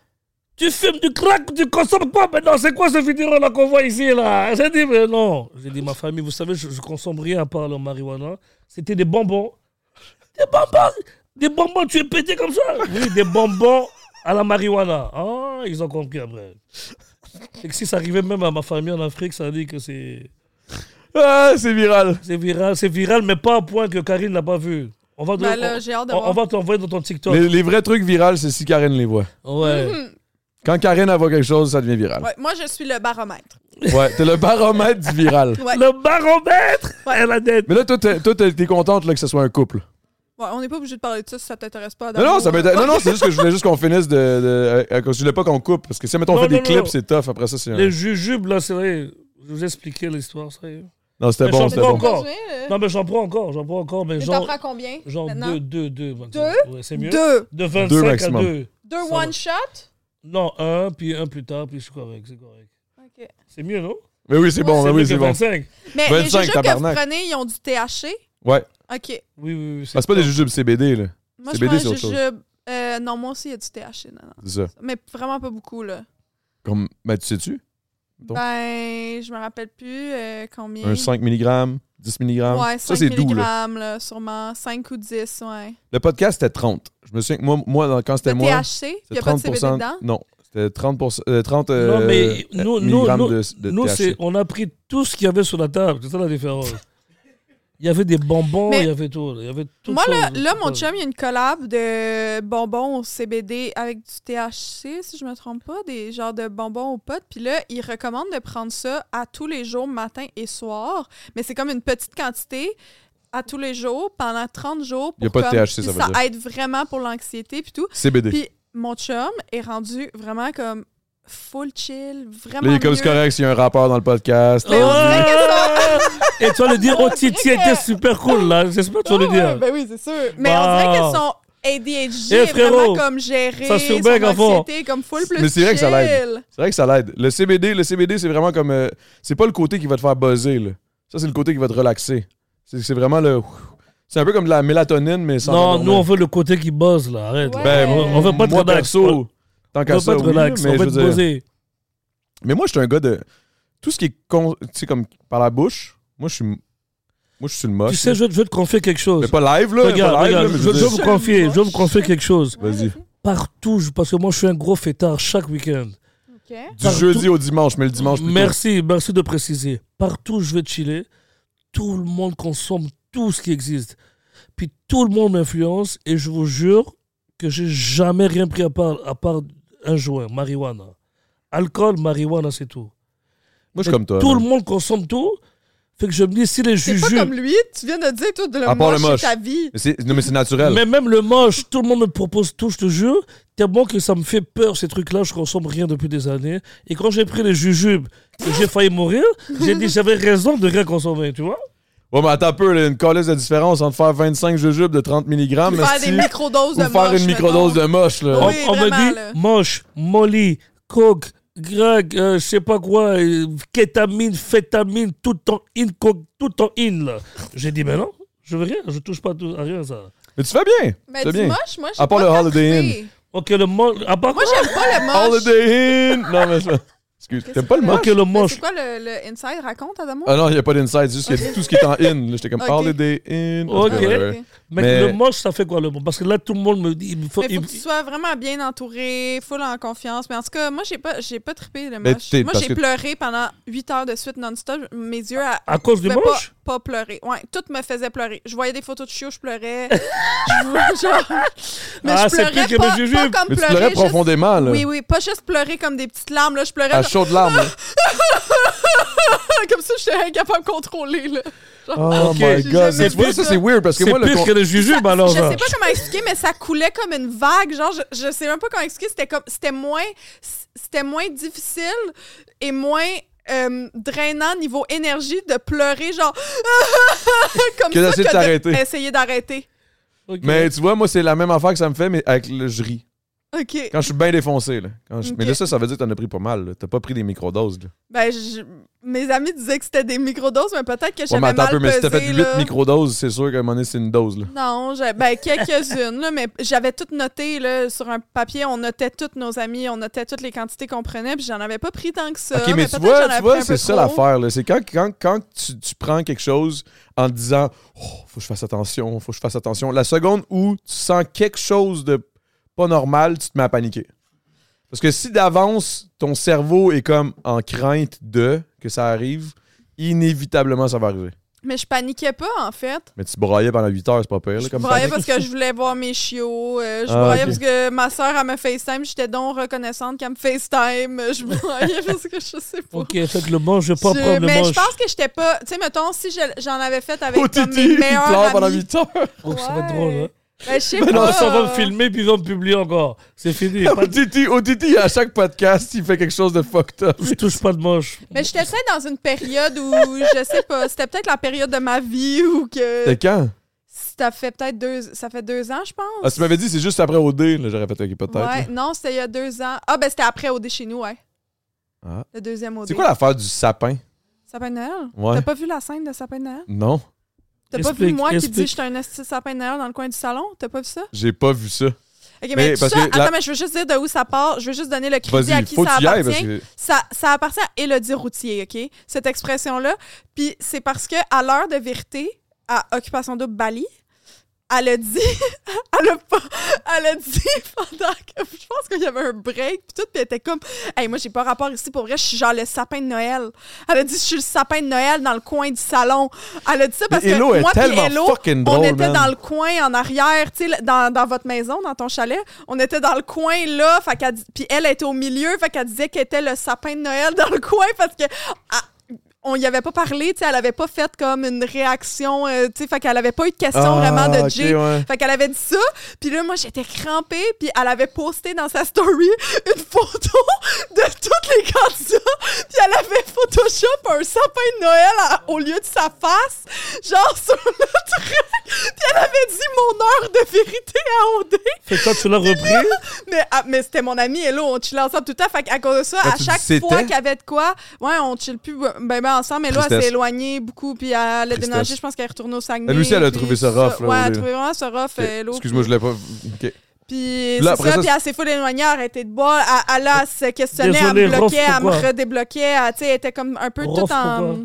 Speaker 8: Tu fumes, tu craques, tu consommes pas. Mais non, c'est quoi ce vidéo là qu'on voit ici là J'ai dit, mais non. J'ai dit, ma famille, vous savez, je, je consomme rien à part le marijuana. C'était des bonbons. Des bonbons Des bonbons, tu es pété comme ça Oui, des bonbons à la marijuana. Ah, ils ont compris après. Et que si ça arrivait même à ma famille en Afrique, ça dit que c'est.
Speaker 7: Ah, c'est viral.
Speaker 8: C'est viral, c'est viral, mais pas au point que Karine n'a pas vu. On va, te-
Speaker 6: Ben là,
Speaker 8: on-
Speaker 6: j'ai hâte de
Speaker 8: on-
Speaker 6: voir.
Speaker 8: on va t'envoyer dans ton TikTok.
Speaker 7: Les, les vrais trucs virales, c'est si Karen les voit.
Speaker 8: Ouais.
Speaker 7: <laughs> Quand Karen elle voit quelque chose, ça devient viral.
Speaker 6: Ouais, moi, je suis le baromètre.
Speaker 7: Ouais, t'es le baromètre du viral.
Speaker 6: <laughs> Ouais.
Speaker 8: Le baromètre Elle a dit-
Speaker 7: Mais là, toi, t'es- toi, t'es t'es contente là, que ce soit un couple.
Speaker 6: Ouais, on n'est pas obligé de parler de ça si ça t'intéresse pas.
Speaker 7: Non, non,
Speaker 6: d'amour.
Speaker 7: ça m'intéresse- non, non, c'est juste que je voulais juste qu'on finisse de. de- à- à cause- je voulais pas qu'on coupe. Parce que si, mettons, on
Speaker 8: Non,
Speaker 7: fait des
Speaker 8: non,
Speaker 7: clips,
Speaker 8: non.
Speaker 7: c'est tough. Après ça, c'est. un-
Speaker 8: Les jujubes, là, c'est vrai. Je vous ai expliqué l'histoire, ça y est.
Speaker 7: Non, c'était
Speaker 8: Mais
Speaker 7: bon,
Speaker 8: j'en
Speaker 7: c'était
Speaker 8: prends
Speaker 7: bon.
Speaker 8: encore.
Speaker 6: Continuez, euh.
Speaker 8: Non, mais j'en prends encore, j'en prends encore. Mais
Speaker 6: Et
Speaker 8: genre,
Speaker 6: t'en prends combien?
Speaker 8: genre
Speaker 6: maintenant?
Speaker 8: deux, deux, deux. Maxime.
Speaker 6: Deux?
Speaker 8: Ouais, c'est mieux.
Speaker 6: Deux.
Speaker 8: De 25
Speaker 7: Deux
Speaker 8: à
Speaker 7: maximum.
Speaker 8: deux.
Speaker 6: Deux
Speaker 8: Ça va.
Speaker 6: one-shot?
Speaker 8: Non, un, puis un plus tard, puis je suis correct, c'est correct.
Speaker 6: OK.
Speaker 8: C'est mieux, non
Speaker 7: Mais oui, c'est bon,
Speaker 8: C'est
Speaker 7: mais oui,
Speaker 8: mieux
Speaker 7: c'est
Speaker 8: que
Speaker 7: bon.
Speaker 8: 25.
Speaker 6: Mais
Speaker 7: 25,
Speaker 6: les jujubes que vous
Speaker 7: tabarnak.
Speaker 6: prenez, ils ont du THC?
Speaker 7: Ouais.
Speaker 6: OK.
Speaker 8: Oui, oui, oui.
Speaker 7: Ah, c'est pas des jujubes CBD, là.
Speaker 6: Moi, je
Speaker 7: CBD,
Speaker 6: prends
Speaker 7: c'est
Speaker 6: un
Speaker 7: autre chose.
Speaker 6: jujube... Euh, non, moi aussi, il y a du THC. Non, non.
Speaker 7: C'est ça.
Speaker 6: Mais vraiment pas beaucoup, là.
Speaker 7: Comme. Ben, tu sais-tu? Donc?
Speaker 6: Ben, je me rappelle plus euh, combien.
Speaker 7: Un 5 mg, 10 mg.
Speaker 6: Ouais, 5
Speaker 7: ça, c'est doux,
Speaker 6: mg,
Speaker 7: là.
Speaker 6: là. sûrement. 5 ou 10, ouais.
Speaker 7: Le podcast, c'était 30. Je me souviens que moi, moi dans- quand c'était
Speaker 6: Le
Speaker 7: moi.
Speaker 6: THC, il n'y
Speaker 7: C'était
Speaker 6: a pas de
Speaker 7: 30
Speaker 6: CBD dedans?
Speaker 7: Non, c'était 30 euh, 30
Speaker 8: Non,
Speaker 7: euh,
Speaker 8: mais nous, nous,
Speaker 7: milligrammes
Speaker 8: nous,
Speaker 7: de, de
Speaker 8: nous,
Speaker 7: THC.
Speaker 8: c'est- on a pris tout ce qu'il y avait sur la table. C'est ça la
Speaker 6: <laughs>
Speaker 8: différence. Il y avait des bonbons,
Speaker 6: Mais-
Speaker 8: il y avait tout. Il y avait toutes
Speaker 6: Moi, là,
Speaker 8: sortes de-
Speaker 6: là,
Speaker 8: toutes
Speaker 6: mon
Speaker 8: sortes.
Speaker 6: chum, il y a une collab de bonbons au CBD avec du THC, si je me trompe pas, des genres de bonbons aux potes. Puis là, il recommande de prendre ça à tous les jours, matin et soir. Mais c'est comme une petite quantité à tous les jours pendant 30 jours.
Speaker 7: Il y a
Speaker 6: pour
Speaker 7: pas de
Speaker 6: comme-
Speaker 7: THC,
Speaker 6: puis
Speaker 7: ça veut dire.
Speaker 6: aide vraiment pour l'anxiété puis tout.
Speaker 7: CBD.
Speaker 6: Puis mon chum est rendu vraiment comme full chill, vraiment
Speaker 7: Là, il est comme
Speaker 6: mieux.
Speaker 7: c'est correct s'il y a un rapport dans le podcast.
Speaker 6: Mais on dirait que ça-
Speaker 8: Et tu vas le dire, oh
Speaker 6: <laughs>
Speaker 8: Titi
Speaker 6: dirait que-
Speaker 8: était super cool là. J'espère que tu vas le
Speaker 6: Ouais,
Speaker 8: dire.
Speaker 6: ben oui, c'est sûr. Mais
Speaker 8: Wow.
Speaker 6: on dirait que son ADHD
Speaker 8: Eh,
Speaker 6: est
Speaker 8: frérot,
Speaker 6: vraiment comme géré,
Speaker 8: ça
Speaker 6: ça
Speaker 8: se surveille
Speaker 6: son
Speaker 8: à fond. Ah,
Speaker 6: anxiété, comme full plus
Speaker 7: Mais c'est vrai que ça l'aide.
Speaker 6: chill.
Speaker 7: C'est vrai que ça l'aide. Le CBD, le CBD, c'est vraiment comme. euh, c'est pas le côté qui va te faire buzzer, là. Ça, c'est le côté qui va te relaxer. C'est c'est vraiment le. C'est un peu comme de la mélatonine, mais sans.
Speaker 8: Non,
Speaker 7: endormir.
Speaker 8: nous on veut le côté qui buzz là, arrête. là.
Speaker 7: Ben,
Speaker 6: Ouais.
Speaker 8: on veut pas te
Speaker 7: Moi,
Speaker 8: relax.
Speaker 7: perso, tant
Speaker 8: On
Speaker 7: qu'à
Speaker 8: veut
Speaker 7: ça,
Speaker 8: pas te
Speaker 7: oui,
Speaker 8: relax,
Speaker 7: mais
Speaker 8: on
Speaker 7: je
Speaker 8: veut
Speaker 7: veux
Speaker 8: te
Speaker 7: dire-
Speaker 8: poser.
Speaker 7: Mais moi, je suis un gars de. Tout ce qui est. con- Tu sais, comme par la bouche, moi, je suis. Moi, je suis le moche.
Speaker 8: Tu sais,
Speaker 7: là.
Speaker 8: je, je vais te confier quelque chose.
Speaker 7: Mais pas live, là.
Speaker 8: regarde,
Speaker 7: pas live,
Speaker 8: regarde,
Speaker 7: là, mais
Speaker 8: je,
Speaker 7: veux
Speaker 8: je vais
Speaker 7: dire-
Speaker 8: vous confier, je vais vous confier quelque chose.
Speaker 7: Vas-y.
Speaker 8: Partout, je- parce que moi je suis un gros fêtard chaque week-end.
Speaker 6: OK.
Speaker 7: Du jeudi au dimanche, mais le dimanche plutôt.
Speaker 8: Merci, merci de préciser. Partout où je vais chiller, tout le monde consomme tout ce qui existe. Puis tout le monde m'influence et je vous jure que j'ai jamais rien pris à part, à part un joint, marijuana. Alcool, marijuana, c'est tout.
Speaker 7: Moi, je suis comme toi.
Speaker 8: Tout
Speaker 7: man.
Speaker 8: le monde consomme tout. Fait que je me dis, si les
Speaker 6: C'est pas
Speaker 8: jujubes.
Speaker 6: comme lui, tu viens de dire tout de le
Speaker 7: À part le
Speaker 6: moche, c'est
Speaker 7: moche.
Speaker 6: ta vie.
Speaker 7: Mais c'est- Non, mais c'est naturel.
Speaker 8: Mais même le moche, tout le monde me propose tout, je te jure. Tellement que ça me fait peur, ces trucs-là. Je consomme rien depuis des années. Et quand j'ai pris les jujubes, que j'ai failli mourir, j'ai dit, j'avais raison de rien consommer, tu vois.
Speaker 7: Ouais, mais attends un peu, là, une colisse de différence entre faire 25 jujubes de 30 mg
Speaker 6: Ou faire des microdoses
Speaker 7: ou
Speaker 6: de
Speaker 7: faire
Speaker 6: moche,
Speaker 7: une microdose
Speaker 6: mettons.
Speaker 7: de moche. Là.
Speaker 8: on,
Speaker 6: Oui,
Speaker 8: on me
Speaker 6: vraiment,
Speaker 8: dit
Speaker 6: là.
Speaker 8: moche, molly, coke, greg, euh, je sais pas quoi, euh, kétamine, fétamine, tout en in, coke, tout en in. là. J'ai dit, mais non, je veux rien, je touche pas à tout- à rien, ça.
Speaker 7: Mais tu fais bien.
Speaker 6: Mais
Speaker 7: tu fais
Speaker 6: tu
Speaker 7: bien.
Speaker 6: moche, moi, je
Speaker 7: À part le Holiday
Speaker 6: Inn.
Speaker 8: Ok, le moche. À part
Speaker 6: Moi, j'aime pas le moche.
Speaker 7: Holiday Inn! Non, mais ça. Excuse. T'aimes pas le moche?
Speaker 8: Ok, le
Speaker 6: Mais
Speaker 8: moche.
Speaker 6: C'est quoi le, le inside? Raconte, Adamo.
Speaker 7: Ah non, il n'y a pas d'inside, c'est juste qu'il y a tout ce qui est en in. là. J'étais comme
Speaker 6: <laughs> Ok.
Speaker 7: Holiday Inn.
Speaker 8: Ok.
Speaker 7: whatever.
Speaker 8: Mais,
Speaker 7: Mais-
Speaker 8: le moche, ça fait quoi le moche Parce que là, tout le monde me dit. Il faut,
Speaker 6: Mais faut
Speaker 8: il-
Speaker 6: que tu sois vraiment bien entouré, full en confiance. Mais en tout cas, moi, j'ai pas, j'ai pas trippé le
Speaker 7: Mais
Speaker 6: moche.
Speaker 7: t'es-
Speaker 6: Moi,
Speaker 7: parce que-
Speaker 6: j'ai pleuré pendant 8 heures de suite non-stop. Mes yeux à,
Speaker 8: À cause du
Speaker 6: pouvais pas-
Speaker 8: moche
Speaker 6: Pas, pleurer. Ouais, tout me faisait pleurer. Je voyais des photos de chiots, je pleurais. <laughs> Je vois- genre- Mais
Speaker 8: Ah,
Speaker 6: je
Speaker 8: c'est
Speaker 6: pleurais
Speaker 8: pire que
Speaker 6: pas,
Speaker 8: mes jujubes.
Speaker 6: pas comme
Speaker 7: Mais tu
Speaker 6: pleurer.
Speaker 7: pleurais
Speaker 6: juste-
Speaker 7: profondément, là.
Speaker 6: Oui, oui, pas juste pleurer comme des petites larmes, là. Je pleurais
Speaker 7: À
Speaker 6: genre- <laughs>
Speaker 7: chaud de larmes. là.
Speaker 6: comme ça, j'étais incapable de contrôler, là.
Speaker 7: Oh
Speaker 8: Ok.
Speaker 7: my
Speaker 8: J'ai
Speaker 7: god.
Speaker 6: jamais
Speaker 7: Tu vois,
Speaker 6: vu
Speaker 7: ça,
Speaker 6: ça.
Speaker 7: c'est weird parce que
Speaker 8: C'est
Speaker 7: moi, le.
Speaker 8: pire
Speaker 7: con-
Speaker 8: que le jujube, alors.
Speaker 6: Je
Speaker 8: ça.
Speaker 6: sais pas comment expliquer, mais ça coulait comme une vague. Genre, je, je sais même pas comment expliquer. C'était comme, c'était moins, c'était moins difficile et moins euh, drainant niveau énergie de pleurer, genre <laughs> comme
Speaker 7: Que
Speaker 6: ça,
Speaker 7: d'essayer de
Speaker 6: que
Speaker 7: t'arrêter.
Speaker 6: d'essayer d'arrêter.
Speaker 8: Ok.
Speaker 7: Mais tu vois, moi, c'est la même affaire que ça me fait, mais avec le je ris.
Speaker 6: Ok.
Speaker 7: Quand je suis bien défoncé, là. Quand je- Mais
Speaker 6: Ok.
Speaker 7: là, ça, ça veut dire que t'en as pris pas mal, là. T'as pas pris des microdoses, là.
Speaker 6: Ben, je- mes amis disaient que c'était des microdoses, mais peut-être que
Speaker 7: Ouais,
Speaker 6: j'avais
Speaker 7: mais attends un
Speaker 6: mal
Speaker 7: peu, mais si t'as
Speaker 6: pesé,
Speaker 7: fait 8
Speaker 6: là.
Speaker 7: microdoses, c'est sûr qu'à un moment donné, c'est une dose, là.
Speaker 6: Non, j'ai- ben, quelques-unes, là, mais j'avais tout noté là, sur un papier. On notait toutes nos amis, on notait toutes les quantités qu'on prenait, puis j'en avais pas pris tant que ça.
Speaker 7: Ok, mais tu
Speaker 6: peut-être
Speaker 7: vois,
Speaker 6: j'en avais
Speaker 7: tu
Speaker 6: pris
Speaker 7: vois
Speaker 6: un
Speaker 7: c'est
Speaker 6: peu
Speaker 7: ça
Speaker 6: trop.
Speaker 7: l'affaire. là. C'est quand, quand, quand tu, tu prends quelque chose en te disant oh, faut que je fasse attention, faut que je fasse attention. La seconde où tu sens quelque chose de pas normal, tu te mets à paniquer. Parce que si d'avance, ton cerveau est comme en crainte de que ça arrive, inévitablement ça va arriver.
Speaker 6: Mais je paniquais pas, en fait.
Speaker 7: Mais tu braillais pendant 8 heures, c'est pas pire. là,
Speaker 6: Je
Speaker 7: comme
Speaker 6: broyais parce
Speaker 7: panique.
Speaker 6: que je voulais voir mes chiots. euh, je
Speaker 7: Ah,
Speaker 6: broyais
Speaker 7: ok.
Speaker 6: parce que ma soeur, elle me FaceTime. J'étais donc reconnaissante qu'elle me FaceTime. <laughs> Euh, Je broyais parce que je sais pas.
Speaker 8: Ok, faites le manche, je vais pas
Speaker 6: Je-
Speaker 8: prendre le
Speaker 6: mais je
Speaker 8: manche.
Speaker 6: pense que j'étais pas. Tu sais, mettons, si je- j'en avais fait
Speaker 7: <laughs>
Speaker 6: avec
Speaker 7: Oh,
Speaker 6: comme
Speaker 7: Titi,
Speaker 6: mes
Speaker 7: il pleure
Speaker 6: meilleurs
Speaker 7: pendant
Speaker 6: amis.
Speaker 7: 8 heures.
Speaker 8: Donc ça va être
Speaker 6: Ouais.
Speaker 8: drôle. Hein.
Speaker 6: Ben, je sais
Speaker 7: Ben non,
Speaker 6: pas.
Speaker 8: Ah, ça va me filmer, puis ils vont me publier encore. C'est fini. pas de-
Speaker 7: Oh, Titi, oh, Titi, à chaque podcast, il fait quelque chose de
Speaker 6: <laughs>
Speaker 7: fucked up.
Speaker 8: Je touche pas de manche.
Speaker 6: Mais j'étais peut-être dans une période où, je sais pas, c'était peut-être la période de ma vie où que
Speaker 7: C'est quand?
Speaker 6: ça fait peut-être deux, ça fait deux ans, je pense.
Speaker 7: Ah, si tu m'avais dit, c'est juste après OD, là, j'aurais fait ok, peut-être. là.
Speaker 6: ouais, non, c'était il y a deux ans. Ah, ben c'était après OD chez nous, ouais.
Speaker 7: Ah.
Speaker 6: Le deuxième OD.
Speaker 7: C'est quoi l'affaire du sapin?
Speaker 6: Sapin de Noël?
Speaker 7: Ouais.
Speaker 6: T'as pas vu la scène de Sapin de Noël?
Speaker 7: Non,
Speaker 6: T'as pas vu
Speaker 8: Explique,
Speaker 6: moi qui
Speaker 8: explique.
Speaker 6: dis que j'étais un esti de Sapin de Noël dans le coin du salon? T'as pas vu ça?
Speaker 7: j'ai pas vu ça.
Speaker 6: Ok, mais,
Speaker 7: parce
Speaker 6: ça,
Speaker 7: que la-
Speaker 6: attends, mais je veux juste dire de où ça part. Je veux juste donner le crédit à
Speaker 7: Vas-y,
Speaker 6: qui
Speaker 7: faut
Speaker 6: ça
Speaker 7: que tu y ailles parce
Speaker 6: appartient.
Speaker 7: que.
Speaker 6: ça, ça appartient à Élodie Routier, OK? Cette expression-là. Puis c'est parce que à l'heure de vérité, à Occupation Double Bali, elle a dit, <laughs> elle a pas, elle a dit <laughs> pendant que je pense qu'il y avait un break, puis tout, puis elle était comme, hey, moi j'ai pas rapport ici pour vrai, je suis genre le sapin de Noël. Elle a dit, je suis le sapin de Noël dans le coin du salon. Elle a dit ça parce
Speaker 7: Mais Hello
Speaker 6: que
Speaker 7: est
Speaker 6: moi puis
Speaker 7: tellement
Speaker 6: Hello,
Speaker 7: fucking
Speaker 6: on
Speaker 7: drôle,
Speaker 6: était
Speaker 7: man.
Speaker 6: dans le coin en arrière, tu sais, dans, dans votre maison, dans ton chalet, on était dans le coin là, fait qu'elle dis- puis elle était au milieu, fait qu'elle disait qu'elle était le sapin de Noël <laughs> dans le coin parce que ah, on y avait pas parlé, tu sais, elle avait pas fait comme une réaction, euh, tu sais, fait qu'elle avait pas eu de question
Speaker 7: Ah,
Speaker 6: vraiment de
Speaker 7: ok,
Speaker 6: Jay.
Speaker 7: ouais.
Speaker 6: <laughs> Fait qu'elle avait dit ça, puis là moi j'étais crampée, puis elle avait posté dans sa story <laughs> une photo de tous les candidats, puis elle avait Photoshop un sapin de Noël à- au lieu de sa face, genre sur le truc. Puis elle avait dit mon heure de vérité à OD.
Speaker 8: Fait que quand tu l'as repris,
Speaker 6: Mais, ah, mais c'était mon ami, et là, on chillait ensemble tout le temps. Fait à cause de ça,
Speaker 7: Quand
Speaker 6: à
Speaker 7: Ah, tu dis
Speaker 6: chaque
Speaker 7: c'était?
Speaker 6: fois qu'il y avait de quoi, ouais, on chill plus ben, ben ensemble. Mais là, elle
Speaker 7: Tristesse.
Speaker 6: s'est éloignée beaucoup, puis elle a
Speaker 7: Tristesse.
Speaker 6: déménagé. Je pense qu'elle est retournée au Saguenay.
Speaker 7: Elle aussi, elle a
Speaker 6: puis
Speaker 7: trouvé ça
Speaker 6: tout
Speaker 7: rough,
Speaker 6: ouais,
Speaker 7: là, au
Speaker 6: elle a
Speaker 7: dé-
Speaker 6: trouvé vraiment ça rough,
Speaker 7: Ok,
Speaker 6: Hello.
Speaker 7: Excuse-moi, je l'ai pas. Ok.
Speaker 6: Puis
Speaker 7: Là,
Speaker 6: c'est
Speaker 7: après
Speaker 6: ça,
Speaker 7: ça,
Speaker 6: puis elle s'est full éloignée, elle arrêtait de boire. Elle, elle, elle se questionnait,
Speaker 8: Désolé,
Speaker 6: elle me bloquait,
Speaker 8: Rof,
Speaker 6: elle me
Speaker 8: pourquoi?
Speaker 6: redébloquait. Elle, tu sais, elle était comme un peu
Speaker 8: Rof,
Speaker 6: tout en...
Speaker 8: pourquoi?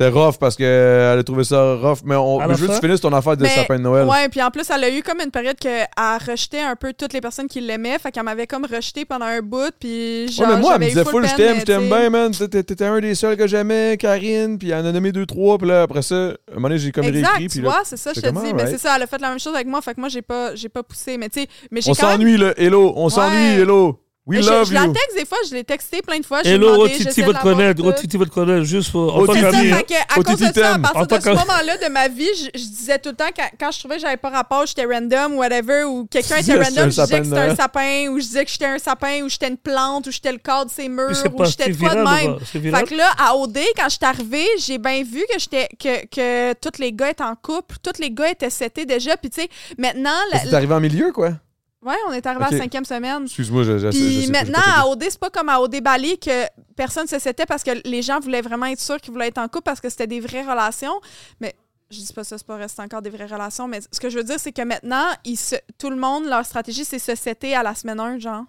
Speaker 7: C'était rough parce qu'elle a trouvé ça rough, mais on,
Speaker 8: À
Speaker 7: mais
Speaker 8: la
Speaker 7: je veux que
Speaker 8: fin?
Speaker 7: tu finisses ton affaire de
Speaker 6: Mais-
Speaker 7: sapin de Noël.
Speaker 6: Ouais, puis en plus, elle a eu comme une période qu'elle rejetait un peu toutes les personnes qui l'aimaient. Fait qu'elle m'avait comme rejeté pendant un bout. Puis
Speaker 7: Ouais,
Speaker 6: genre,
Speaker 7: mais moi, elle
Speaker 6: j'avais
Speaker 7: me
Speaker 6: eu
Speaker 7: disait full, je
Speaker 6: peine,
Speaker 7: t'aime, je
Speaker 6: mais
Speaker 7: t'aime
Speaker 6: tu sais.
Speaker 7: bien, man. T'étais- T'étais un des seuls que j'aimais, Karine, puis elle en a nommé deux, trois, puis là, après ça, à un moment donné, j'ai comme
Speaker 6: Exact,
Speaker 7: réécrit,
Speaker 6: tu
Speaker 7: puis là.
Speaker 6: vois, c'est ça, je
Speaker 7: c'est
Speaker 6: te
Speaker 7: comme, ah,
Speaker 6: dis. Mais
Speaker 7: alright.
Speaker 6: c'est ça, elle a fait la même chose avec moi. Fait que moi, j'ai pas, j'ai pas poussé. Mais tu sais, mais j'ai
Speaker 7: On
Speaker 6: quand même-
Speaker 7: s'ennuie, là. Hello, on s'ennuie,
Speaker 6: Ouais.
Speaker 7: hello. We
Speaker 6: Je,
Speaker 7: love
Speaker 6: je la
Speaker 7: you.
Speaker 6: texte des fois, je l'ai texté plein de fois. j'ai
Speaker 8: hello,
Speaker 6: demandé,
Speaker 8: Otiti
Speaker 6: j'essaie
Speaker 8: va
Speaker 6: de
Speaker 8: te
Speaker 6: l'avoir
Speaker 8: connaître.
Speaker 6: toute.
Speaker 8: Otiti va te connaître juste pour, en
Speaker 7: Otiti.
Speaker 8: tant
Speaker 6: C'est ça,
Speaker 8: qu'ami.
Speaker 6: fait que à
Speaker 7: Au
Speaker 6: cause de
Speaker 7: Titi
Speaker 6: ça, à
Speaker 7: Thème.
Speaker 8: En
Speaker 6: partir
Speaker 8: tant
Speaker 6: de ce
Speaker 8: que-
Speaker 6: moment-là de ma vie, je, je disais tout le temps, quand, quand je trouvais que j'avais pas rapport, j'étais random, whatever, ou quelqu'un
Speaker 7: Tu
Speaker 6: était
Speaker 7: disais, c'est un
Speaker 6: random, je
Speaker 7: sapin
Speaker 6: disais
Speaker 7: de
Speaker 6: que c'était un
Speaker 7: Noël.
Speaker 6: sapin, ou je disais que j'étais un sapin, ou j'étais une plante, ou j'étais le corps de ses murs,
Speaker 8: Puis c'est
Speaker 6: ou
Speaker 8: pas-
Speaker 6: j'étais
Speaker 8: c'est
Speaker 6: de quoi de
Speaker 8: viral ou
Speaker 6: même.
Speaker 8: pas? C'est viral?
Speaker 6: Fait que là, à OD, quand je suis arrivée, j'ai bien vu que j'étais que, que tous les gars étaient en couple, tous les gars étaient setés déjà, puis tu sais, maintenant... la-
Speaker 7: C'est arrivé en milieu, quoi.
Speaker 6: Ouais, on est arrivé à
Speaker 7: Ok.
Speaker 6: la cinquième semaine.
Speaker 7: Excuse-moi, je- je- je- je- je-
Speaker 6: Puis
Speaker 7: je-
Speaker 6: maintenant,
Speaker 7: je-
Speaker 6: à OD, c'est pas comme à OD Bali que personne se s'était parce que les gens voulaient vraiment être sûrs qu'ils voulaient être en couple parce que c'était des vraies relations. Mais je dis pas ça, c'est pas vrai, c'est encore des vraies relations. Mais ce que je veux dire, c'est que maintenant, ils se- tout le monde, leur stratégie, c'est se setter à la semaine 1, genre.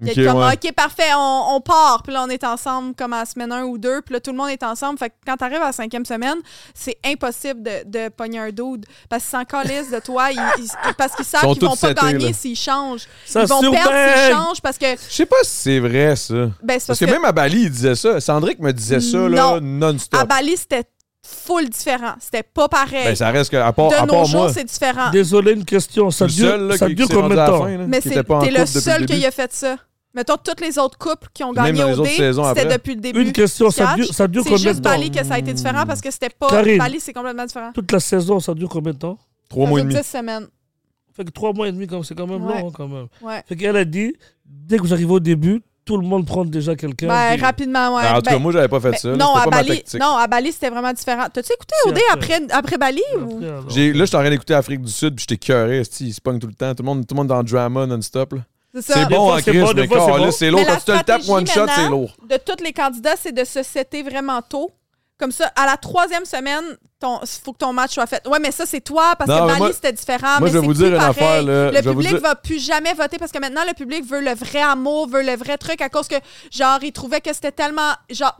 Speaker 6: Puis être
Speaker 7: Ok,
Speaker 6: comme, ah,
Speaker 7: ouais.
Speaker 6: OK, parfait, on, on part. Puis là, on est ensemble comme à la semaine 1 ou 2. Puis là, tout le monde est ensemble. Fait que quand t'arrives à la cinquième semaine, c'est impossible de, de pogner un dude. Parce qu'ils s'en calissent de toi. ils- ils- parce qu'ils savent
Speaker 7: Ils sont
Speaker 6: qu'ils vont
Speaker 7: tous
Speaker 6: pas
Speaker 7: settés, là.
Speaker 6: gagner s'ils changent.
Speaker 8: Ça
Speaker 6: ils vont
Speaker 8: se
Speaker 6: perdre s'ils
Speaker 8: surveille.
Speaker 6: changent parce que
Speaker 7: Je sais pas si c'est vrai, ça.
Speaker 6: ben, c'est
Speaker 7: Parce que, même à Bali, il disait ça. Sandrick me disait ça, là,
Speaker 6: à
Speaker 7: non-stop.
Speaker 6: Bali, c'était full différent. C'était pas pareil.
Speaker 7: Ben, ça reste que, à part,
Speaker 6: de
Speaker 7: à
Speaker 6: nos
Speaker 7: part moi,
Speaker 6: jours, c'est différent.
Speaker 8: Désolé, une question. Ça
Speaker 7: le seul
Speaker 8: dure,
Speaker 7: là,
Speaker 8: ça
Speaker 7: qui,
Speaker 8: dure
Speaker 7: qui s'est rendu
Speaker 8: combien de
Speaker 7: à la
Speaker 8: temps
Speaker 7: fin, là,
Speaker 6: Mais
Speaker 7: qui
Speaker 6: c'est-
Speaker 7: était pas en
Speaker 6: t'es le
Speaker 7: couple depuis
Speaker 6: seul
Speaker 7: début.
Speaker 6: qui a fait ça. Mettons, tous les autres couples qui ont gagné
Speaker 7: dans les
Speaker 6: au
Speaker 7: autres
Speaker 6: dé,
Speaker 7: saisons
Speaker 6: c'était
Speaker 7: après.
Speaker 6: depuis le début.
Speaker 8: Une question, ça
Speaker 6: Catch.
Speaker 8: dure, ça dure
Speaker 6: C'est
Speaker 8: combien de
Speaker 6: juste
Speaker 8: temps
Speaker 6: Bali que ça a été différent parce que c'était pas.
Speaker 8: Karine.
Speaker 6: Bali, c'est complètement différent.
Speaker 8: Toute la saison, ça dure combien de temps
Speaker 7: Trois
Speaker 6: Ça
Speaker 7: mois et
Speaker 6: dure
Speaker 7: demi.
Speaker 6: 10 semaines.
Speaker 8: Fait que trois mois et demi, comme c'est quand même
Speaker 6: Ouais.
Speaker 8: long, hein, quand même.
Speaker 6: Ouais.
Speaker 8: Fait qu'elle a dit, dès que vous arrivez au début, tout le monde prend déjà quelqu'un.
Speaker 6: Ben,
Speaker 8: Puis-
Speaker 6: rapidement, ouais.
Speaker 7: Ah, en tout
Speaker 6: Ben,
Speaker 7: cas, moi, j'avais pas fait
Speaker 6: ben,
Speaker 7: ça. là.
Speaker 6: non,
Speaker 7: C'était
Speaker 6: à
Speaker 7: pas ma
Speaker 6: Bali,
Speaker 7: tactique.
Speaker 6: non, à Bali, c'était vraiment différent. T'as-tu écouté
Speaker 8: C'est
Speaker 6: Odé
Speaker 8: après.
Speaker 6: après, après Bali? ou-
Speaker 8: Après, alors.
Speaker 7: J'ai- Là, je suis en train d'écouter Afrique du Sud, puis j'étais curé. Ils se pognent tout le temps. Tout le monde, tout le monde dans le drama non-stop. là.
Speaker 6: C'est C'est ça.
Speaker 7: C'est bon
Speaker 8: fois,
Speaker 7: en
Speaker 8: c'est
Speaker 7: Chris,
Speaker 8: pas- des
Speaker 7: mais
Speaker 8: fois, c'est
Speaker 7: quand
Speaker 8: bon.
Speaker 7: c'est
Speaker 6: Mais
Speaker 7: lourd.
Speaker 6: la
Speaker 7: Quand tu te le tapes
Speaker 6: stratégie
Speaker 7: one shot, c'est
Speaker 6: maintenant
Speaker 7: lourd.
Speaker 6: De tous les candidats, c'est de se setter vraiment tôt. Comme ça, à la troisième semaine, ton, faut que ton match soit fait. Ouais, mais ça, c'est toi, parce
Speaker 7: Non, mais
Speaker 6: que Bali,
Speaker 7: moi-
Speaker 6: c'était différent.
Speaker 7: moi,
Speaker 6: mais
Speaker 7: je vais
Speaker 6: c'est
Speaker 7: vous
Speaker 6: plus
Speaker 7: dire une
Speaker 6: pareil.
Speaker 7: affaire, là.
Speaker 6: Le
Speaker 7: Je vais vous
Speaker 6: public
Speaker 7: dire-
Speaker 6: va plus jamais voter parce que maintenant, le public veut le vrai amour, veut le vrai truc à cause que, genre, ils trouvaient que c'était tellement. Genre,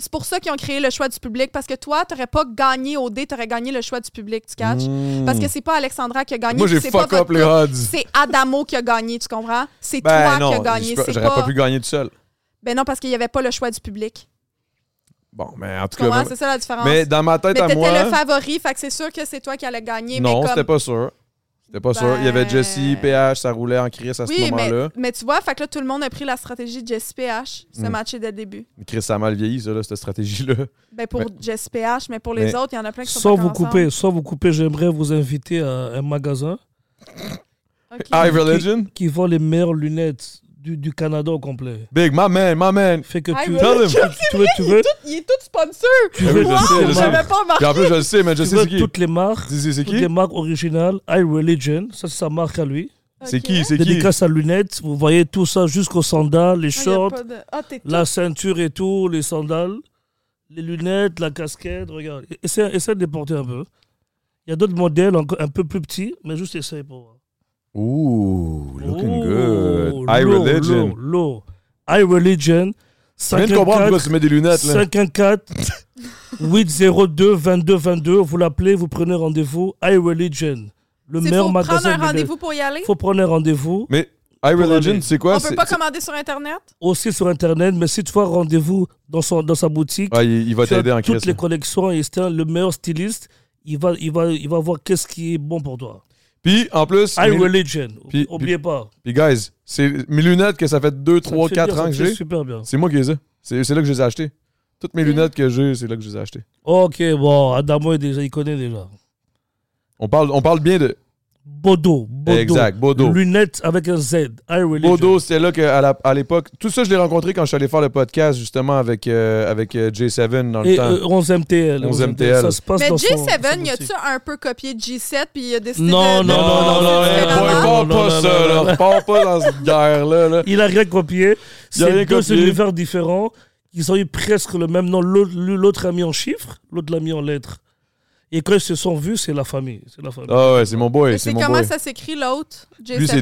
Speaker 6: c'est pour ça qu'ils ont créé le choix du public parce que toi, t'aurais pas gagné au dé, t'aurais gagné le choix du public, tu catches? Parce que c'est pas Alexandra qui a gagné.
Speaker 7: Hmm. Moi, j'ai
Speaker 6: c'est pas
Speaker 7: fuck up
Speaker 6: votre
Speaker 7: les
Speaker 6: couple.
Speaker 7: odds.
Speaker 6: C'est Adamo qui a gagné, tu comprends? C'est toi
Speaker 7: Ben non,
Speaker 6: qui a gagné.
Speaker 7: je-
Speaker 6: c'est
Speaker 7: j'aurais pas pu gagner tout seul.
Speaker 6: Ben non, parce qu'il n'y avait pas le choix du public.
Speaker 7: Bon, mais en tout
Speaker 6: Tu comprends?
Speaker 7: cas.
Speaker 6: C'est ça la différence.
Speaker 7: Mais dans ma tête
Speaker 6: Mais
Speaker 7: à
Speaker 6: t'étais
Speaker 7: moi.
Speaker 6: le favori, fait que c'est sûr que c'est toi qui allais gagner. mais
Speaker 7: Non,
Speaker 6: comme-
Speaker 7: c'était pas sûr. C'était pas sûr. Il y avait
Speaker 6: Ben-
Speaker 7: Jesse, PH, ça roulait en crise à ce
Speaker 6: Oui, mais,
Speaker 7: moment-là. Hmm.
Speaker 6: mais tu vois, fait que là, tout le monde a pris la stratégie de Jess PH, ce match est dès le début.
Speaker 7: Mais Chris, ça a mal vieilli, ça, là, cette stratégie-là.
Speaker 6: Ben pour
Speaker 7: Mais-
Speaker 6: Jess PH, mais pour les
Speaker 7: Mais-
Speaker 6: autres, il y en a plein qui sont
Speaker 8: Sans
Speaker 6: pas
Speaker 8: vous
Speaker 6: ensemble.
Speaker 8: couper, sans vous couper, j'aimerais vous inviter à un magasin
Speaker 6: Ok.
Speaker 7: High
Speaker 8: qui,
Speaker 7: Religion?
Speaker 8: qui vend les meilleures lunettes du, du Canada au complet.
Speaker 7: Big, my man, my man.
Speaker 8: Fait que
Speaker 6: Ah,
Speaker 8: tu,
Speaker 6: oui.
Speaker 7: Tell him.
Speaker 8: tu, tu veux, tu veux,
Speaker 6: Il est tout sponsor!
Speaker 8: tu
Speaker 7: Ah
Speaker 8: veux
Speaker 7: oui, je
Speaker 8: toutes
Speaker 7: sais,
Speaker 8: les
Speaker 7: je sais.
Speaker 8: marques-
Speaker 6: J'avais pas
Speaker 7: Puis
Speaker 6: remarqué.
Speaker 7: en plus, je le sais, mais je
Speaker 8: tu
Speaker 7: sais
Speaker 8: veux
Speaker 7: c'est qui.
Speaker 8: toutes les marques,
Speaker 7: Dis- C'est
Speaker 8: toutes
Speaker 7: qui?
Speaker 8: les marques originales, I Religion, ça c'est sa marque à lui.
Speaker 7: C'est
Speaker 6: Ok.
Speaker 7: qui? C'est qui?
Speaker 8: Dédicace à lunettes, vous voyez tout ça jusqu'aux sandales, les
Speaker 6: Ah, il y a
Speaker 8: shorts,
Speaker 6: pas de- Ah, t'es tout-
Speaker 8: la ceinture et tout, les sandales, les lunettes, la casquette, regarde. Essaie, essaie de les porter un peu. Il y a d'autres modèles encore un peu plus petits, mais juste essaye pour voir.
Speaker 7: Ooh, looking
Speaker 8: Oh,
Speaker 7: good. High
Speaker 8: lourd,
Speaker 7: Religion.
Speaker 8: lourd, lourd. High Religion.
Speaker 7: Je viens de comprendre pourquoi tu
Speaker 8: 54
Speaker 7: mets des lunettes, là.
Speaker 8: 514 802 2222. Vous l'appelez, vous prenez rendez-vous. High Religion. Le
Speaker 6: C'est
Speaker 8: meilleur
Speaker 6: faut prendre
Speaker 8: magasin.
Speaker 6: un
Speaker 8: de-
Speaker 6: rendez-vous pour y aller.
Speaker 8: faut prendre un rendez-vous.
Speaker 7: Mais High
Speaker 8: Pour
Speaker 7: Religion,
Speaker 8: aller.
Speaker 7: c'est
Speaker 6: On
Speaker 7: quoi?
Speaker 6: peut
Speaker 7: C'est-
Speaker 6: pas
Speaker 7: c'est-
Speaker 6: commander sur Internet?
Speaker 8: Aussi sur Internet, mais si tu vois rendez-vous dans, son, dans sa boutique,
Speaker 7: Ouais, il il va
Speaker 8: tu as
Speaker 7: t'aider en
Speaker 8: toutes
Speaker 7: crise.
Speaker 8: les collections et c'est un- le meilleur styliste. Il va, il va, il va voir qu'est-ce qui est bon pour toi.
Speaker 7: Puis, en plus,
Speaker 8: High
Speaker 7: mes-
Speaker 8: Religion.
Speaker 7: Puis-
Speaker 8: Oubliez pas.
Speaker 7: puis guys, c'est mes lunettes que ça fait 2,
Speaker 8: Ça te
Speaker 7: 3,
Speaker 8: fait
Speaker 7: 4
Speaker 8: bien,
Speaker 7: ans que
Speaker 8: ça te fait
Speaker 7: j'ai.
Speaker 8: super bien.
Speaker 7: C'est moi qui les ai. C'est c'est là que je les ai achetées. Toutes mes lunettes que j'ai, c'est là que je les ai achetées.
Speaker 8: Ok, bon, Adamo, est déjà, il connaît déjà.
Speaker 7: On parle, on parle bien de.
Speaker 8: Bodo. Bodo.
Speaker 7: Exact, Bodo.
Speaker 8: Lunettes avec un Z. I religion.
Speaker 7: Bodo, c'était là qu'à la- à l'époque. Tout ça, je l'ai rencontré quand je suis allé faire le podcast, justement, avec, euh, avec euh, J7 dans le
Speaker 8: Et
Speaker 7: temps.
Speaker 8: euh, 11 MTL.
Speaker 7: 11 MTL.
Speaker 8: Ça se passe
Speaker 6: Mais
Speaker 8: dans son- sa
Speaker 6: J7,
Speaker 8: boutique.
Speaker 6: y a-tu un peu copié de G7 puis il a décidé
Speaker 8: Non,
Speaker 6: de.
Speaker 8: non, non, non, non, non,
Speaker 6: de- de-
Speaker 8: non,
Speaker 6: de-
Speaker 8: non, non,
Speaker 7: Repars pas ça, là.
Speaker 8: non.
Speaker 7: Repars pas dans cette guerre-là. là.
Speaker 8: Il a rien copié.
Speaker 7: Il a rien
Speaker 8: C'est deux
Speaker 7: copié.
Speaker 8: univers différents. Ils ont eu presque le même nom. L'autre- L'autre a mis en chiffres, l'autre l'a mis en lettres. Et quand ils se sont vus, c'est la famille. C'est la famille.
Speaker 7: Ah ouais, c'est mon boy.
Speaker 6: Mais
Speaker 7: C'est
Speaker 6: c'est
Speaker 7: mon
Speaker 6: comment
Speaker 7: boy.
Speaker 6: ça s'écrit l'autre? J7?
Speaker 7: Lui, c'est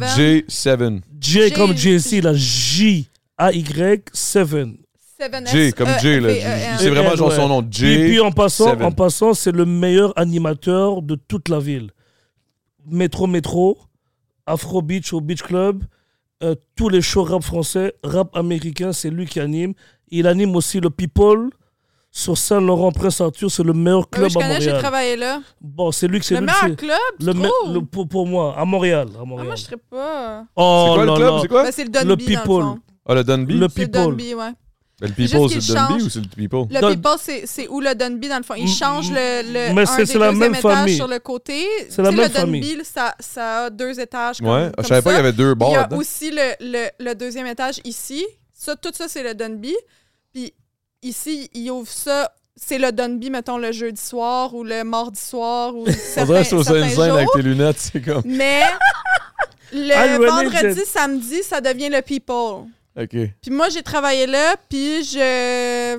Speaker 7: J7.
Speaker 8: J
Speaker 6: J-
Speaker 8: comme JC, la J. A-Y 7.
Speaker 6: 7S,
Speaker 7: J, comme
Speaker 6: E,
Speaker 7: J, là.
Speaker 6: E-V-E-N.
Speaker 7: C'est vraiment genre
Speaker 8: ouais.
Speaker 7: son nom. J.
Speaker 8: Et puis en passant,
Speaker 7: Seven.
Speaker 8: en passant, c'est le meilleur animateur de toute la ville. Métro Métro, Afro Beach au Beach Club, euh, tous les shows rap français, rap américain, c'est lui qui anime. Il anime aussi le People sur Saint-Laurent-Prince-Arthur, c'est le meilleur
Speaker 6: Ah oui,
Speaker 8: club
Speaker 6: je
Speaker 8: à
Speaker 6: connais, j'ai
Speaker 8: Montréal.
Speaker 6: travaillé là.
Speaker 8: Bon, c'est lui qui c'est
Speaker 6: Le
Speaker 8: lui
Speaker 6: meilleur
Speaker 8: qui-
Speaker 6: club, tu
Speaker 8: le me-
Speaker 6: trouves?
Speaker 8: le- pour, pour moi, à Montréal. À
Speaker 6: Ah,
Speaker 8: Montréal.
Speaker 6: moi, je serais pas...
Speaker 8: Oh,
Speaker 7: C'est quoi le
Speaker 8: non,
Speaker 7: club?
Speaker 8: non.
Speaker 7: C'est quoi?
Speaker 6: Ben, c'est le Dunby,
Speaker 8: Le
Speaker 6: dans le
Speaker 8: People.
Speaker 6: fond.
Speaker 7: Ah, le Dunby?
Speaker 8: Le
Speaker 6: C'est le
Speaker 8: People.
Speaker 6: Dunby, ouais.
Speaker 7: Ben, le
Speaker 6: juste
Speaker 7: People,
Speaker 6: qu'il
Speaker 7: c'est le Dunby
Speaker 6: change.
Speaker 7: ou c'est le People?
Speaker 6: Le
Speaker 8: Dun-
Speaker 6: People, c'est c'est où le Dunby, dans le fond?
Speaker 8: Mm,
Speaker 6: Ils changent le, le
Speaker 8: mais
Speaker 6: un
Speaker 8: c'est-
Speaker 6: des
Speaker 8: c'est la
Speaker 6: deuxièmes
Speaker 8: même
Speaker 6: étages
Speaker 8: famille.
Speaker 6: sur le côté.
Speaker 8: C'est la
Speaker 6: Tu sais,
Speaker 8: même
Speaker 6: le
Speaker 8: famille.
Speaker 6: Dunby, ça, ça a deux étages. Comme,
Speaker 7: Ouais,
Speaker 6: comme
Speaker 7: je savais pas
Speaker 6: ça.
Speaker 7: qu'il y avait deux hein.
Speaker 6: Il
Speaker 7: bars
Speaker 6: y a
Speaker 7: dedans.
Speaker 6: aussi le, le, le deuxième étage ici. Ça, tout ça, c'est le Dunby. Puis ici, ils ouvrent ça. C'est le Dunby, mettons, le jeudi soir ou le mardi
Speaker 8: <laughs>
Speaker 6: soir ou
Speaker 7: On dirait
Speaker 6: certains,
Speaker 7: que je trouve ça
Speaker 6: certains
Speaker 7: insane
Speaker 6: jours.
Speaker 7: avec tes lunettes, c'est comme.
Speaker 6: Mais
Speaker 8: Ah,
Speaker 6: le
Speaker 8: René,
Speaker 6: vendredi,
Speaker 8: c'est-
Speaker 6: samedi, ça devient le People.
Speaker 7: Ok.
Speaker 6: Puis moi, j'ai travaillé là, puis je...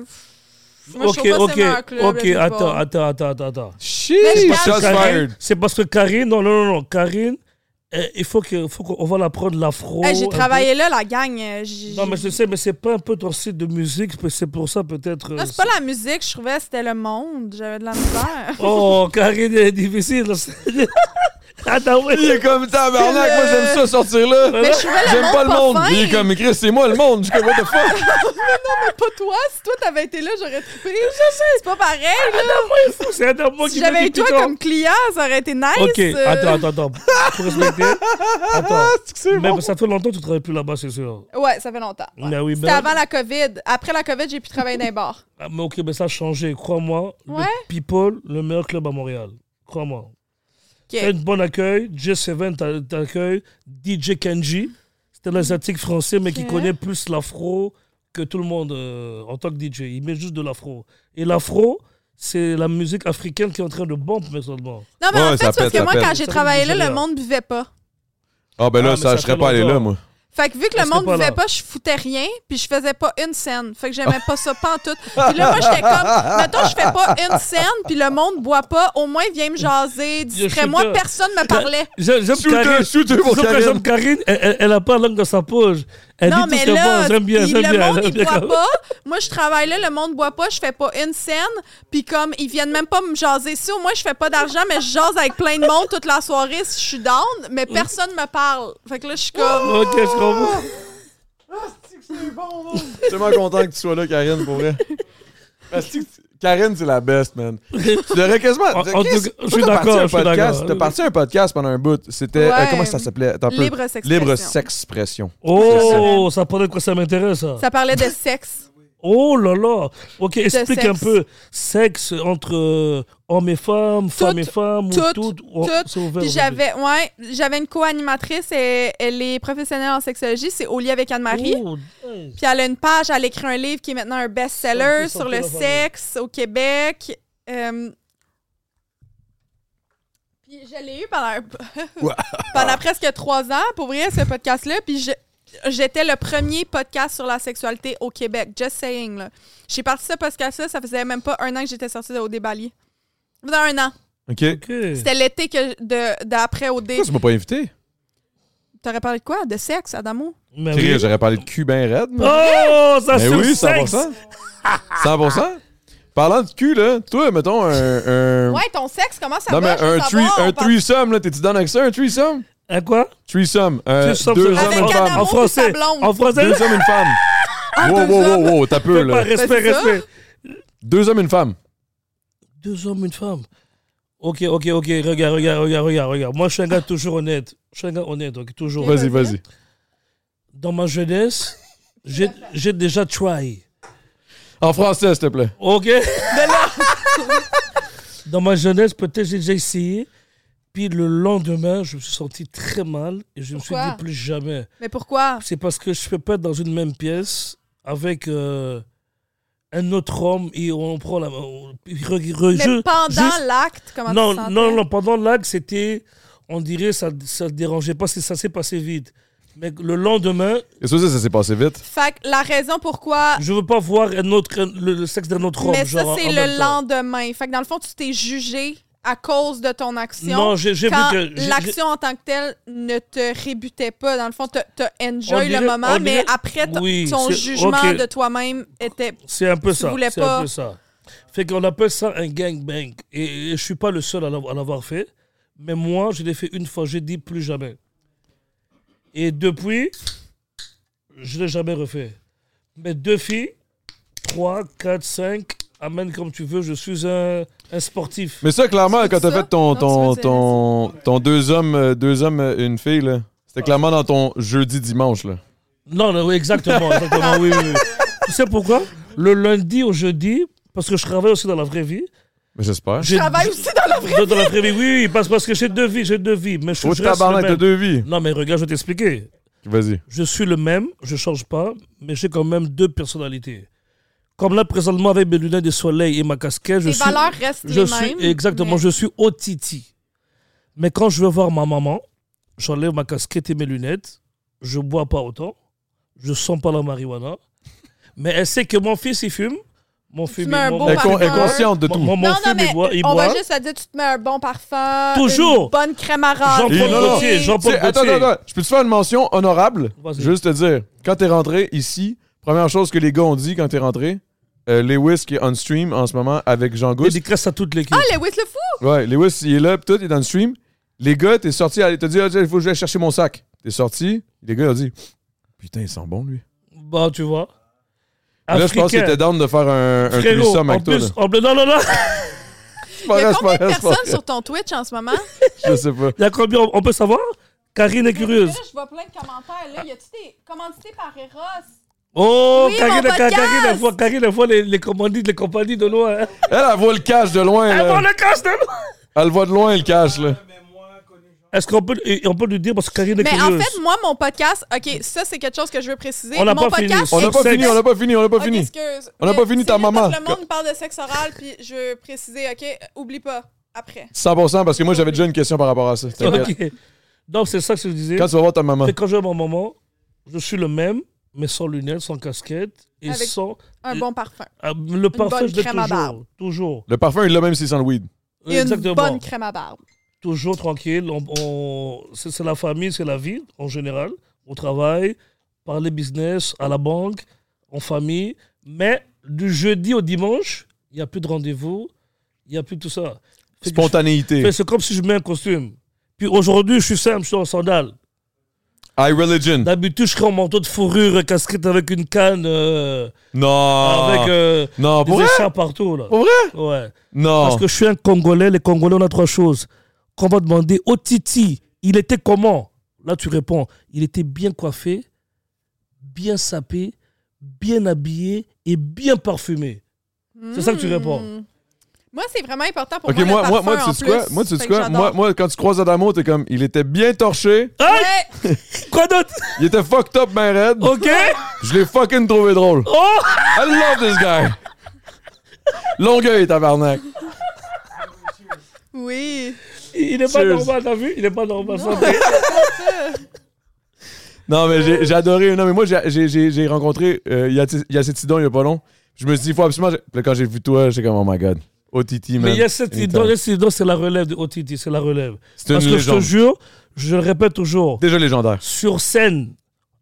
Speaker 6: Moi,
Speaker 8: Ok,
Speaker 6: je trouve pas
Speaker 8: ok,
Speaker 6: c'est le meilleur club,
Speaker 8: ok,
Speaker 6: le People.
Speaker 8: attends, attends, attends, attends, attends.
Speaker 7: Sheesh!
Speaker 6: Mais je
Speaker 7: Shots
Speaker 6: pense-
Speaker 7: fired!
Speaker 8: C'est parce que Karine, non, non, non, non, Karine, euh, il faut qu'on faut qu'on- on va la prendre l'afro.
Speaker 6: Hey,
Speaker 8: un
Speaker 6: j'ai
Speaker 8: peu.
Speaker 6: travaillé là, la gang. euh, j'ai-
Speaker 8: Non, mais je sais, mais c'est pas un peu ton site de musique, parce que c'est pour ça peut-être. euh,
Speaker 6: Non, Ah, c'est pas la musique, je trouvais, c'était le monde. J'avais de la misère.
Speaker 8: Oh, Karine elle est difficile. <laughs> Attends, ouais.
Speaker 7: Il est comme tabarnak,
Speaker 6: C'est
Speaker 7: moi
Speaker 6: le-
Speaker 7: j'aime ça sortir là!
Speaker 6: mais je trouvais le
Speaker 7: J'aime
Speaker 6: monde
Speaker 7: pas le monde!
Speaker 6: fin.
Speaker 7: Il est comme, Chris, c'est moi le monde! Je suis comme, what
Speaker 8: <laughs>
Speaker 7: the fuck?
Speaker 6: <laughs> Pas toi, si toi t'avais été là, j'aurais trippé. C'est pas pareil, là.
Speaker 8: Ah, Moi, il faut, c'est Adam moi
Speaker 6: Si
Speaker 8: qui met
Speaker 6: j'avais
Speaker 8: des
Speaker 6: eu toi
Speaker 8: piquants.
Speaker 6: comme client, ça aurait été nice.
Speaker 8: Ok,
Speaker 6: euh.
Speaker 8: attends, attends, attends. Pour
Speaker 7: <laughs>
Speaker 8: respecter. Attends.
Speaker 7: Ah, C'est
Speaker 8: Mais
Speaker 7: bon.
Speaker 8: ça fait longtemps que tu travailles plus là-bas, c'est sûr.
Speaker 6: Ouais, ça fait longtemps. ouais.
Speaker 8: Mais Ben oui,
Speaker 6: C'était
Speaker 8: mais-
Speaker 6: avant la COVID. Après la COVID, j'ai pu travailler dans les bars.
Speaker 8: Ah, Mais ok, mais ça a changé, crois-moi. le
Speaker 6: Ouais.
Speaker 8: People, le meilleur club à Montréal. Crois-moi.
Speaker 6: Ok.
Speaker 8: T'as une bonne accueil. J7 t'a- t'accueille. DJ Kenji, c'est un asiatique français, mais qui
Speaker 6: Ok.
Speaker 8: connaît plus l'afro que tout le monde euh, en tant que DJ. Il met juste de l'afro. Et l'afro, c'est la musique africaine qui est en train de bomber maintenant.
Speaker 6: Non, mais
Speaker 7: Ouais,
Speaker 6: en fait,
Speaker 7: ça
Speaker 6: c'est parce
Speaker 7: pète, ça
Speaker 6: que moi,
Speaker 7: pète.
Speaker 6: quand j'ai
Speaker 8: Ça
Speaker 6: travaillé là,
Speaker 8: bougeait
Speaker 6: le
Speaker 8: là.
Speaker 6: monde buvait pas.
Speaker 7: Ah, ben
Speaker 8: Ah,
Speaker 7: là,
Speaker 8: mais
Speaker 7: ça,
Speaker 8: ça fait
Speaker 7: je serais pas allé là,
Speaker 8: longtemps.
Speaker 7: moi.
Speaker 6: Fait que vu que
Speaker 7: On
Speaker 6: le monde
Speaker 7: serait Ah, pas
Speaker 6: ne
Speaker 7: là.
Speaker 6: vivait pas, je foutais rien, puis je faisais pas une scène. Fait que j'aimais pas ça pantoute. Puis là, moi, j'étais comme, mettons, je fais pas une scène, puis le monde boit pas, au moins, viens me jaser, distrais-moi,
Speaker 7: shooter.
Speaker 6: personne me parlait.
Speaker 7: J'ai- J'aime
Speaker 8: Shootez,
Speaker 7: Karine.
Speaker 8: shootez, mon
Speaker 7: Sauf que
Speaker 8: Karine.
Speaker 7: j'aime Karine, elle- elle elle a pas la langue dans sa poche. <laughs> Elle
Speaker 6: Non,
Speaker 7: dit tout
Speaker 6: mais
Speaker 7: ce qu'elle
Speaker 6: là,
Speaker 7: pense. J'aime bien,
Speaker 6: il-
Speaker 7: j'aime
Speaker 6: le
Speaker 7: bien.
Speaker 6: monde,
Speaker 7: j'aime
Speaker 6: il
Speaker 7: <laughs> bien
Speaker 6: boit
Speaker 7: Karine.
Speaker 6: pas. Moi, je travaille là, le monde boit pas, je fais pas une scène. Puis comme, ils viennent même pas me jaser. Si au moins, je fais pas d'argent, mais je jase avec plein de monde toute la soirée si je suis down,
Speaker 7: Mm.
Speaker 6: mais personne me parle. Fait que là, je suis comme...
Speaker 7: Ok, je comprends.
Speaker 6: Ah,
Speaker 8: Je suis tellement content que tu sois là, Karine, pour vrai. Parce que tu- Karine, c'est la best, man. Tu devrais quasiment.
Speaker 7: En- en tout
Speaker 8: Qu'est-ce-
Speaker 7: cas,
Speaker 8: toi,
Speaker 7: je suis
Speaker 8: t'as parti
Speaker 7: d'accord,
Speaker 8: un
Speaker 7: je suis
Speaker 8: podcast-
Speaker 7: d'accord.
Speaker 8: T'as parti un podcast pendant un bout. C'était. euh,
Speaker 6: Ouais.
Speaker 8: comment ça s'appelait Attends un peu.
Speaker 6: Libre s'expression.
Speaker 8: Libre s'expression.
Speaker 7: Oh, ça paraît que ça m'intéresse. ça.
Speaker 6: Ça parlait de sexe.
Speaker 7: Oh là là. Ok, explique
Speaker 6: sexe.
Speaker 7: un peu. Sexe entre euh, hommes et femmes, femmes et femmes,
Speaker 6: tout,
Speaker 7: ou tout. oh,
Speaker 6: tout.
Speaker 7: c'est ouvert
Speaker 6: Puis
Speaker 7: aujourd'hui.
Speaker 6: j'avais, ouais, j'avais une co-animatrice, elle, elle est professionnelle en sexologie, c'est au lit avec Anne-Marie.
Speaker 7: Oh, nice.
Speaker 6: Puis elle a une page, elle écrit un livre qui est maintenant un best-seller
Speaker 7: Ok,
Speaker 6: sur le
Speaker 7: sortez la
Speaker 6: sexe au Québec. Euh, Puis je l'ai eu pendant, un- <laughs> pendant presque trois ans, pour vrai, ce podcast-là. Puis je- j'étais le premier podcast sur la sexualité au Québec, just saying. Là. J'ai parti ce podcast-là, ça faisait même pas un an que j'étais sortie au déballier. Ça faisait un an.
Speaker 8: OK.
Speaker 7: Ok.
Speaker 6: C'était l'été que de- d'après au dé.
Speaker 8: Pourquoi tu m'as pas invité
Speaker 6: T'aurais parlé de quoi? De sexe, Adamo?
Speaker 7: Mais Ben oui.
Speaker 8: Chris, J'aurais parlé de cul bien raide, moi.
Speaker 7: Oh, ça
Speaker 8: Mais
Speaker 7: c'est
Speaker 8: oui,
Speaker 7: le sexe.
Speaker 8: 100%. 100%. Parlant de cul, là, toi, mettons un. un...
Speaker 6: Ouais, ton sexe, comment ça
Speaker 8: non, mais
Speaker 6: va? Je veux
Speaker 8: un,
Speaker 6: savoir,
Speaker 8: three-
Speaker 6: on
Speaker 8: un
Speaker 6: parle-
Speaker 8: threesome, là, t'es-tu dans avec ça, un threesome?
Speaker 7: Un quoi
Speaker 8: Threesome. Euh,
Speaker 7: Threesome,
Speaker 8: deux
Speaker 7: c'est-
Speaker 8: hommes et une
Speaker 6: Avec
Speaker 8: femme.
Speaker 6: Adamo.
Speaker 7: En
Speaker 6: puis
Speaker 7: français.
Speaker 6: sa blonde.
Speaker 7: En français.
Speaker 8: Deux hommes et une femme. wow,
Speaker 6: deux
Speaker 8: wow,
Speaker 6: hommes.
Speaker 8: wow, wow, t'as peu,
Speaker 7: Fais pas
Speaker 8: là.
Speaker 7: respect,
Speaker 6: Ben, c'est ça.
Speaker 7: respect.
Speaker 8: Deux hommes et une femme.
Speaker 7: Deux hommes, une femme. Ok, ok, ok. Regarde, regarde, regarde, regarde, regarde. Moi, je suis un gars toujours honnête. Je suis un gars honnête, donc toujours.
Speaker 8: Vas-y, vas-y.
Speaker 7: Dans ma jeunesse, j'ai j'ai déjà try.
Speaker 8: En français, s'il te plaît.
Speaker 7: Ok. Dans ma jeunesse, peut-être j'ai déjà essayé. Puis le lendemain, je me suis senti très mal et je me
Speaker 6: Pourquoi
Speaker 7: suis dit plus jamais.
Speaker 6: Mais pourquoi?
Speaker 7: C'est parce que je peux pas être dans une même pièce avec euh, un autre homme et on prend la. on- il re- il re-
Speaker 6: Mais
Speaker 7: je-
Speaker 6: pendant
Speaker 7: juste-
Speaker 6: l'acte, comment tu
Speaker 7: non,
Speaker 6: te sentais?
Speaker 7: non, non, pendant l'acte, c'était. On dirait ça ça te dérangeait pas, c'est- ça s'est passé vite. Mais le lendemain,
Speaker 8: Et ça, ça, ça s'est passé vite.
Speaker 6: Fait que la raison pourquoi...
Speaker 7: je veux pas voir un autre, le, le sexe d'un autre homme.
Speaker 6: mais
Speaker 7: genre,
Speaker 6: ça,
Speaker 7: en-
Speaker 6: c'est
Speaker 7: en
Speaker 6: le
Speaker 7: même temps.
Speaker 6: lendemain. Fait que dans le fond, tu t'es jugé à cause de ton action.
Speaker 7: Non, j'ai- j'ai vu
Speaker 6: quand
Speaker 7: que- j'ai-
Speaker 6: L'action en tant que telle ne te rébutait pas. Dans le fond, t'as t'as
Speaker 7: On
Speaker 6: enjoy
Speaker 7: dirait-
Speaker 6: le moment,
Speaker 7: on dirait-
Speaker 6: mais après, t-
Speaker 7: Oui,
Speaker 6: ton
Speaker 7: c'est-
Speaker 6: jugement
Speaker 7: ok.
Speaker 6: de toi-même était...
Speaker 7: C'est un peu
Speaker 6: Tu
Speaker 7: ça.
Speaker 6: voulais
Speaker 7: C'est
Speaker 6: pas.
Speaker 7: un peu ça. Fait qu'on appelle ça un gangbang. Et, et je suis pas le seul à l'av- à l'avoir fait. Mais moi, je l'ai fait une fois. J'ai dit plus jamais. Et depuis, je l'ai jamais refait. Mais deux filles, trois, quatre, cinq, amène comme tu veux. Je suis un, un sportif.
Speaker 8: Ah, Mais ça, clairement,
Speaker 6: Tu
Speaker 8: quand t'as
Speaker 6: dis ça?
Speaker 8: fait ton,
Speaker 6: Non, tu
Speaker 8: ton,
Speaker 6: veux dire-
Speaker 8: ton, ton deux hommes, euh, deux hommes, euh, une fille, là, c'était clairement dans ton jeudi-dimanche, là.
Speaker 7: Non, non, oui, exactement. exactement, oui, oui, oui. Tu sais pourquoi Le lundi au jeudi, parce que je travaille aussi dans la vraie vie.
Speaker 8: Mais J'espère.
Speaker 7: Je
Speaker 6: Travaille aussi dans la vraie
Speaker 7: dans, dans la vraie vie, oui, oui, parce, parce que j'ai deux vies, j'ai deux vies. Mais je,
Speaker 8: Oh,
Speaker 7: je reste le
Speaker 8: tabarnak, t'as
Speaker 7: même.
Speaker 8: deux vies.
Speaker 7: Non, mais regarde, je vais t'expliquer.
Speaker 8: Vas-y.
Speaker 7: Je suis le même, je change pas, mais j'ai quand même deux personnalités. Comme là, présentement, avec mes lunettes de soleil et ma casquette, je
Speaker 6: Tes
Speaker 7: suis.
Speaker 6: valeurs restent
Speaker 7: je
Speaker 6: les
Speaker 7: suis
Speaker 6: mêmes.
Speaker 7: exactement,
Speaker 6: mais-
Speaker 7: je suis au Titi. Mais quand je veux voir ma maman, j'enlève ma casquette et mes lunettes, je bois pas autant, je sens pas la marijuana, mais elle sait que mon fils, il fume. Mon fils,
Speaker 6: mets un
Speaker 7: mon,
Speaker 6: bon
Speaker 8: Elle est con-
Speaker 6: parfum.
Speaker 8: elle est consciente de
Speaker 7: mon-
Speaker 8: tout.
Speaker 7: mon- mon
Speaker 6: non, non,
Speaker 7: fume,
Speaker 6: mais
Speaker 7: il boit. il
Speaker 6: on
Speaker 7: boit.
Speaker 6: va juste te dire, tu te mets un bon parfum.
Speaker 7: Toujours.
Speaker 6: Une bonne crème à
Speaker 7: Jean-Paul
Speaker 6: râper.
Speaker 8: Et non, non.
Speaker 7: Gaultier,
Speaker 8: Tu
Speaker 7: Jean-Paul
Speaker 8: sais, attends,
Speaker 7: Gaultier.
Speaker 8: attends, attends. Je peux te faire une mention honorable?
Speaker 7: Vas-y.
Speaker 8: Juste te dire, quand t'es rentré ici, première chose que les gars ont dit quand t'es rentré, euh, Lewis qui est on stream en ce moment avec Jean Gousse.
Speaker 7: Dédicace à toute l'équipe.
Speaker 6: Ah, Lewis le fou!
Speaker 8: Ouais, Lewis, il est là, pis tout, il est dans le stream. Les gars, t'es sorti, allez, t'as dit, Ah, il faut que j'aille chercher mon sac. T'es sorti, les gars, ils ont dit, putain, il sent bon, lui.
Speaker 7: Bah, tu vois.
Speaker 8: Mais Là, je pense qu'il était down de faire un, un
Speaker 7: Frérot,
Speaker 8: threesome
Speaker 7: en
Speaker 8: avec toi.
Speaker 7: plus,
Speaker 8: là.
Speaker 7: en plus- non, non,
Speaker 8: <laughs>
Speaker 7: non.
Speaker 8: C'est
Speaker 6: Il
Speaker 8: pas
Speaker 6: y a
Speaker 8: vrai, c'est
Speaker 6: combien
Speaker 8: pas
Speaker 6: de
Speaker 8: vrai, c'est pas
Speaker 6: personnes
Speaker 8: vrai.
Speaker 6: sur ton Twitch en ce moment?
Speaker 8: Je sais pas.
Speaker 7: Il y a combien On peut savoir Karine est <laughs> curieuse.
Speaker 6: Là, je vois plein de commentaires. Là, y a-tu des commandités par Eros?
Speaker 7: Oh,
Speaker 6: Oui,
Speaker 7: Karine,
Speaker 6: mon
Speaker 7: Karine,
Speaker 6: podcast.
Speaker 7: Karine, elle voit, Karine, elle voit les, les commandites, les compagnies de loin. hein.
Speaker 8: Elle, elle voit le cash de loin.
Speaker 7: Elle voit
Speaker 8: Là.
Speaker 7: le cash de loin.
Speaker 8: Elle voit de loin le cash. Là.
Speaker 7: Est-ce qu'on peut, et on peut lui dire parce que Karine est
Speaker 6: Mais en
Speaker 7: curieuse
Speaker 6: fait, moi, mon podcast, OK, ça, c'est quelque chose que je veux préciser.
Speaker 7: On n'a
Speaker 6: mon
Speaker 7: pas fini.
Speaker 6: podcast,
Speaker 8: On n'a
Speaker 7: a
Speaker 6: n'a
Speaker 8: pas fini, on n'a pas fini, on n'a pas fini.
Speaker 6: excuse.
Speaker 8: On n'a
Speaker 6: Mais
Speaker 8: pas fini
Speaker 6: c'est
Speaker 8: ta
Speaker 6: juste
Speaker 8: maman.
Speaker 6: parce que Le monde parle de sexe oral, puis je veux préciser, OK, oublie pas, après.
Speaker 8: 100% parce que moi, j'avais déjà une question par rapport à ça. T'inquiète.
Speaker 7: Ok. Donc, c'est ça que je disais.
Speaker 8: Quand tu vas voir ta maman.
Speaker 7: Fait que quand je vois mon maman,
Speaker 8: Je suis le même, mais sans lunettes, sans casquette et
Speaker 6: Avec-
Speaker 8: sans.
Speaker 6: Un
Speaker 8: Et-
Speaker 6: bon parfum.
Speaker 8: Ah,
Speaker 7: euh,
Speaker 8: le parfum,
Speaker 6: bonne
Speaker 8: je l'ai
Speaker 6: crème à barbe.
Speaker 8: toujours. Toujours.
Speaker 7: Le parfum, il l'a même s'il sent le weed.
Speaker 6: Et une
Speaker 8: Exactement.
Speaker 6: bonne crème à barbe.
Speaker 8: Toujours tranquille. on- on- c'est c'est la famille, c'est la vie en général. Au travail, parler business, à la banque, en famille. Mais du jeudi au dimanche, il n'y a plus de rendez-vous, il n'y a plus tout ça. Fait que je-
Speaker 7: Spontanéité.
Speaker 8: fait- C'est comme si je mets un costume. Puis aujourd'hui, je suis simple, je suis en sandales.
Speaker 7: High religion.
Speaker 8: D'habitude, je serais en manteau de fourrure, casquette avec une canne, euh,
Speaker 7: Non.
Speaker 8: avec euh,
Speaker 7: non,
Speaker 8: des
Speaker 7: pour vrai?
Speaker 8: écharpes partout. Là.
Speaker 7: Pour vrai?
Speaker 8: Ouais. Parce
Speaker 7: Non.
Speaker 8: que je suis un Congolais, les Congolais, on a trois choses. Qu'on va demander au Titi, il était comment Là, tu réponds, il était bien coiffé, bien sapé, bien habillé et bien parfumé. C'est ça que tu réponds.
Speaker 6: Moi, c'est vraiment important Hmm. pour
Speaker 7: Ok,
Speaker 6: moi.
Speaker 7: moi,
Speaker 6: le
Speaker 7: moi,
Speaker 6: parfum
Speaker 7: moi,
Speaker 6: en
Speaker 7: tu sais
Speaker 6: plus.
Speaker 7: quoi? Moi, tu
Speaker 6: Fait
Speaker 7: sais
Speaker 6: que
Speaker 7: quoi?
Speaker 6: j'adore.
Speaker 7: Moi, moi, quand tu croises Adamo, t'es comme, il était bien torché,
Speaker 6: Ouais,
Speaker 8: Ah, Quoi d'autre
Speaker 7: il était fucked up, ben raide.
Speaker 8: Ok
Speaker 7: Je l'ai fucking trouvé drôle.
Speaker 8: Oh
Speaker 7: I love this guy. Longueuil, tabarnak.
Speaker 6: Oui.
Speaker 8: Il n'est pas
Speaker 7: Cheers.
Speaker 8: normal, t'as vu Il est pas normal. ça.
Speaker 7: Non, mais j'ai- j'ai adoré. Non, mais moi, j'ai- j'ai j'ai- j'ai rencontré euh, Yati- Yacetidon il y a pas long. Je me suis dit, il faut absolument. Puis là, quand j'ai vu toi, j'étais comme, oh my god. OTT, man.
Speaker 8: Mais yes, c'est Ido, yes, Ido, c'est la relève de Otiti, c'est la relève.
Speaker 7: C'est une
Speaker 8: Parce que je
Speaker 7: légende.
Speaker 8: te jure, je le répète toujours,
Speaker 7: Déjà légendaire.
Speaker 8: sur scène,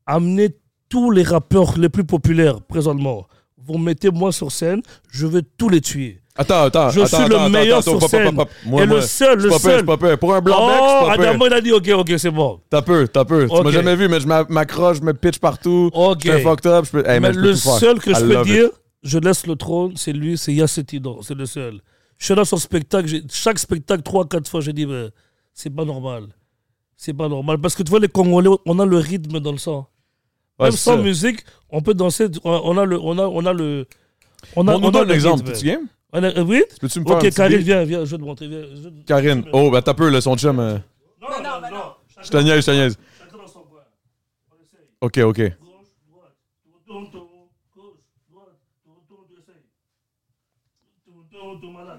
Speaker 8: amenez tous les rappeurs les plus populaires présentement. Vous mettez moi sur scène, je vais tous les tuer.
Speaker 7: Attends, attends.
Speaker 8: Je
Speaker 7: attends,
Speaker 8: suis le
Speaker 7: attends,
Speaker 8: meilleur
Speaker 7: attends,
Speaker 8: sur
Speaker 7: pop, pop,
Speaker 8: scène.
Speaker 7: pop, pop. Moi,
Speaker 8: Et le
Speaker 7: moi,
Speaker 8: seul,
Speaker 7: je
Speaker 8: le
Speaker 7: suis pas peur,
Speaker 8: seul.
Speaker 7: je suis pas peur. Pour un blanc mec,
Speaker 8: oh,
Speaker 7: je suis pas
Speaker 8: Adamo,
Speaker 7: peur.
Speaker 8: il a dit, ok, ok, c'est bon.
Speaker 7: T'as peur, t'as peur. Tu m'as
Speaker 8: Ok.
Speaker 7: jamais vu, mais je m'a- m'accroche, je me pitch partout.
Speaker 8: Ok.
Speaker 7: Je suis fucked up. Je peux... Hey, man,
Speaker 8: Mais
Speaker 7: je peux
Speaker 8: le
Speaker 7: tout faire.
Speaker 8: seul que
Speaker 7: I
Speaker 8: je peux
Speaker 7: love it.
Speaker 8: dire, je laisse le trône, c'est lui, c'est Yacetidon, c'est le seul. Je suis là sur le spectacle, j'ai- chaque spectacle, trois, quatre fois, j'ai dit, mais c'est pas normal. C'est pas normal. Parce que tu vois, les Congolais, on a le rythme dans le sang.
Speaker 7: Ouais,
Speaker 8: Même
Speaker 7: c'est
Speaker 8: sans
Speaker 7: ça.
Speaker 8: musique, on peut danser, on on a le. On a, on a le on
Speaker 7: Bon, nous
Speaker 8: a
Speaker 7: donne
Speaker 8: le
Speaker 7: l'exemple.
Speaker 8: rythme.
Speaker 7: Tu game?
Speaker 8: On a- euh, oui
Speaker 7: Peux-tu me faire un
Speaker 8: Ok,
Speaker 7: petit
Speaker 8: Karine,
Speaker 7: beat?
Speaker 8: viens, viens, je vais te montrer. viens, je vais te-
Speaker 7: Karine. Oh, ben t'as peur, là, son chum. euh,
Speaker 8: Non, non, non,
Speaker 7: Je te niaise, je te niaise.
Speaker 8: chacun dans son coin. On essaye.
Speaker 7: OK, OK.
Speaker 8: Gauche, droite. Tourne, tourne. Gauche, droite. Tourne, tourne, tu essayes. Tourne, tourne, tourne, malade.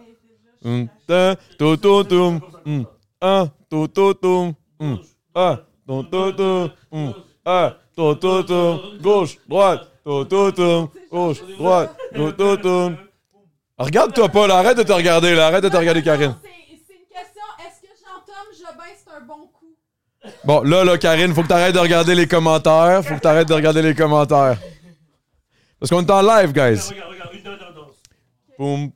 Speaker 7: Hum, ta, tou, tou, toum, hum, ah, tou, tou, toum, hum, ah, tou, tou, toum, hum, ah, tou, tou, toum, gauche, droite, tou, tou, toum, gauche, droite, tou, tou,
Speaker 8: <laughs>
Speaker 7: toum. Ah, Regarde-toi pas, là. Arrête de te regarder, là. Arrête de te regarder, Karine.
Speaker 6: C'est c'est une question. Est-ce que Jean-Tom Jobin, c'est un bon coup?
Speaker 7: Bon, là, là, Karine, faut que t'arrêtes de regarder les commentaires. Faut que t'arrêtes de regarder les commentaires. Parce qu'on est en live, guys.
Speaker 8: Regarde, regarde, une dernière danse.
Speaker 7: Boum.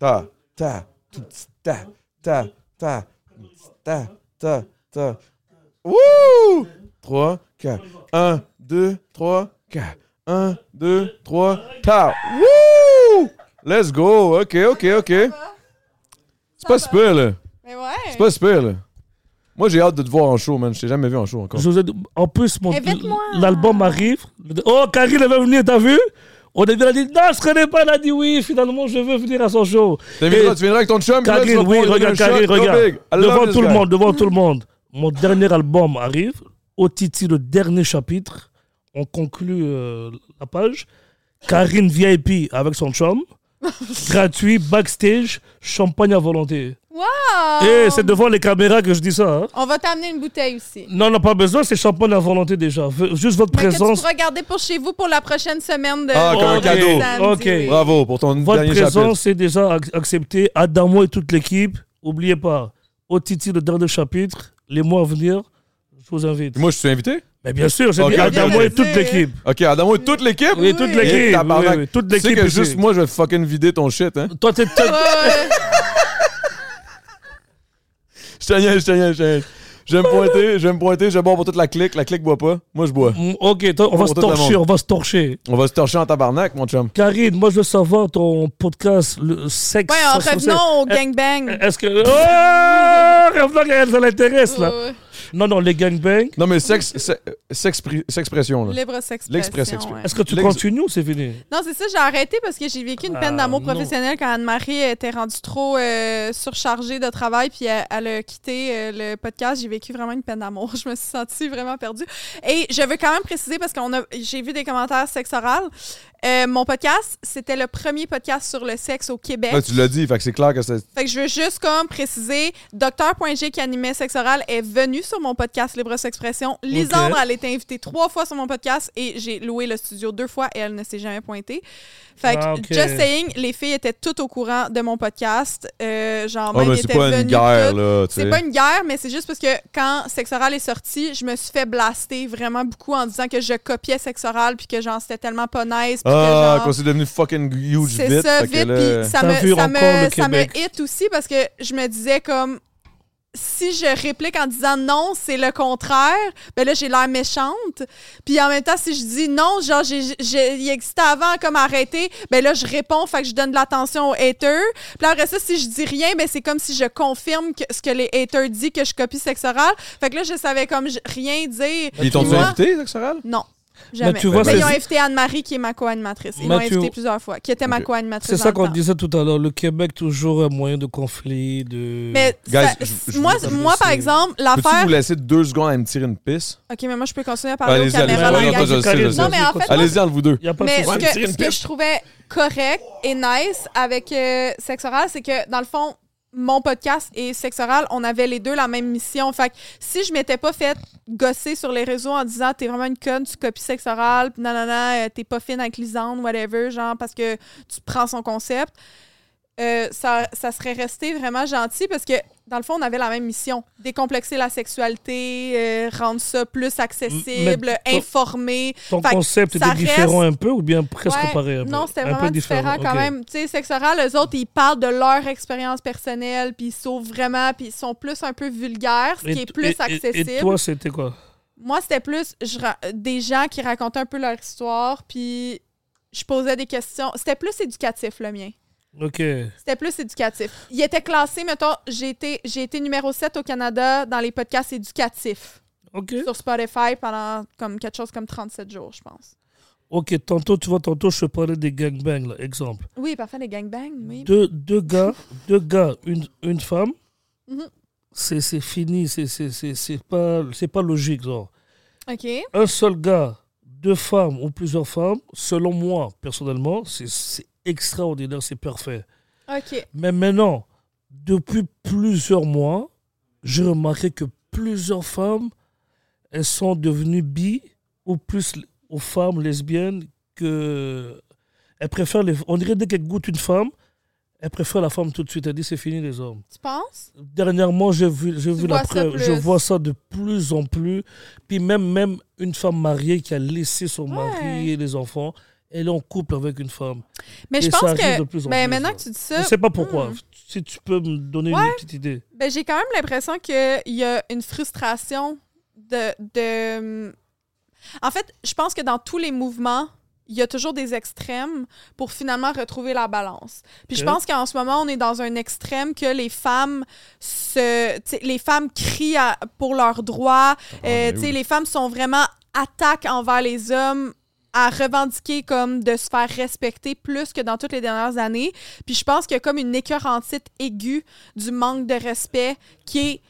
Speaker 7: Ta. Ta. tout, Ta. Ta. Ta. Ta. Ta. Ta. Wouh! 3, 4. 1, 2, 3, 4. 1, 2, 3. Ta. Wouh! Let's go. OK, OK, OK. C'est pas super, là.
Speaker 6: Mais ouais.
Speaker 7: C'est pas super, là. Moi, j'ai hâte de te voir en show, man. Je t'ai jamais vu en show encore.
Speaker 8: Je vous ai dit, en plus, mon,
Speaker 6: Invite-moi.
Speaker 8: l'album arrive. Oh, Karine, elle va venir, t'as vu On est bien dit, non, je connais pas. Elle a dit oui, finalement, je veux venir à son show.
Speaker 7: T'es
Speaker 8: Et-
Speaker 7: venu là, tu viendras avec ton chum. puis là, tu
Speaker 8: Karine,
Speaker 7: vas
Speaker 8: oui,
Speaker 7: pouvoir lui donner
Speaker 8: regarde,
Speaker 7: un
Speaker 8: Karine,
Speaker 7: shot. Go
Speaker 8: regarde.
Speaker 7: big. I love
Speaker 8: Devant
Speaker 7: this
Speaker 8: tout le
Speaker 7: guy.
Speaker 8: monde, devant tout le monde. Mon dernier album arrive. Au Titi, le dernier chapitre. On conclut euh, la page. Karine VIP avec son chum. Gratuit, backstage, champagne à volonté.
Speaker 6: Wow!
Speaker 8: Et Eh, c'est devant les caméras que je dis ça. hein.
Speaker 6: On va t'amener une bouteille aussi.
Speaker 8: Non, non, pas besoin, c'est champagne à volonté déjà. Ve- Juste votre
Speaker 6: Mais que tu
Speaker 8: présence.
Speaker 6: pourras garder pour chez vous pour la prochaine semaine de.
Speaker 7: Ah, comme un
Speaker 6: de
Speaker 7: cadeau.
Speaker 6: samedi,
Speaker 8: Ok.
Speaker 6: oui.
Speaker 7: Bravo pour ton
Speaker 8: Votre
Speaker 7: dernier chapitre.
Speaker 8: présence est déjà ac- acceptée. Adamo et toute l'équipe, oubliez pas. Au Titi, le dernier chapitre, les mois à venir, je vous invite.
Speaker 7: Moi, je suis invité.
Speaker 8: Mais bien sûr, j'ai
Speaker 7: Ok,
Speaker 8: dit
Speaker 7: ok.
Speaker 8: Adamo et toute
Speaker 6: Bien dit.
Speaker 8: l'équipe.
Speaker 7: Ok, Adamo et toute l'équipe.
Speaker 8: Oui, toute
Speaker 7: Et
Speaker 8: l'équipe.
Speaker 7: tabarnak.
Speaker 8: oui, oui, toute
Speaker 7: Tu sais
Speaker 8: l'équipe
Speaker 7: que
Speaker 8: est
Speaker 7: juste
Speaker 8: chez-
Speaker 7: moi, je vais fucking vider ton shit, hein.
Speaker 8: Toi,
Speaker 6: <laughs>
Speaker 8: t'es. t'es-
Speaker 6: Ouais,
Speaker 7: Je te niaise, je te niaise, je te niaise. Je vais me pointer, je vais me pointer, je vais boire pour toute la clique. La clique boit pas. Moi, je bois.
Speaker 8: Mm, Ok, toi, on va
Speaker 7: Pour
Speaker 8: se
Speaker 7: tout le
Speaker 8: torcher,
Speaker 7: monde.
Speaker 8: on va se torcher.
Speaker 7: On va se torcher en tabarnak, mon chum.
Speaker 8: Karine, moi, je veux savoir ton podcast, le sexe.
Speaker 6: ouais en
Speaker 8: sexe,
Speaker 6: revenant au
Speaker 8: sexe.
Speaker 6: gangbang.
Speaker 8: Est-ce que. Oh Revenons qu'elle ça l'intéresse, là.
Speaker 6: Ouais,
Speaker 8: Non, non, les gangbangs.
Speaker 7: Non, mais sexe, se- s'expri- s'expression, là.
Speaker 6: Libre s'expression.
Speaker 7: L'express
Speaker 6: ouais.
Speaker 8: Est-ce que tu
Speaker 7: L'ex-
Speaker 8: continues ou c'est fini
Speaker 6: Non, c'est ça, j'ai arrêté parce que j'ai vécu une peine
Speaker 8: Ah,
Speaker 6: d'amour
Speaker 8: non.
Speaker 6: professionnel quand Anne-Marie était rendue trop euh, surchargée de travail puis elle, elle a quitté euh, le podcast. J'ai vécu vraiment une peine d'amour. <laughs> Je me suis sentie vraiment perdue. Et je veux quand même préciser parce qu'on a j'ai vu des commentaires sexe oral. Euh, mon podcast, c'était le premier podcast sur le sexe au Québec.
Speaker 7: Ah,
Speaker 2: Là, tu l'as dit, fait que c'est clair que c'est.
Speaker 6: Fait que je veux juste comme préciser, Docteur.g qui animait Sexe Oral est venu sur mon podcast Libre Expression. Lisandre, elle a été invitée trois fois sur mon podcast et j'ai loué le studio deux fois et elle ne s'est jamais pointée. Fait que,
Speaker 7: Ah, ok.
Speaker 6: just saying, les filles étaient toutes au courant de mon podcast. Euh, genre,
Speaker 2: Ah,
Speaker 6: même
Speaker 2: mais
Speaker 6: étaient
Speaker 2: c'est pas une
Speaker 6: venues
Speaker 2: guerre,
Speaker 6: toutes.
Speaker 2: là. tu
Speaker 6: C'est
Speaker 2: sais.
Speaker 6: pas une guerre, mais c'est juste parce que quand Sex Oral est sorti, je me suis fait blaster vraiment beaucoup en disant que je copiais Sex Oral puis que genre c'était tellement pas nice. puis que,
Speaker 2: Ah,
Speaker 6: genre,
Speaker 2: qu'on s'est devenu fucking huge vite.
Speaker 6: c'est ça,
Speaker 2: fait que
Speaker 6: vite.
Speaker 2: là-
Speaker 6: Puis ça
Speaker 7: Ça
Speaker 6: me,
Speaker 7: vire
Speaker 6: ça,
Speaker 7: encore le
Speaker 6: me, ça me
Speaker 7: Québec.
Speaker 6: hit aussi parce que je me disais comme si je réplique en disant non, c'est le contraire, ben là, j'ai l'air méchante. Puis en même temps, si je dis non, genre, j'ai, j'ai- il existait avant, comme arrêté, ben là, je réponds, fait que je donne de l'attention aux haters. Puis après ça, si je dis rien, ben c'est comme si je confirme que, ce que les haters disent, que je copie sexe oral. Fait que là, je savais comme j- rien dire.
Speaker 2: Puis ils t'ont-tu
Speaker 6: Moi,
Speaker 2: invité, Zach Sorel?
Speaker 6: Non. Jamais.
Speaker 7: tu vois,
Speaker 6: Mais ils
Speaker 7: c'est-
Speaker 6: ont invité Anne-Marie, qui est ma co-animatrice. Ils m'ont
Speaker 7: Mais tu-
Speaker 6: invité plusieurs fois, qui était ma
Speaker 2: Ok.
Speaker 6: co-animatrice.
Speaker 7: C'est ça
Speaker 6: dans le
Speaker 7: qu'on
Speaker 6: temps.
Speaker 7: disait tout à l'heure. Le Québec, toujours un moyen de conflit. De...
Speaker 6: Mais
Speaker 2: Guys,
Speaker 6: ça-
Speaker 2: je- je-
Speaker 6: moi,
Speaker 2: je-
Speaker 6: moi, par exemple,
Speaker 2: Peux-tu
Speaker 6: l'affaire.
Speaker 2: vous laisser deux secondes à me tirer une pisse?
Speaker 6: Ok, mais moi, je peux continuer à
Speaker 7: Ah,
Speaker 6: parler aux
Speaker 2: Allez-y, allez-y.
Speaker 6: caméras.
Speaker 2: Ouais,
Speaker 6: dans
Speaker 2: non,
Speaker 6: la
Speaker 2: toi,
Speaker 6: gang.
Speaker 2: je sais, je sais.
Speaker 6: Non, mais en fait, moi,
Speaker 2: Allez-y entre vous deux.
Speaker 7: Il y a pas de
Speaker 6: Mais
Speaker 7: souci.
Speaker 6: ce que, ce que je trouvais correct et nice avec euh, Sexe Oral, c'est que, dans le fond, mon podcast et Sexe Oral, on avait les deux la même mission. Fait que si je m'étais pas fait gosser sur les réseaux en disant t'es vraiment une conne, tu copies Sexe Oral, pis nanana, euh, t'es pas fine avec Lisande, whatever, genre, parce que tu prends son concept, euh, ça, ça serait resté vraiment gentil parce que, dans le fond, on avait la même mission. Décomplexer la sexualité, euh, rendre ça plus accessible,
Speaker 7: ton-
Speaker 6: informer.
Speaker 7: Ton
Speaker 6: Fait que
Speaker 7: concept
Speaker 6: ça
Speaker 7: était différent
Speaker 6: reste-
Speaker 7: un peu ou bien presque
Speaker 6: Ouais.
Speaker 7: pareil un peu?
Speaker 6: Non, c'était
Speaker 7: Un
Speaker 6: vraiment
Speaker 7: peu
Speaker 6: différent, quand
Speaker 7: ok.
Speaker 6: même. Tu sais, sexe oral, eux autres, ils parlent de leur expérience personnelle, puis ils s'ouvrent vraiment, puis ils sont plus un peu vulgaires, ce
Speaker 7: Et-
Speaker 6: qui est
Speaker 7: et-
Speaker 6: plus
Speaker 7: et-
Speaker 6: accessible.
Speaker 7: Et, toi, c'était quoi
Speaker 6: Moi, c'était plus je ra- des gens qui racontaient un peu leur histoire, puis je posais des questions. C'était plus éducatif, le mien.
Speaker 7: Ok.
Speaker 6: C'était plus éducatif. Il était classé, mettons, j'ai été, j'ai été numéro 7 au Canada dans les podcasts éducatifs
Speaker 7: Ok.
Speaker 6: sur Spotify pendant comme quelque chose comme 37 jours, je pense.
Speaker 7: Ok, tantôt, tu vois, tantôt, je te parlais des gangbangs, là, exemple.
Speaker 6: Oui, parfait, les gangbangs, oui.
Speaker 7: Deux, deux gars, deux gars, une, une femme,
Speaker 2: Mhm.
Speaker 7: c'est c'est fini, c'est- c'est c'est- c'est pas, c'est pas logique, genre.
Speaker 6: OK.
Speaker 7: un seul gars, deux femmes ou plusieurs femmes, selon moi, personnellement, c'est- c'est extraordinaire, c'est parfait.
Speaker 6: OK.
Speaker 7: Mais maintenant, depuis plusieurs mois, j'ai remarqué que plusieurs femmes, elles sont devenues bi ou plus l- aux femmes lesbiennes que... Elles préfèrent les... On dirait dès qu'elles goûtent une femme, elles préfèrent la femme tout de suite. Elles disent c'est fini les hommes.
Speaker 6: Tu penses?
Speaker 7: Dernièrement, j'ai vu, j'ai vu la
Speaker 6: vois ça
Speaker 7: preuve. Je
Speaker 6: plus.
Speaker 7: vois ça de plus en plus. Puis même, même une femme mariée qui a laissé son mari et les enfants, elle est en couple avec une femme.
Speaker 6: Mais je
Speaker 7: Et ça
Speaker 6: pense
Speaker 7: arrive
Speaker 6: que.
Speaker 7: de plus en
Speaker 6: mais
Speaker 7: plus,
Speaker 6: maintenant
Speaker 7: là.
Speaker 6: que tu dis
Speaker 7: Je
Speaker 6: ça,
Speaker 7: ne sais pas pourquoi.
Speaker 6: hmm.
Speaker 7: Si tu peux me donner
Speaker 6: Ouais.
Speaker 7: une petite idée.
Speaker 6: ben, j'ai quand même l'impression qu'il y a une frustration de, de. hum, En fait, je pense que dans tous les mouvements, il y a toujours des extrêmes pour finalement retrouver la balance. Puis je
Speaker 7: Ok.
Speaker 6: pense qu'en ce moment, on est dans un extrême que les femmes se, tu sais, les femmes crient à- pour leurs droits.
Speaker 7: Ah,
Speaker 6: Euh,
Speaker 7: ben
Speaker 2: mais
Speaker 6: tu sais,
Speaker 2: oui.
Speaker 6: les femmes sont vraiment attaques envers les hommes à revendiquer comme de se faire respecter plus que dans toutes les dernières années. Puis je pense qu'il y a comme une écœurantite aiguë du manque de respect qui est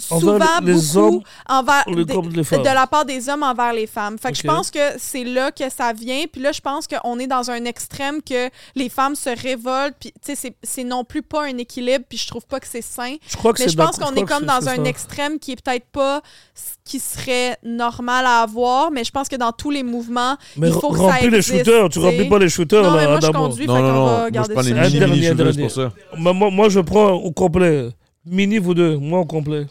Speaker 6: souvent
Speaker 7: Envers les- les
Speaker 6: beaucoup
Speaker 7: hommes,
Speaker 6: envers
Speaker 7: le
Speaker 6: des-
Speaker 7: couple des femmes.
Speaker 6: de la part des hommes envers les femmes. Fait que je
Speaker 7: Ok.
Speaker 6: pense que c'est là que ça vient. Puis là, je pense qu'on est dans un extrême que les femmes se révoltent. Puis tu sais, c'est- c'est non plus pas un équilibre. Puis je trouve pas que c'est sain.
Speaker 7: Je crois que
Speaker 6: Mais
Speaker 7: c'est
Speaker 6: je pense
Speaker 7: d'accord-
Speaker 6: qu'on
Speaker 7: je
Speaker 6: est
Speaker 7: crois que
Speaker 6: comme dans
Speaker 7: c'est- c'est
Speaker 6: un
Speaker 7: ça.
Speaker 6: extrême qui est peut-être pas ce qui serait normal à avoir, mais je pense que dans tous les mouvements,
Speaker 7: Mais
Speaker 6: il faut
Speaker 7: re-
Speaker 6: que ça
Speaker 7: remplis les
Speaker 6: existe,
Speaker 7: shooters. Tu
Speaker 6: sais.
Speaker 7: remplis pas les shooters,
Speaker 6: Non,
Speaker 7: là,
Speaker 6: mais moi, je
Speaker 7: Adamo.
Speaker 6: conduis,
Speaker 2: Non,
Speaker 6: fait
Speaker 2: non,
Speaker 6: qu'on va
Speaker 2: non. Moi, je
Speaker 6: garder
Speaker 2: prends les
Speaker 6: ça.
Speaker 2: mini, mini
Speaker 7: Dernier,
Speaker 2: cheveux, c'est
Speaker 7: dernier.
Speaker 2: pour ça.
Speaker 7: Mais moi, moi, je prends au complet. Mini, vous deux. Moi, au complet.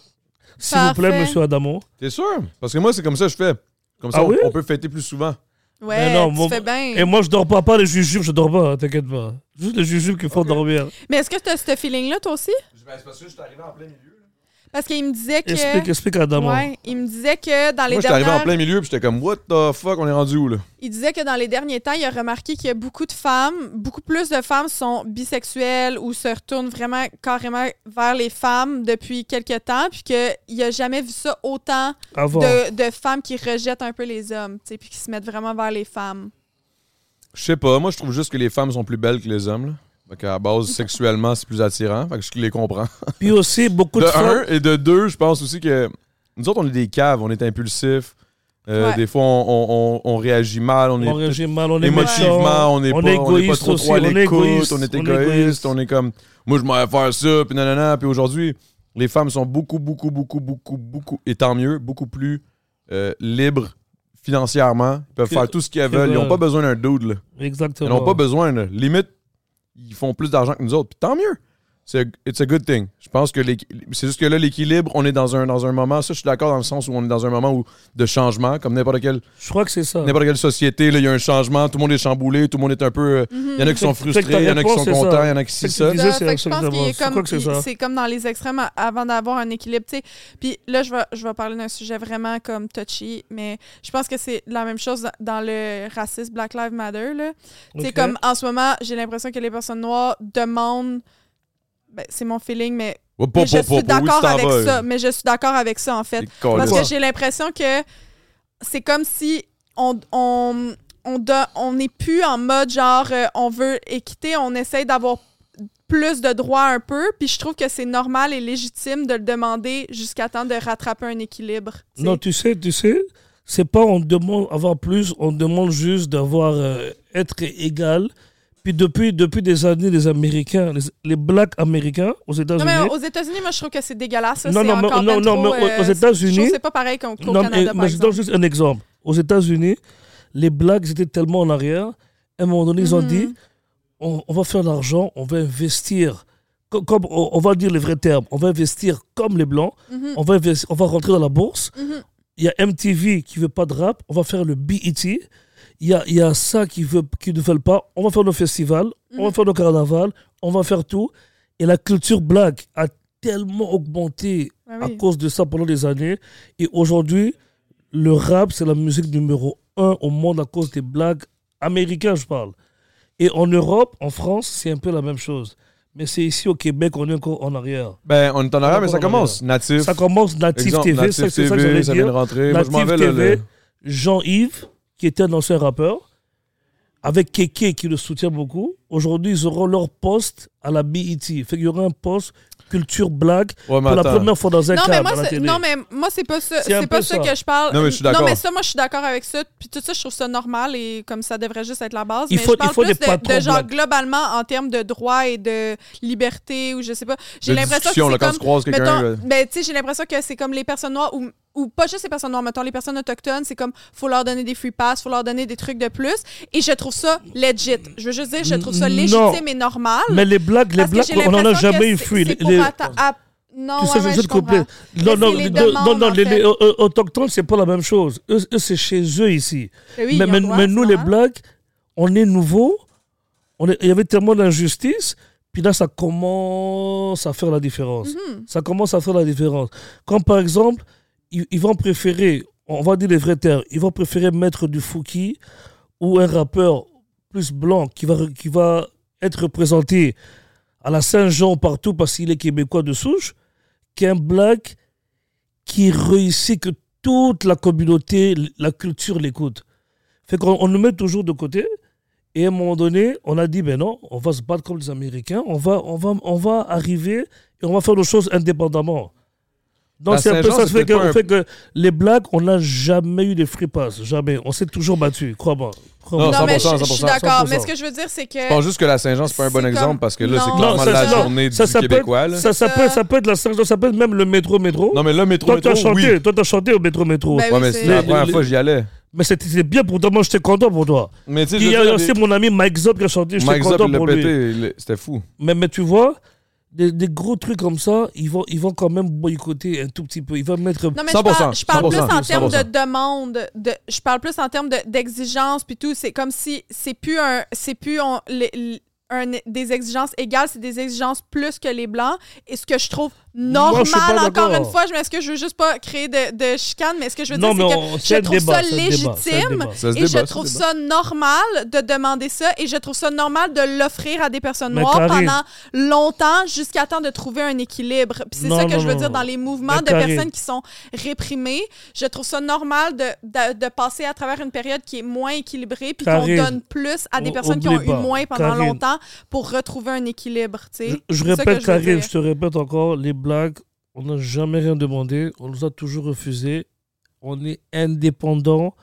Speaker 7: S'il vous plaît,
Speaker 6: Parfait.
Speaker 7: monsieur Adamo.
Speaker 2: T'es sûr? Parce que moi, c'est comme ça que je fais. Comme ça,
Speaker 7: Ah
Speaker 2: on,
Speaker 7: oui?
Speaker 2: on peut fêter plus souvent.
Speaker 6: Ouais,
Speaker 7: Mais non,
Speaker 6: Ben, tu
Speaker 7: moi-
Speaker 6: fais bien.
Speaker 7: Et moi, je dors pas. Pas les jujubes, je dors pas. hein, T'inquiète pas. Juste les jujubes qui font dormir.
Speaker 6: Mais est-ce que tu as ce feeling-là, toi aussi?
Speaker 2: Ben, C'est parce que je suis arrivé en plein milieu.
Speaker 6: Parce qu'il me disait que.
Speaker 7: Explique, explique à Adamo.
Speaker 6: Ouais, il me disait que dans les
Speaker 2: Moi, je suis arrivé en
Speaker 6: dernières.
Speaker 2: plein milieu, puis j'étais comme, what the fuck, on est rendu où, là?
Speaker 6: Il disait que dans les derniers temps, il a remarqué qu'il y a beaucoup de femmes, beaucoup plus de femmes sont bisexuelles ou se retournent vraiment carrément vers les femmes depuis quelques temps, puis qu'il a jamais vu ça autant
Speaker 7: Avant.
Speaker 6: de, de femmes qui rejettent un peu les hommes, tu sais, puis qui se mettent vraiment vers les femmes.
Speaker 2: Je sais pas. Moi, je trouve juste que les femmes sont plus belles que les hommes, là. Fait qu'à la base, sexuellement, c'est plus attirant. Fait que je les comprends. <laughs>
Speaker 7: Puis aussi, beaucoup
Speaker 2: De
Speaker 7: de femmes.
Speaker 2: un, et de deux, je pense aussi que nous autres, on est des caves, on est impulsifs. Euh,
Speaker 6: Ouais.
Speaker 2: Des fois, on, on- on- on réagit mal, on,
Speaker 7: On
Speaker 2: est
Speaker 7: réagit mal, on est
Speaker 2: émotivement,
Speaker 7: méchant,
Speaker 2: on n'est pas, on
Speaker 7: on
Speaker 2: est
Speaker 7: est
Speaker 2: pas
Speaker 7: égoïste
Speaker 2: trop
Speaker 7: aussi,
Speaker 2: trop à
Speaker 7: on est
Speaker 2: l'écoute,
Speaker 7: égoïste,
Speaker 2: on est
Speaker 7: on est
Speaker 2: égoïste,
Speaker 7: égoïste.
Speaker 2: on est comme, moi je m'en vais faire ça, puis nanana. Puis aujourd'hui, les femmes sont beaucoup, beaucoup, beaucoup, beaucoup, beaucoup, et tant mieux, beaucoup plus euh, libres financièrement. Ils peuvent
Speaker 7: Que-
Speaker 2: faire tout ce qu'elles
Speaker 7: que
Speaker 2: veulent. Ils n'ont
Speaker 7: le-
Speaker 2: pas besoin d'un dude, là. Ils
Speaker 7: Exactement.
Speaker 2: n'ont pas besoin, là. Limite, ils font plus d'argent que nous autres. Puis tant mieux. C'est it's a good thing. Je pense que l'équ- c'est juste que là, l'équilibre, on est dans un, dans un moment, ça, je suis d'accord dans le sens où on est dans un moment où, de changement, comme n'importe quelle,
Speaker 7: Je crois que c'est ça.
Speaker 2: n'importe quelle société, là, il y a un changement, tout le monde est chamboulé, tout le monde est un peu. euh, Il y en a qui sont
Speaker 7: Fait- fait que ta
Speaker 2: frustrés, il y en a qui
Speaker 7: réponse,
Speaker 2: sont
Speaker 7: c'est ça.
Speaker 2: contents, il y en a qui si
Speaker 7: Fait que
Speaker 2: ça.
Speaker 7: tu dis-
Speaker 6: Mm-hmm. Ça,
Speaker 7: c'est
Speaker 6: fait que je pense
Speaker 7: exactement-
Speaker 6: qu'il est
Speaker 7: c'est
Speaker 6: comme,
Speaker 7: quoi que c'est
Speaker 6: il-
Speaker 7: ça?
Speaker 6: c'est comme dans les extrêmes a- avant d'avoir un équilibre. tu sais. Puis là, je vais, je vais parler d'un sujet vraiment comme touchy, mais je pense que c'est la même chose dans- dans le racisme Black Lives Matter. Là. Tu sais,
Speaker 7: Ok.
Speaker 6: comme en ce moment, j'ai l'impression que les personnes noires demandent. ben, c'est mon feeling, mais,
Speaker 2: Ouais,
Speaker 6: mais
Speaker 2: pas-
Speaker 6: je
Speaker 2: pas- pas-
Speaker 6: suis
Speaker 2: pas- où tu
Speaker 6: d'accord
Speaker 2: t'en
Speaker 6: avec
Speaker 2: vas,
Speaker 6: ça.
Speaker 2: euh,
Speaker 6: Mais je suis d'accord avec ça, en fait.
Speaker 2: les câlisses.
Speaker 6: Parce
Speaker 7: Quoi?
Speaker 6: que j'ai l'impression que c'est comme si on on on don- on n'est plus en mode genre euh, on veut équité, on essaye d'avoir plus de droits un peu, puis je trouve que c'est normal et légitime de le demander jusqu'à temps de rattraper un équilibre. tu sais.
Speaker 7: Non, tu sais, tu sais, c'est pas on demande avoir plus, on demande juste d'avoir euh, être égal. Puis depuis, depuis des années, les Américains, les, les Blacks américains aux
Speaker 6: Non, mais
Speaker 7: États-Unis,
Speaker 6: aux États-Unis, moi je trouve que c'est dégueulasse. ça,
Speaker 7: Non,
Speaker 6: c'est
Speaker 7: non, mais-
Speaker 6: encore
Speaker 7: non,
Speaker 6: ben
Speaker 7: non,
Speaker 6: trop,
Speaker 7: mais aux-
Speaker 6: euh,
Speaker 7: aux États-Unis-
Speaker 6: je trouve que c'est pas pareil qu'au qu'au
Speaker 7: Non, mais-
Speaker 6: Canada, par
Speaker 7: mais je donne
Speaker 6: exemple.
Speaker 7: juste un exemple. Aux États-Unis, les Blacks étaient tellement en arrière, à un moment donné, ils ont
Speaker 6: Mhm.
Speaker 7: dit on, on va faire de l'argent, on va investir. Co- Comme, on, on va dire les vrais termes, on va investir comme les Blancs,
Speaker 6: Mhm.
Speaker 7: on, va investi- on va rentrer dans la bourse. Il y a MTV qui veut pas de rap, on va faire le E BET. Il y a, il y a ça qui, veut, qui ne veulent pas, on va faire nos festivals, on
Speaker 6: Mhm.
Speaker 7: va faire nos carnavals, on va faire tout. Et la culture black a tellement augmenté
Speaker 6: Ah
Speaker 7: à
Speaker 6: oui.
Speaker 7: cause de ça pendant des années. Et aujourd'hui, le rap, c'est la musique numéro un au monde à cause des blagues américains, je parle. Et en Europe, en France, c'est un peu la même chose. Mais c'est ici au Québec, on est encore en arrière.
Speaker 2: Ben, on est en arrière, mais ça
Speaker 7: Encore en
Speaker 2: commence. Natif.
Speaker 7: Ça commence Natif
Speaker 2: Exemple,
Speaker 7: TV,
Speaker 2: Natif
Speaker 7: ça, c'est ça que
Speaker 2: TV,
Speaker 7: j'allais
Speaker 2: ça vient de
Speaker 7: dire.
Speaker 2: rentrer. Moi, je m'en
Speaker 7: Natif
Speaker 2: vais, là,
Speaker 7: TV,
Speaker 2: le-
Speaker 7: Jean-Yves, qui était un ancien rappeur, avec Keke qui le soutient beaucoup. Aujourd'hui, ils auront leur poste à la BET. Fait qu'il y aura un poste culture blague
Speaker 2: Ouais, mais
Speaker 7: pour la
Speaker 2: attends.
Speaker 7: première fois dans un
Speaker 6: Non mais,
Speaker 7: cadre
Speaker 6: moi,
Speaker 7: à la
Speaker 6: c'est-
Speaker 7: télé.
Speaker 6: non, mais moi, c'est pas ça,
Speaker 7: C'est un
Speaker 6: c'est pas
Speaker 7: peu
Speaker 6: ça
Speaker 7: ça.
Speaker 6: que je parle.
Speaker 2: Non, mais je suis d'accord.
Speaker 6: Non, mais ça, moi, je suis d'accord avec ça. Puis tout ça, je trouve ça normal et comme ça devrait juste être la base.
Speaker 7: Il
Speaker 6: mais
Speaker 7: faut-
Speaker 6: je parle
Speaker 7: il faut
Speaker 6: plus
Speaker 7: des
Speaker 6: de,
Speaker 7: patrons
Speaker 6: de genre
Speaker 7: blancs.
Speaker 6: globalement en termes de droits et de liberté ou je sais pas. J'ai
Speaker 2: De
Speaker 6: l'impression que c'est
Speaker 2: discussion, là, quand
Speaker 6: comme,
Speaker 2: tu croises quelqu'un,
Speaker 6: mettons,
Speaker 2: là.
Speaker 6: ben, tu sais, j'ai l'impression que c'est comme les personnes noires ou ou pas juste les personnes noires, mettons les personnes autochtones, c'est comme faut leur donner des free pass, faut leur donner des trucs de plus et je trouve ça legit. Je veux juste dire, je trouve ça
Speaker 7: Non.
Speaker 6: légitime et normal.
Speaker 7: Mais les blagues, les
Speaker 6: parce que
Speaker 7: blagues,
Speaker 6: j'ai
Speaker 7: on n'en a
Speaker 6: l'impression que
Speaker 7: jamais eu
Speaker 6: c'est-
Speaker 7: fui.
Speaker 6: c'est
Speaker 7: Les-
Speaker 6: pour
Speaker 7: les-
Speaker 6: atta- à- Non,
Speaker 7: Tout
Speaker 6: ouais,
Speaker 7: ça,
Speaker 6: ouais,
Speaker 7: je
Speaker 6: je
Speaker 7: te complète.
Speaker 6: comprends.
Speaker 7: Non,
Speaker 6: Mais
Speaker 7: non,
Speaker 6: c'est les
Speaker 7: non, non,
Speaker 6: demandes,
Speaker 7: non,
Speaker 6: en
Speaker 7: les,
Speaker 6: fait.
Speaker 7: les- euh, euh, autochtones, c'est pas la même chose. Eux, eux, c'est chez eux ici.
Speaker 6: Eh oui,
Speaker 7: mais
Speaker 6: ils ont
Speaker 7: mais-
Speaker 6: le droit,
Speaker 7: mais
Speaker 6: c'est
Speaker 7: nous, les
Speaker 6: normal.
Speaker 7: Blacks, on est nouveaux. On est- il y avait tellement d'injustice. Puis là, ça commence à faire la différence.
Speaker 6: Mm-hmm.
Speaker 7: Ça commence à faire la différence. Quand, par exemple, ils, ils vont préférer, on va dire les vrais termes, ils vont préférer mettre du Fouki ou un rappeur plus blanc qui va, qui va être représenté à la Saint-Jean partout parce qu'il est québécois de souche qu'un black qui réussit que toute la communauté, la culture l'écoute. Fait qu'on on nous met toujours de côté. Et à un moment donné, on a dit, ben non, on va se battre comme les Américains, on va, on va, on va arriver et on va faire nos choses indépendamment. Donc
Speaker 2: La
Speaker 7: c'est un peu
Speaker 2: Bah, Saint-Jean,
Speaker 7: ça
Speaker 2: c'est
Speaker 7: fait que,
Speaker 2: peut-être pas un-
Speaker 7: fait que les blacks, on n'a jamais eu de free pass, jamais. On s'est toujours battu, crois-moi.
Speaker 2: Non,
Speaker 7: Crois-moi.
Speaker 6: Non, mais je
Speaker 2: 100%,
Speaker 6: je suis
Speaker 2: 100%.
Speaker 6: d'accord. Mais ce que je veux dire, c'est que.
Speaker 2: Je pense juste que la Saint-Jean, c'est pas un bon
Speaker 6: C'est
Speaker 2: exemple
Speaker 6: comme-
Speaker 2: parce que là, c'est
Speaker 6: Non,
Speaker 2: clairement
Speaker 6: ça,
Speaker 2: la
Speaker 6: c'est- non.
Speaker 2: journée
Speaker 7: ça,
Speaker 2: du
Speaker 7: ça peut être-
Speaker 2: Québécois. là.
Speaker 7: ça, ça, peut, ça peut être la Saint-Jean, ça peut être même le métro-métro.
Speaker 2: Non, mais là, métro,
Speaker 7: toi, tu as
Speaker 2: métro,
Speaker 7: chanté,
Speaker 2: oui.
Speaker 7: toi, t'as chanté au métro-métro.
Speaker 6: Ben
Speaker 2: Ouais,
Speaker 6: Oui,
Speaker 2: mais
Speaker 6: c'est-
Speaker 2: c'est la
Speaker 7: les-
Speaker 2: première
Speaker 7: les-
Speaker 2: fois que j'y allais.
Speaker 7: Mais c'était c'était bien pour toi, moi j'étais content pour toi.
Speaker 2: Mais tu sais,
Speaker 7: Il
Speaker 2: je
Speaker 7: y
Speaker 2: veux dire,
Speaker 7: a
Speaker 2: les-
Speaker 7: aussi mon ami Mike Zop qui a chanté, j'étais
Speaker 2: Mike Zop,
Speaker 7: content
Speaker 2: il l'a
Speaker 7: pour lui.
Speaker 2: pété. il- C'était fou.
Speaker 7: Mais, mais tu vois, des, des gros trucs comme ça, ils vont, ils vont quand même boycotter un tout petit peu. Ils vont mettre.
Speaker 6: Non, mais
Speaker 2: 100%,
Speaker 6: je parle, je parle plus en
Speaker 2: 100%,
Speaker 6: termes de
Speaker 2: 100%.
Speaker 6: demande, de, je parle plus en termes de- d'exigence, puis tout. C'est comme si c'est plus un. C'est plus on- les- les- un- des exigences égales, c'est des exigences plus que les blancs. Et ce que je trouve
Speaker 7: Moi,
Speaker 6: normal,
Speaker 7: je suis pas
Speaker 6: encore
Speaker 7: d'accord.
Speaker 6: une fois, je m'excuse, je veux juste pas créer de, de chicane, mais ce que je veux
Speaker 7: Non,
Speaker 6: dire,
Speaker 7: mais
Speaker 6: c'est
Speaker 7: on-
Speaker 6: que
Speaker 7: c'est
Speaker 6: je
Speaker 7: un
Speaker 6: trouve
Speaker 7: débat,
Speaker 6: ça
Speaker 7: c'est un débat, c'est un
Speaker 6: légitime
Speaker 7: débat.
Speaker 2: Ça se
Speaker 6: et
Speaker 2: débat,
Speaker 6: je
Speaker 2: ça
Speaker 6: trouve
Speaker 2: se
Speaker 6: ça normal de demander ça et je trouve ça normal de l'offrir à des personnes
Speaker 7: Mais
Speaker 6: noires
Speaker 7: Karine-
Speaker 6: pendant longtemps jusqu'à temps de trouver un équilibre. Puis c'est
Speaker 7: Non,
Speaker 6: ça que
Speaker 7: non,
Speaker 6: je veux
Speaker 7: non,
Speaker 6: dire
Speaker 7: non.
Speaker 6: dans les mouvements
Speaker 7: Mais
Speaker 6: de
Speaker 7: Karine-
Speaker 6: personnes qui sont réprimées. Je trouve ça normal de, de, de passer à travers une période qui est moins équilibrée puis qu'on
Speaker 7: Karine,
Speaker 6: donne plus à des
Speaker 7: o-
Speaker 6: personnes qui ont
Speaker 7: oublie
Speaker 6: eu
Speaker 7: pas,
Speaker 6: moins pendant
Speaker 7: Karine.
Speaker 6: longtemps pour retrouver un équilibre. tu sais.
Speaker 7: Je, je
Speaker 6: C'est ça que
Speaker 7: répète,
Speaker 6: veux
Speaker 7: Karim,
Speaker 6: dire.
Speaker 7: je te répète encore, les blagues, on n'a jamais rien demandé, on nous a toujours refusé. on est indépendant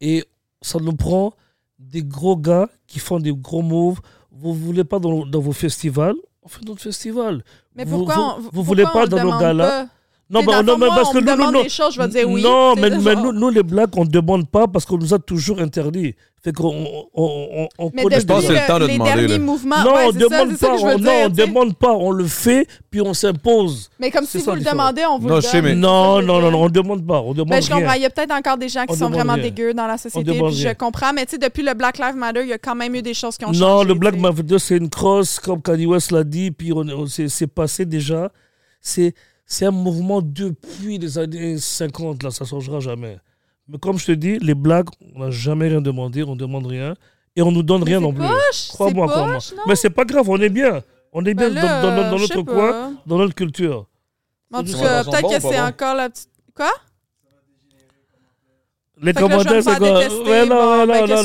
Speaker 7: et ça nous prend des gros gars qui font des gros moves. Vous voulez pas dans, dans vos festivals On fait notre festival.
Speaker 6: Mais
Speaker 7: Vous-
Speaker 6: pourquoi on,
Speaker 7: vous, vous
Speaker 6: pourquoi
Speaker 7: voulez
Speaker 6: on
Speaker 7: pas
Speaker 6: le
Speaker 7: dans nos
Speaker 6: demande
Speaker 7: galas
Speaker 6: pas?
Speaker 7: Non,
Speaker 6: T'sais,
Speaker 7: bah,
Speaker 6: dans
Speaker 7: non,
Speaker 6: le fond,
Speaker 7: parce
Speaker 6: on
Speaker 7: que
Speaker 6: me
Speaker 7: nous, nous,
Speaker 6: demande
Speaker 7: non.
Speaker 6: des choses, je vais dire oui,
Speaker 7: Non,
Speaker 6: t'sais,
Speaker 7: mais,
Speaker 6: de
Speaker 7: mais
Speaker 6: genre.
Speaker 7: nous, nous, les blagues, on ne demande pas parce qu'on nous a toujours interdit. Fait qu'on on, on, on
Speaker 6: Mais
Speaker 7: connaît
Speaker 6: depuis
Speaker 2: Je pense que c'est le temps de
Speaker 6: les
Speaker 2: demander,
Speaker 6: derniers
Speaker 2: là.
Speaker 6: mouvements,
Speaker 7: non,
Speaker 6: Ah, ouais,
Speaker 7: on
Speaker 6: c'est ça,
Speaker 7: demande
Speaker 6: c'est ça
Speaker 7: pas,
Speaker 6: que je
Speaker 7: on,
Speaker 6: veux
Speaker 7: non, on
Speaker 6: dire. t'sais.
Speaker 7: demande pas, on le fait, puis on s'impose.
Speaker 6: Mais comme
Speaker 7: C'est
Speaker 6: si
Speaker 7: ça,
Speaker 6: vous le
Speaker 7: l'histoire.
Speaker 6: demandez, on vous
Speaker 2: Non,
Speaker 6: le
Speaker 2: je
Speaker 6: donne.
Speaker 2: sais, mais-
Speaker 7: Non, non, non, non, on demande pas, on demande
Speaker 6: Mais je
Speaker 7: rien.
Speaker 6: comprends, il y a peut-être encore des gens qui
Speaker 7: On
Speaker 6: sont
Speaker 7: demande
Speaker 6: vraiment
Speaker 7: rien.
Speaker 6: dégueux dans la société,
Speaker 7: demande
Speaker 6: puis je
Speaker 7: rien.
Speaker 6: comprends. Mais tu sais, depuis le Black Lives Matter, il y a quand même eu des choses qui ont changé.
Speaker 7: Non, le Black
Speaker 6: t'sais.
Speaker 7: Mafia, c'est une crosse, comme Kanye West l'a dit, puis on, on- c'est c'est passé déjà. C'est c'est un mouvement depuis les années 50, là, ça ne changera jamais. Mais comme je te dis, les Blacks, on n'a jamais rien demandé, on ne demande rien, et on ne nous donne rien
Speaker 6: c'est
Speaker 7: non plus.
Speaker 6: poche,
Speaker 7: Crois-moi,
Speaker 6: c'est
Speaker 7: crois-moi.
Speaker 6: poche, non?
Speaker 7: Mais c'est pas grave, on est bien. On est bien
Speaker 6: Ben là,
Speaker 7: dans, dans- dans- dans
Speaker 6: je sais
Speaker 7: notre
Speaker 6: pas.
Speaker 7: coin, dans notre culture.
Speaker 6: En tout
Speaker 7: Ils
Speaker 6: cas,
Speaker 2: sont
Speaker 6: peut-être
Speaker 2: bons,
Speaker 6: que
Speaker 2: pas
Speaker 6: c'est
Speaker 2: bons.
Speaker 6: encore la petite. Quoi?
Speaker 7: Les
Speaker 6: Fait que là, je vais me
Speaker 7: commentaires, c'est
Speaker 6: faire
Speaker 7: quoi
Speaker 6: détester,
Speaker 7: Ouais,
Speaker 6: bon, ben,
Speaker 7: non, non,
Speaker 6: qu'est-ce
Speaker 7: non,
Speaker 6: que-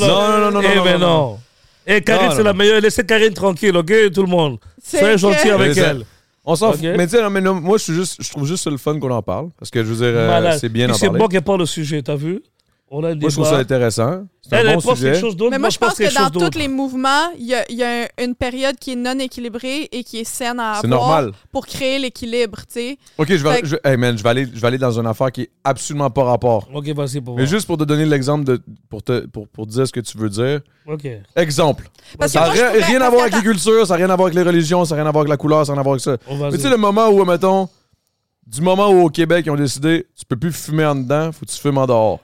Speaker 2: Non, non, non,
Speaker 7: non.
Speaker 2: non.
Speaker 7: Eh
Speaker 2: non,
Speaker 7: ben
Speaker 2: non, non.
Speaker 7: non. Eh, Karine,
Speaker 2: Non,
Speaker 7: c'est
Speaker 2: non.
Speaker 7: la meilleure. Laissez Karine tranquille, ok, tout le monde.
Speaker 6: C'est
Speaker 7: Soyez
Speaker 6: que-
Speaker 7: gentils avec
Speaker 2: Laissez-
Speaker 7: elle.
Speaker 2: On s'en
Speaker 7: Ok.
Speaker 2: fout. Mais tu sais, non, mais non, moi, je, suis juste, je trouve juste ça le fun qu'on en parle. Parce que je veux dire, euh,
Speaker 7: Malade.
Speaker 2: c'est bien d'en
Speaker 7: Puis c'est
Speaker 2: parler.
Speaker 7: bon qu'elle parle le sujet, t'as vu On a un
Speaker 2: moi, je trouve ça intéressant. C'est
Speaker 7: Elle,
Speaker 2: un
Speaker 7: elle
Speaker 2: bon
Speaker 7: pense quelque
Speaker 2: sujet.
Speaker 7: chose d'autre.
Speaker 6: Mais moi, je pense que
Speaker 7: quelque
Speaker 6: dans
Speaker 7: chose d'autre.
Speaker 6: tous les mouvements, il y a, il y a un- une période qui est non équilibrée et qui est saine à
Speaker 2: C'est
Speaker 6: avoir
Speaker 2: normal.
Speaker 6: pour créer l'équilibre, tu sais.
Speaker 2: Ok, je
Speaker 6: Fait
Speaker 2: vais,
Speaker 6: que-
Speaker 2: je, hey, man, je, vais aller, je vais aller dans une affaire qui est absolument pas rapport.
Speaker 7: Ok, vas-y pour
Speaker 2: Mais
Speaker 7: moi.
Speaker 2: juste pour te donner l'exemple, de, pour, te, pour, pour dire ce que tu veux dire.
Speaker 7: Ok.
Speaker 2: Exemple.
Speaker 6: Parce que
Speaker 2: Ça n'a
Speaker 6: moi, je
Speaker 2: rien,
Speaker 6: trouvais-
Speaker 2: rien à
Speaker 6: parce
Speaker 2: voir
Speaker 6: que
Speaker 2: avec les
Speaker 6: attends,
Speaker 2: cultures, ça n'a rien à voir avec les religions, ça n'a rien à voir avec la couleur, ça n'a rien à voir avec ça.
Speaker 7: Oh,
Speaker 2: Mais
Speaker 7: vas-y.
Speaker 2: tu sais, le moment où, mettons, du moment où au Québec, ils ont décidé, tu peux plus fumer en dedans, faut que tu fumes en dehors.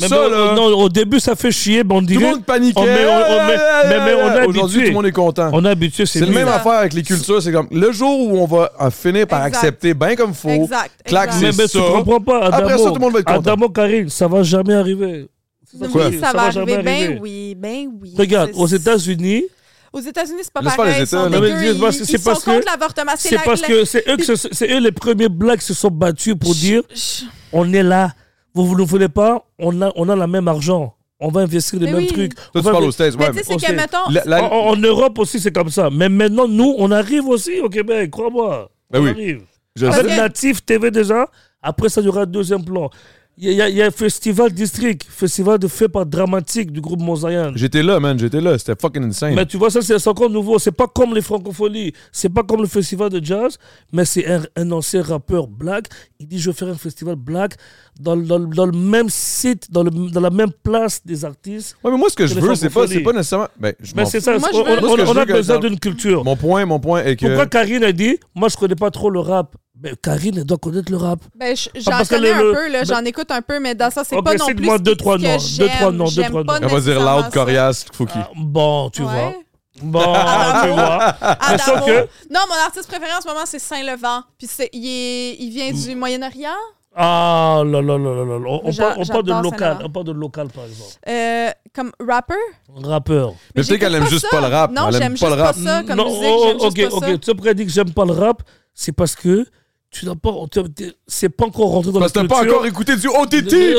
Speaker 7: Mais
Speaker 2: ça,
Speaker 7: bon,
Speaker 2: là,
Speaker 7: non, au début, ça fait chier, mais on
Speaker 2: tout le
Speaker 7: dirait.
Speaker 2: monde paniquait.
Speaker 7: on met- on- on met- mais- mais on est
Speaker 2: Aujourd'hui,
Speaker 7: habitué.
Speaker 2: tout le monde est content.
Speaker 7: On est habitué,
Speaker 2: C'est
Speaker 7: c'est
Speaker 2: le
Speaker 7: mieux.
Speaker 2: même
Speaker 6: ça.
Speaker 2: affaire avec les cultures. C'est comme le jour où on va en finir par
Speaker 6: Exact.
Speaker 2: accepter bien comme faut.
Speaker 6: Exact,
Speaker 2: clac,
Speaker 6: exact.
Speaker 7: Mais,
Speaker 2: c'est
Speaker 7: mais tu
Speaker 2: ça.
Speaker 7: comprends pas, Adamo.
Speaker 2: Après ça, tout le monde va être content.
Speaker 7: Adamo Karine, ça va jamais arriver. C'est ça que je
Speaker 6: Oui,
Speaker 7: dis,
Speaker 6: ça va
Speaker 7: jamais
Speaker 6: arriver. Ben oui, ben oui.
Speaker 7: Regarde,
Speaker 6: C'est-
Speaker 7: aux États-Unis,
Speaker 6: Aux États-Unis, c'est pas
Speaker 2: Laisse
Speaker 6: pareil.
Speaker 2: faire les
Speaker 6: ils
Speaker 2: États,
Speaker 6: sont
Speaker 2: là.
Speaker 6: dégueux,
Speaker 7: Non, mais dis- parce que
Speaker 6: ils-
Speaker 7: c'est
Speaker 6: ils sont
Speaker 7: parce que-
Speaker 6: contre l'avortement.
Speaker 7: c'est
Speaker 6: la-
Speaker 7: parce
Speaker 6: la-
Speaker 7: que c'est eux, que se- c'est eux les premiers blacks qui se sont battus pour dire
Speaker 6: Chut,
Speaker 7: on est là. Vous vous ne voulez pas, on a, on a le même argent. On va investir les
Speaker 6: Mais
Speaker 7: mêmes
Speaker 6: oui.
Speaker 7: trucs.
Speaker 2: Toi,
Speaker 7: On
Speaker 2: tu
Speaker 7: va
Speaker 2: parles
Speaker 7: inv-
Speaker 2: aux States.
Speaker 6: Mais
Speaker 2: Ouais,
Speaker 6: tu sais,
Speaker 2: mais-
Speaker 6: c'est que,
Speaker 7: c'est-
Speaker 6: mettons,
Speaker 2: La- la-
Speaker 7: En, en- en Europe aussi, c'est comme ça. Mais maintenant, nous, on arrive aussi au Québec, crois-moi.
Speaker 2: Ben
Speaker 7: on
Speaker 2: oui.
Speaker 7: arrive.
Speaker 2: je
Speaker 6: Parce
Speaker 7: Avec
Speaker 2: sais.
Speaker 6: que-
Speaker 7: Natif TV déjà, après ça, il y aura un deuxième plan. Il y, a- il y a- il y a un festival district, festival de fait par dramatique du groupe Mosaïen.
Speaker 2: J'étais là, man. J'étais là. C'était fucking insane.
Speaker 7: Mais tu vois, ça, c'est c'est encore nouveau. C'est pas comme les francophonies. C'est pas comme le festival de jazz. Mais c'est un, un ancien rappeur black. Il dit Je vais faire un festival black dans, le- dans le- dans le même site, dans, le- dans la même place des artistes.
Speaker 2: Ouais, mais moi, ce que je
Speaker 7: C'est
Speaker 2: veux,
Speaker 7: les
Speaker 2: c'est pas,
Speaker 7: francophonies.
Speaker 2: c'est pas nécessairement. Ben, je
Speaker 7: Mais
Speaker 2: m'en
Speaker 7: c'est
Speaker 2: fous.
Speaker 7: ça.
Speaker 6: Moi, je veux-
Speaker 7: on, on-
Speaker 2: Moi, ce que je
Speaker 7: on a
Speaker 2: veux que
Speaker 7: besoin
Speaker 2: dans-
Speaker 7: d'une culture.
Speaker 2: Mon point, mon point est que.
Speaker 7: Pourquoi Karine a dit Moi, je connais pas trop le rap. Mais Karine, elle doit connaître le rap.
Speaker 6: ben, je- j'en
Speaker 7: parce que
Speaker 6: connais
Speaker 7: le-
Speaker 6: un
Speaker 7: le-
Speaker 6: peu, là,
Speaker 7: ben-
Speaker 6: j'en écoute un peu, mais dans ça, c'est
Speaker 7: Ok,
Speaker 6: pas non
Speaker 7: c'est
Speaker 6: plus.
Speaker 7: de moi deux,
Speaker 6: ce qui-
Speaker 7: trois
Speaker 6: ce que
Speaker 7: noms, deux, trois
Speaker 6: j'aime.
Speaker 7: noms, deux,
Speaker 6: J'aime
Speaker 7: trois
Speaker 6: pas
Speaker 7: noms.
Speaker 2: Elle va dire loud,
Speaker 6: nécessairement ça.
Speaker 2: coriace, Fouki.
Speaker 7: Ah, bon, tu
Speaker 6: Ouais.
Speaker 7: vois. Bon, tu
Speaker 6: Adamo.
Speaker 2: <laughs>
Speaker 7: vois.
Speaker 2: Ah,
Speaker 7: Mais
Speaker 6: Adamo.
Speaker 7: sauf que.
Speaker 6: Non, mon artiste préféré en ce moment, c'est Saint-Levant. Puis c'est- il, est- il vient
Speaker 2: Mm.
Speaker 6: du Moyen-Orient.
Speaker 7: Ah là là là là là. On, on
Speaker 6: J'a-
Speaker 7: parle, on parle de
Speaker 6: j'adore
Speaker 7: local.
Speaker 6: celle-là.
Speaker 7: On parle de local, par exemple.
Speaker 6: Euh, comme rapper.
Speaker 7: Rappeur.
Speaker 2: Mais peut-être qu'elle aime
Speaker 6: j'écoute
Speaker 2: juste
Speaker 6: pas
Speaker 2: pas le rap.
Speaker 6: ça. Non,
Speaker 2: Elle
Speaker 6: j'aime
Speaker 2: aime pas
Speaker 6: juste
Speaker 2: le
Speaker 6: pas
Speaker 2: rap.
Speaker 6: ça comme musique.
Speaker 7: oh,
Speaker 6: J'aime
Speaker 7: ok,
Speaker 6: juste pas
Speaker 7: ok.
Speaker 6: ça.
Speaker 7: Tu as prédit que j'aime pas le rap, c'est parce que tu n'as pas, tu- t'es- c'est pas encore rentré dans
Speaker 2: Parce que
Speaker 7: la
Speaker 2: t'as pas
Speaker 7: culture. Ah
Speaker 2: encore écouté du OTT.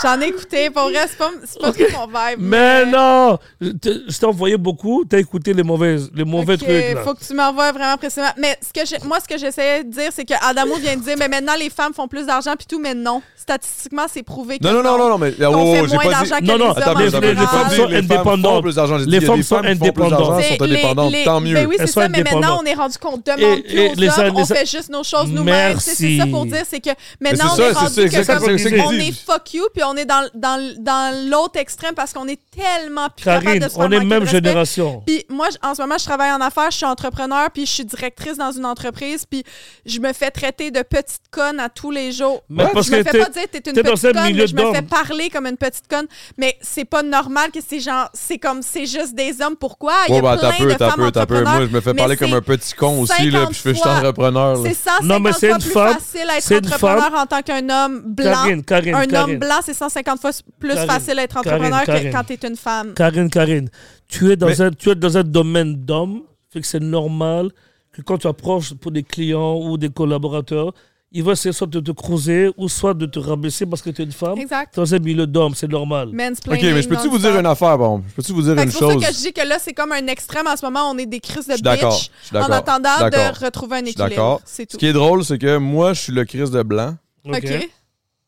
Speaker 6: J'en ai écouté. Pour vrai, c'est pas, c'est pas tout mon vibe.
Speaker 7: mais non, je t'ai- je t'ai envoyé beaucoup, t'as écouté les mauvaises, les mauvais
Speaker 6: Ok,
Speaker 7: trucs là.
Speaker 6: Faut que tu m'envoies vraiment précisément. Mais ce que j'ai- moi, ce que j'essayais de dire, c'est que Adamo vient de dire, mais maintenant les femmes font plus d'argent puis tout, mais non. Statistiquement, c'est prouvé que
Speaker 2: Non, non, non, non, non, mais.
Speaker 6: qu'on
Speaker 2: oh,
Speaker 6: fait
Speaker 2: oh, j'ai
Speaker 6: moins
Speaker 2: pas dit.
Speaker 6: d'argent que
Speaker 7: Non,
Speaker 6: les
Speaker 7: non,
Speaker 6: hommes
Speaker 7: attends,
Speaker 6: en
Speaker 7: mais
Speaker 2: j'ai
Speaker 7: les- les
Speaker 6: général. Ah,
Speaker 7: femmes sont
Speaker 2: dit, les femmes font
Speaker 7: indépendantes.
Speaker 2: plus d'argent. J'ai dit,
Speaker 7: Les
Speaker 2: il y a
Speaker 7: femmes
Speaker 2: des qui
Speaker 7: sont
Speaker 2: font plus d'argent,
Speaker 7: indépendantes.
Speaker 2: sont
Speaker 6: C'est les-
Speaker 2: indépendantes.
Speaker 6: les-
Speaker 2: Tant mieux.
Speaker 6: Ben oui, c'est
Speaker 7: Elles
Speaker 6: ça,
Speaker 7: sont
Speaker 6: mais maintenant
Speaker 7: indépendantes.
Speaker 6: on est rendu qu'on demande
Speaker 7: Et-
Speaker 6: plus
Speaker 7: et
Speaker 6: aux
Speaker 7: les
Speaker 6: hommes, on
Speaker 7: années-
Speaker 6: fait juste nos choses nous-mêmes. Tu sais, C'est ça pour
Speaker 7: Merci.
Speaker 6: dire, c'est que
Speaker 2: Mais
Speaker 6: maintenant
Speaker 2: c'est
Speaker 6: on
Speaker 2: ça,
Speaker 6: est
Speaker 2: c'est-
Speaker 6: rendu
Speaker 2: c'est
Speaker 6: que
Speaker 2: exactement
Speaker 6: comme
Speaker 2: ce que
Speaker 6: on
Speaker 2: je
Speaker 6: est
Speaker 2: dis.
Speaker 6: fuck you puis on est dans, dans, dans l'autre extrême parce qu'on est tellement plus capable
Speaker 7: Karine,
Speaker 6: de se faire
Speaker 7: on est
Speaker 6: manquer de
Speaker 7: même
Speaker 6: respect.
Speaker 7: génération.
Speaker 6: Puis moi, je- en ce moment, je travaille en affaires, je suis entrepreneur, puis je suis directrice dans une entreprise, puis je me fais traiter de petite conne à tous les jours.
Speaker 7: Mais
Speaker 6: Ouais,
Speaker 7: parce
Speaker 6: je me
Speaker 7: que
Speaker 6: fais
Speaker 7: t'es-
Speaker 6: pas dire t'es une
Speaker 7: t'es dans un
Speaker 6: petite conne,
Speaker 7: milieu
Speaker 6: mais je me
Speaker 7: d'hommes.
Speaker 6: fais parler comme une petite conne. Mais c'est pas normal que ces gens, c'est comme, c'est juste des hommes. Pourquoi? Il y
Speaker 2: Ouais,
Speaker 6: a
Speaker 2: bah,
Speaker 7: ben,
Speaker 6: plein
Speaker 2: t'as peu,
Speaker 6: de
Speaker 2: t'as
Speaker 6: femmes
Speaker 2: peu, t'as peu.
Speaker 6: entrepreneurs,
Speaker 2: Moi, je me fais
Speaker 6: mais
Speaker 2: parler comme
Speaker 6: c'est
Speaker 2: un petit con aussi, là,
Speaker 6: 50
Speaker 2: puis je fais juste
Speaker 6: fois-
Speaker 2: entrepreneur. là.
Speaker 6: C'est 150
Speaker 7: Non, mais c'est
Speaker 6: fois
Speaker 7: une
Speaker 6: plus
Speaker 7: femme,
Speaker 6: facile à être
Speaker 7: c'est une
Speaker 6: entrepreneur
Speaker 7: femme.
Speaker 6: en tant qu'un homme blanc.
Speaker 7: Karine, Karine,
Speaker 6: un homme
Speaker 7: Karine.
Speaker 6: blanc, c'est 150 fois plus
Speaker 7: Karine,
Speaker 6: facile à être
Speaker 7: Karine,
Speaker 6: entrepreneur
Speaker 7: Karine.
Speaker 6: que quand t'es une femme.
Speaker 7: Karine, Karine, tu es dans,
Speaker 2: Mais-
Speaker 7: un, tu es dans un domaine d'hommes, fait que c'est normal que quand tu approches pour des clients ou des collaborateurs,
Speaker 8: ils vont essayer soit de te creuser ou soit de te rabaisser parce que tu es une femme.
Speaker 6: Exact.
Speaker 8: Dans un milieu d'hommes, c'est normal.
Speaker 7: Ok,
Speaker 6: Mansplaining.
Speaker 7: mais je peux-tu vous dire une affaire, bon? Je peux-tu vous dire
Speaker 6: Fait que
Speaker 7: une
Speaker 6: c'est pour
Speaker 7: chose?
Speaker 6: ça que je dis que là, c'est comme un extrême. En ce moment, on est des crises de
Speaker 7: Je suis d'accord.
Speaker 6: bitch
Speaker 7: je suis
Speaker 6: en
Speaker 7: d'accord,
Speaker 6: attendant
Speaker 7: je suis d'accord,
Speaker 6: de retrouver un
Speaker 7: je suis
Speaker 6: équilibre.
Speaker 7: d'accord.
Speaker 6: C'est tout.
Speaker 7: Ce qui est drôle, c'est que moi, je suis le Chris de blanc,
Speaker 8: Ok.
Speaker 6: OK.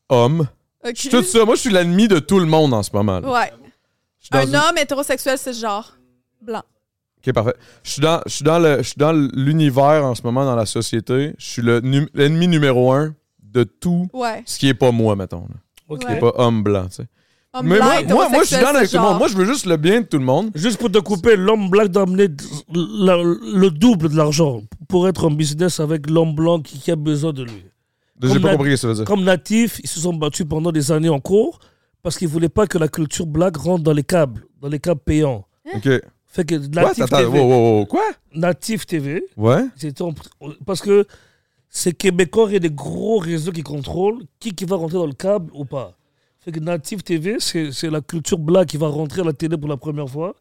Speaker 7: homme.
Speaker 6: OK.
Speaker 7: Je suis tout ça. Moi, je suis l'ennemi de tout le monde en ce moment. là.
Speaker 6: Ouais.
Speaker 7: Je suis dans
Speaker 6: Oh, Un
Speaker 7: une-
Speaker 6: homme hétérosexuel, c'est ce genre. Blanc.
Speaker 7: Ok, parfait. Je suis dans, je suis dans le, je suis dans l'univers en ce moment, dans la société. Je suis le nu- l'ennemi numéro un de tout
Speaker 6: Ouais.
Speaker 7: ce qui est pas moi, mettons. là.
Speaker 8: Ok.
Speaker 7: Qui est pas homme blanc, tu sais.
Speaker 6: Homme
Speaker 7: Mais
Speaker 6: blanc,
Speaker 7: moi, moi, moi, je suis
Speaker 6: hétérosexuel,
Speaker 7: dans
Speaker 6: c'est
Speaker 7: avec tout le
Speaker 6: genre.
Speaker 7: monde. Moi, je veux juste le bien de tout le monde.
Speaker 8: Juste pour te couper, l'homme blanc doit amener d- la- le double de l'argent pour être en business avec l'homme blanc qui, qui a besoin de lui.
Speaker 7: J'ai
Speaker 8: Comme
Speaker 7: pas
Speaker 8: la-
Speaker 7: compris ce que ça veut dire.
Speaker 8: Comme natifs, ils se sont battus pendant des années en cours parce qu'ils ne voulaient pas que la culture black rentre dans les câbles, dans les câbles payants.
Speaker 6: Hein?
Speaker 7: Ok.
Speaker 8: Fait que
Speaker 7: Quoi?
Speaker 8: Natif
Speaker 7: Attends,
Speaker 8: TV,
Speaker 7: wow, wow, wow. Quoi?
Speaker 8: Natif TV,
Speaker 7: Ouais?
Speaker 8: c'était en- euh, parce que c'est Québécois, il y a des gros réseaux qui contrôlent qui, qui va rentrer dans le câble ou pas. Fait que Native TV, c'est c'est la culture black qui va rentrer à la télé pour la première fois.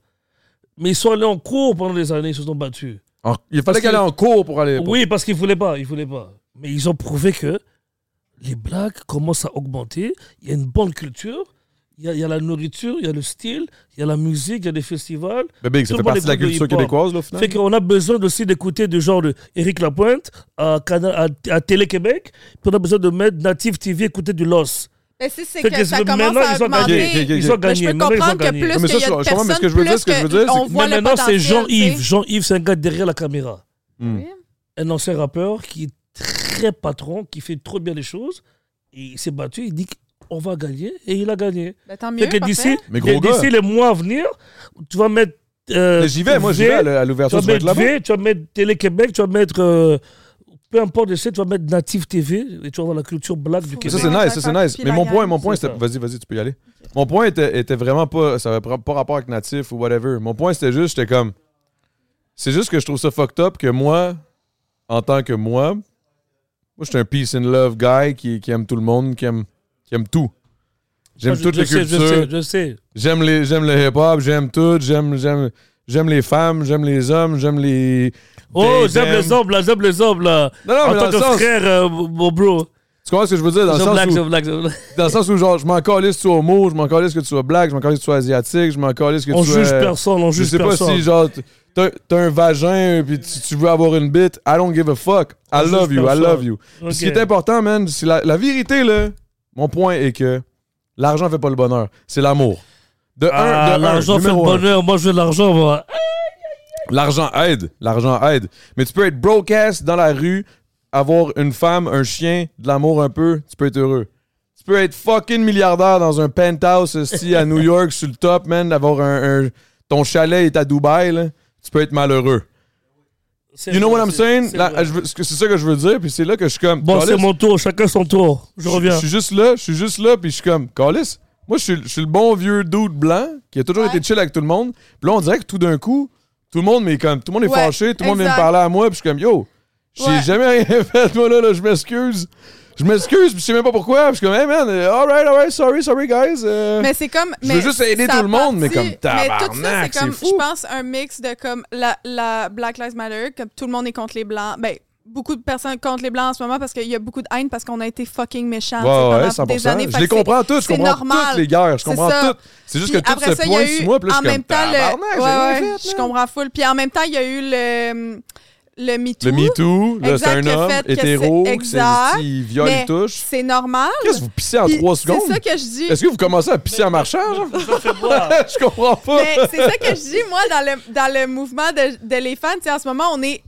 Speaker 8: Mais ils sont allés en cours pendant des années, ils se sont battus.
Speaker 7: En- il
Speaker 8: Parce
Speaker 7: fallait qu'elle
Speaker 8: que-
Speaker 7: aille en cours pour aller.
Speaker 8: Oui, parce qu'ils ne voulaient pas, ils voulaient pas. Mais ils ont prouvé que les blacks commencent à augmenter. Il y a une bonne culture, il y a, il y a la nourriture, il y a le style, il y a la musique, il y a des festivals.
Speaker 7: Mais big, ça
Speaker 8: Tout
Speaker 7: fait
Speaker 8: le monde
Speaker 7: partie de la
Speaker 8: écoute le
Speaker 7: culture
Speaker 8: hip-hop.
Speaker 7: québécoise, là, au final.
Speaker 8: Fait qu'on a besoin aussi d'écouter du genre de Éric Lapointe à, Canal- à, à Télé-Québec. Puis on a besoin de mettre Native TV, écouter du Los.
Speaker 6: Mais si c'est
Speaker 8: Fait
Speaker 6: que
Speaker 8: que
Speaker 6: ça
Speaker 8: maintenant,
Speaker 6: commence à
Speaker 8: ils ont gagné.
Speaker 6: augmenter.
Speaker 7: Ok, ok,
Speaker 8: Ils
Speaker 7: ok.
Speaker 8: ont
Speaker 6: Mais
Speaker 8: gagné.
Speaker 6: je peux
Speaker 8: Maintenant, ils ont
Speaker 6: comprendre que
Speaker 8: gagné.
Speaker 6: plus
Speaker 7: Mais ça,
Speaker 6: qu'il y a de
Speaker 7: je- je comprends, mais
Speaker 6: personnes,
Speaker 7: ce que je veux dire,
Speaker 6: plus
Speaker 7: ce que je veux dire,
Speaker 6: on
Speaker 7: c'est que-
Speaker 6: voit
Speaker 8: Mais
Speaker 6: le
Speaker 8: maintenant, c'est
Speaker 6: potentiel, tu
Speaker 8: Jean-Yves.
Speaker 6: sais.
Speaker 8: Jean-Yves, c'est un gars derrière la caméra.
Speaker 7: Hmm.
Speaker 8: un ancien rappeur qui est très patron, qui fait trop bien les choses. Et il s'est battu, il dit qu'on va gagner, et il a gagné.
Speaker 6: Ben, tant
Speaker 8: Fait
Speaker 6: mieux,
Speaker 8: que
Speaker 6: parfait.
Speaker 8: d'ici
Speaker 7: Mais gros
Speaker 8: que d'ici
Speaker 7: gars.
Speaker 8: les mois à venir, tu vas mettre. euh,
Speaker 7: Mais J'y vais, moi, j'y vais à l- à
Speaker 8: Tu
Speaker 7: l'ouverture
Speaker 8: vas
Speaker 7: du
Speaker 8: mettre
Speaker 7: là-bas.
Speaker 8: V, tu vas mettre Télé-Québec, tu vas mettre. euh, peu importe le site, tu vas mettre Native TV, et tu vas voir la culture black du
Speaker 6: Ça,
Speaker 7: Ça,
Speaker 8: Québec.
Speaker 7: c'est
Speaker 6: Ouais,
Speaker 7: nice, ça, c'est
Speaker 6: d'accord.
Speaker 7: nice.
Speaker 6: Puis
Speaker 7: Mais
Speaker 6: la
Speaker 7: mon point,
Speaker 6: gamme,
Speaker 7: mon point,
Speaker 8: c'est
Speaker 7: c'était. Vas-y, vas-y, tu peux y aller. Mon point était, était vraiment pas. Ça avait pra- pas rapport avec natif ou whatever. Mon point, c'était juste, j'étais comme. C'est juste que je trouve ça fucked up que moi, en tant que moi, moi, je suis un peace and love guy qui, qui aime tout le monde, qui aime, qui aime tout. J'aime
Speaker 8: Ah, Je-
Speaker 7: toutes
Speaker 8: je
Speaker 7: les
Speaker 8: sais, Je
Speaker 7: cultures.
Speaker 8: sais, je sais.
Speaker 7: J'aime les j'aime le hip hop, j'aime tout, j'aime j'aime j'aime les femmes, j'aime les hommes, j'aime les
Speaker 8: Oh,
Speaker 7: Des
Speaker 8: j'aime les
Speaker 7: hommes.
Speaker 8: hommes, là, j'aime les hommes, là.
Speaker 7: Non, non,
Speaker 8: en
Speaker 7: mais dans
Speaker 8: tant
Speaker 7: le
Speaker 8: que
Speaker 7: sens-
Speaker 8: frère, euh, mon bro.
Speaker 7: Tu comprends ce que je veux dire dans le
Speaker 8: J'aime
Speaker 7: sens
Speaker 8: black,
Speaker 7: où
Speaker 8: j'aime black, j'aime black.
Speaker 7: dans le sens où genre je m'en calisse que tu sois homo, je m'en calisse que tu sois black, je m'en calisse que tu sois asiatique, je m'en calisse que
Speaker 8: On
Speaker 7: tu sois
Speaker 8: juge personne, on
Speaker 7: Je
Speaker 8: juge
Speaker 7: sais
Speaker 8: personne.
Speaker 7: pas si genre t- t'as t'as un vagin puis tu, tu veux avoir une bite, I don't give a fuck. I
Speaker 8: On juge
Speaker 7: love you, I
Speaker 8: personne.
Speaker 7: love you. Puis
Speaker 8: Ok.
Speaker 7: Ce qui est important, man, c'est la, la vérité là. Mon point est que l'argent fait pas le bonheur, c'est l'amour. De
Speaker 8: Ah,
Speaker 7: un, de un,
Speaker 8: l'argent fait le
Speaker 7: numéro un.
Speaker 8: bonheur. Moi, je veux de l'argent, moi.
Speaker 7: L'argent aide, l'argent aide. Mais tu peux être broke ass dans la rue, avoir une femme, un chien, de l'amour un peu, tu peux être heureux. Tu peux être fucking milliardaire dans un penthouse esti, à New York sur le top, man, d'avoir un, un- ton chalet est à Dubaï, là. tu peux être malheureux.
Speaker 8: C'est
Speaker 7: You know
Speaker 8: vrai,
Speaker 7: what I'm
Speaker 8: c'est-
Speaker 7: saying?
Speaker 8: c'est
Speaker 7: La-
Speaker 8: vrai.
Speaker 7: je veux- C'est ça que je veux dire, puis c'est là que je suis comme.
Speaker 8: Bon, c'est
Speaker 7: Calisse,
Speaker 8: mon tour, chacun son tour. Je reviens.
Speaker 7: Je suis juste là, je suis juste là, puis je suis comme, Callis, moi, je suis, je suis le bon vieux dude blanc qui a toujours été chill avec tout le monde. Puis là, on dirait que tout d'un coup, tout le monde, mais comme, tout le monde est
Speaker 6: Ouais,
Speaker 7: fâché, tout le monde vient me
Speaker 6: exact.
Speaker 7: parler à moi, puis je suis comme, yo, j'ai
Speaker 6: Ouais.
Speaker 7: jamais <laughs> rien fait, moi, là, là, je m'excuse. Je m'excuse, puis je sais même pas pourquoi. Puis je suis comme, hey man, euh, alright, alright, sorry, sorry, guys. euh.
Speaker 6: Mais c'est comme.
Speaker 7: Je
Speaker 6: mais
Speaker 7: veux juste aider
Speaker 6: ça
Speaker 7: tout le monde, mais comme
Speaker 6: Mais tout ça,
Speaker 7: tabarnak,
Speaker 6: c'est comme,
Speaker 7: c'est fou.
Speaker 6: je pense, un mix de comme la, la Black Lives Matter, comme tout le monde est contre les Blancs. Ben, beaucoup de personnes contre les Blancs en ce moment parce qu'il y a beaucoup de haine parce qu'on a été fucking méchants tu sais,
Speaker 7: Ouais, ouais,
Speaker 6: pendant
Speaker 7: 100%.
Speaker 6: des années.
Speaker 7: Je
Speaker 6: Fait
Speaker 7: les
Speaker 6: que c'est-
Speaker 7: comprends tous, je
Speaker 6: c'est
Speaker 7: comprends
Speaker 6: normal.
Speaker 7: toutes les guerres, je
Speaker 6: C'est
Speaker 7: comprends
Speaker 6: ça.
Speaker 7: toutes. C'est juste
Speaker 6: Puis
Speaker 7: que tout
Speaker 6: après
Speaker 7: se
Speaker 6: ça, il y a
Speaker 7: pointe
Speaker 6: eu,
Speaker 7: sur moi, puis là, je
Speaker 6: en
Speaker 7: suis comme,
Speaker 6: même temps, le-
Speaker 7: tabarnak, j'ai
Speaker 6: ouais,
Speaker 7: rien
Speaker 6: ouais,
Speaker 7: fait,
Speaker 6: je
Speaker 7: man.
Speaker 6: comprends full. Puis en même temps, il y a eu le, le Me Too.
Speaker 7: Le MeToo, là, c'est
Speaker 6: Exact,
Speaker 7: un
Speaker 6: le
Speaker 7: homme
Speaker 6: fait que
Speaker 7: hétéro,
Speaker 6: c'est-
Speaker 7: qui
Speaker 6: exact,
Speaker 7: viole
Speaker 6: mais
Speaker 7: et touche.
Speaker 6: C'est normal.
Speaker 7: Qu'est-ce que vous pissez en
Speaker 6: Puis
Speaker 7: trois secondes?
Speaker 6: C'est ça que je dis.
Speaker 7: Est-ce que vous commencez à pisser en marchant, genre? <laughs> je comprends pas.
Speaker 6: Mais c'est ça que je dis, moi, dans le, dans le mouvement de, de les fans. Tu sais, en ce moment, on est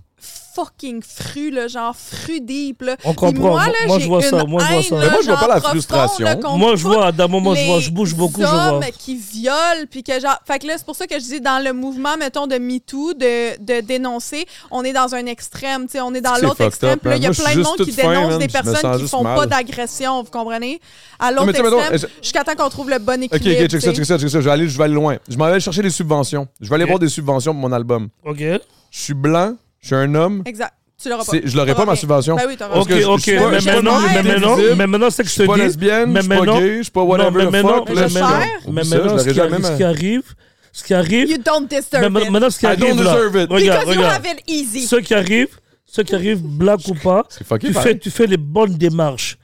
Speaker 6: fucking fru, là, genre fru deep. Là.
Speaker 8: On
Speaker 6: Puis
Speaker 8: comprend.
Speaker 6: Moi, là,
Speaker 8: Moi, je
Speaker 6: j'ai
Speaker 8: vois ça.
Speaker 6: une
Speaker 8: Moi, je vois
Speaker 6: haine,
Speaker 8: ça.
Speaker 6: là,
Speaker 7: Mais moi, je vois
Speaker 6: genre,
Speaker 7: pas la
Speaker 6: profonde,
Speaker 7: frustration.
Speaker 6: là, contre
Speaker 8: Moi, je vois, à un
Speaker 6: tous
Speaker 8: moment, je vois, je
Speaker 6: les
Speaker 8: bouge beaucoup, je
Speaker 6: hommes
Speaker 8: vois.
Speaker 6: qui violent, puis que genre. Fait que là, c'est pour ça que je dis, dans le mouvement, mettons, de MeToo, de, de dénoncer, on est dans un extrême, tu sais, on est dans
Speaker 7: C'est
Speaker 6: l'autre
Speaker 7: fucked
Speaker 6: extrême.
Speaker 7: up,
Speaker 6: Puis là, il y a
Speaker 7: man. Moi,
Speaker 6: plein
Speaker 7: je suis
Speaker 6: de
Speaker 7: juste
Speaker 6: monde qui
Speaker 7: toute fin,
Speaker 6: dénoncent
Speaker 7: man.
Speaker 6: des
Speaker 7: Je me
Speaker 6: personnes
Speaker 7: sens
Speaker 6: qui
Speaker 7: juste
Speaker 6: font
Speaker 7: mal.
Speaker 6: pas d'agression, vous comprenez? À
Speaker 7: mais
Speaker 6: l'autre
Speaker 7: tu sais, mettons,
Speaker 6: extrême,
Speaker 7: je-
Speaker 6: jusqu'à temps qu'on trouve le bon
Speaker 7: Ok, ok,
Speaker 6: équilibre.
Speaker 7: check
Speaker 6: tu
Speaker 7: ça,
Speaker 6: sais.
Speaker 7: check ça, check ça. Je vais aller, je vais aller loin. Je m'en vais aller chercher des subventions. Je vais aller
Speaker 8: Ok.
Speaker 7: voir des subventions pour mon album.
Speaker 8: Ok.
Speaker 7: Je suis blanc, je suis un homme.
Speaker 6: Exact. Tu l'auras pas.
Speaker 7: C'est- je l'aurais
Speaker 6: T'auras
Speaker 7: pas, ma
Speaker 6: rien.
Speaker 7: subvention.
Speaker 6: Ben oui, t'auras
Speaker 7: Parce
Speaker 8: Ok,
Speaker 6: rien.
Speaker 7: que je-
Speaker 8: ok.
Speaker 7: je suis pas-
Speaker 8: Mais
Speaker 7: je suis pas
Speaker 8: maintenant,
Speaker 7: mal
Speaker 8: mais maintenant,
Speaker 7: invisible,
Speaker 8: mais maintenant, c'est que je te
Speaker 7: Je suis pas
Speaker 8: dis.
Speaker 7: lesbienne, je
Speaker 8: mais
Speaker 7: suis pas
Speaker 8: maintenant-
Speaker 7: gay, je suis pas
Speaker 8: Non,
Speaker 7: whatever
Speaker 8: mais
Speaker 7: the
Speaker 8: maintenant,
Speaker 7: fuck.
Speaker 8: mais
Speaker 7: là, je suis
Speaker 8: maintenant,
Speaker 7: comme-
Speaker 8: mais
Speaker 7: Oublie ça,
Speaker 8: maintenant,
Speaker 7: je
Speaker 8: ce
Speaker 7: l'aurais
Speaker 8: qui
Speaker 7: jamais,
Speaker 8: arrive, ce
Speaker 7: man.
Speaker 8: qui arrive, ce qui arrive,
Speaker 6: You don't
Speaker 8: mais
Speaker 6: deserve
Speaker 8: ma-
Speaker 6: it.
Speaker 8: maintenant, ce qui
Speaker 7: I
Speaker 8: arrive
Speaker 7: don't
Speaker 8: là.
Speaker 7: deserve it.
Speaker 8: Regarde,
Speaker 6: Because you
Speaker 8: regarde.
Speaker 6: have it easy.
Speaker 8: Ce qui arrive,
Speaker 7: Ceux qui arrivent, black ou pas,
Speaker 8: C'est fucké,
Speaker 7: tu
Speaker 8: pareil.
Speaker 7: fais, tu fais les bonnes démarches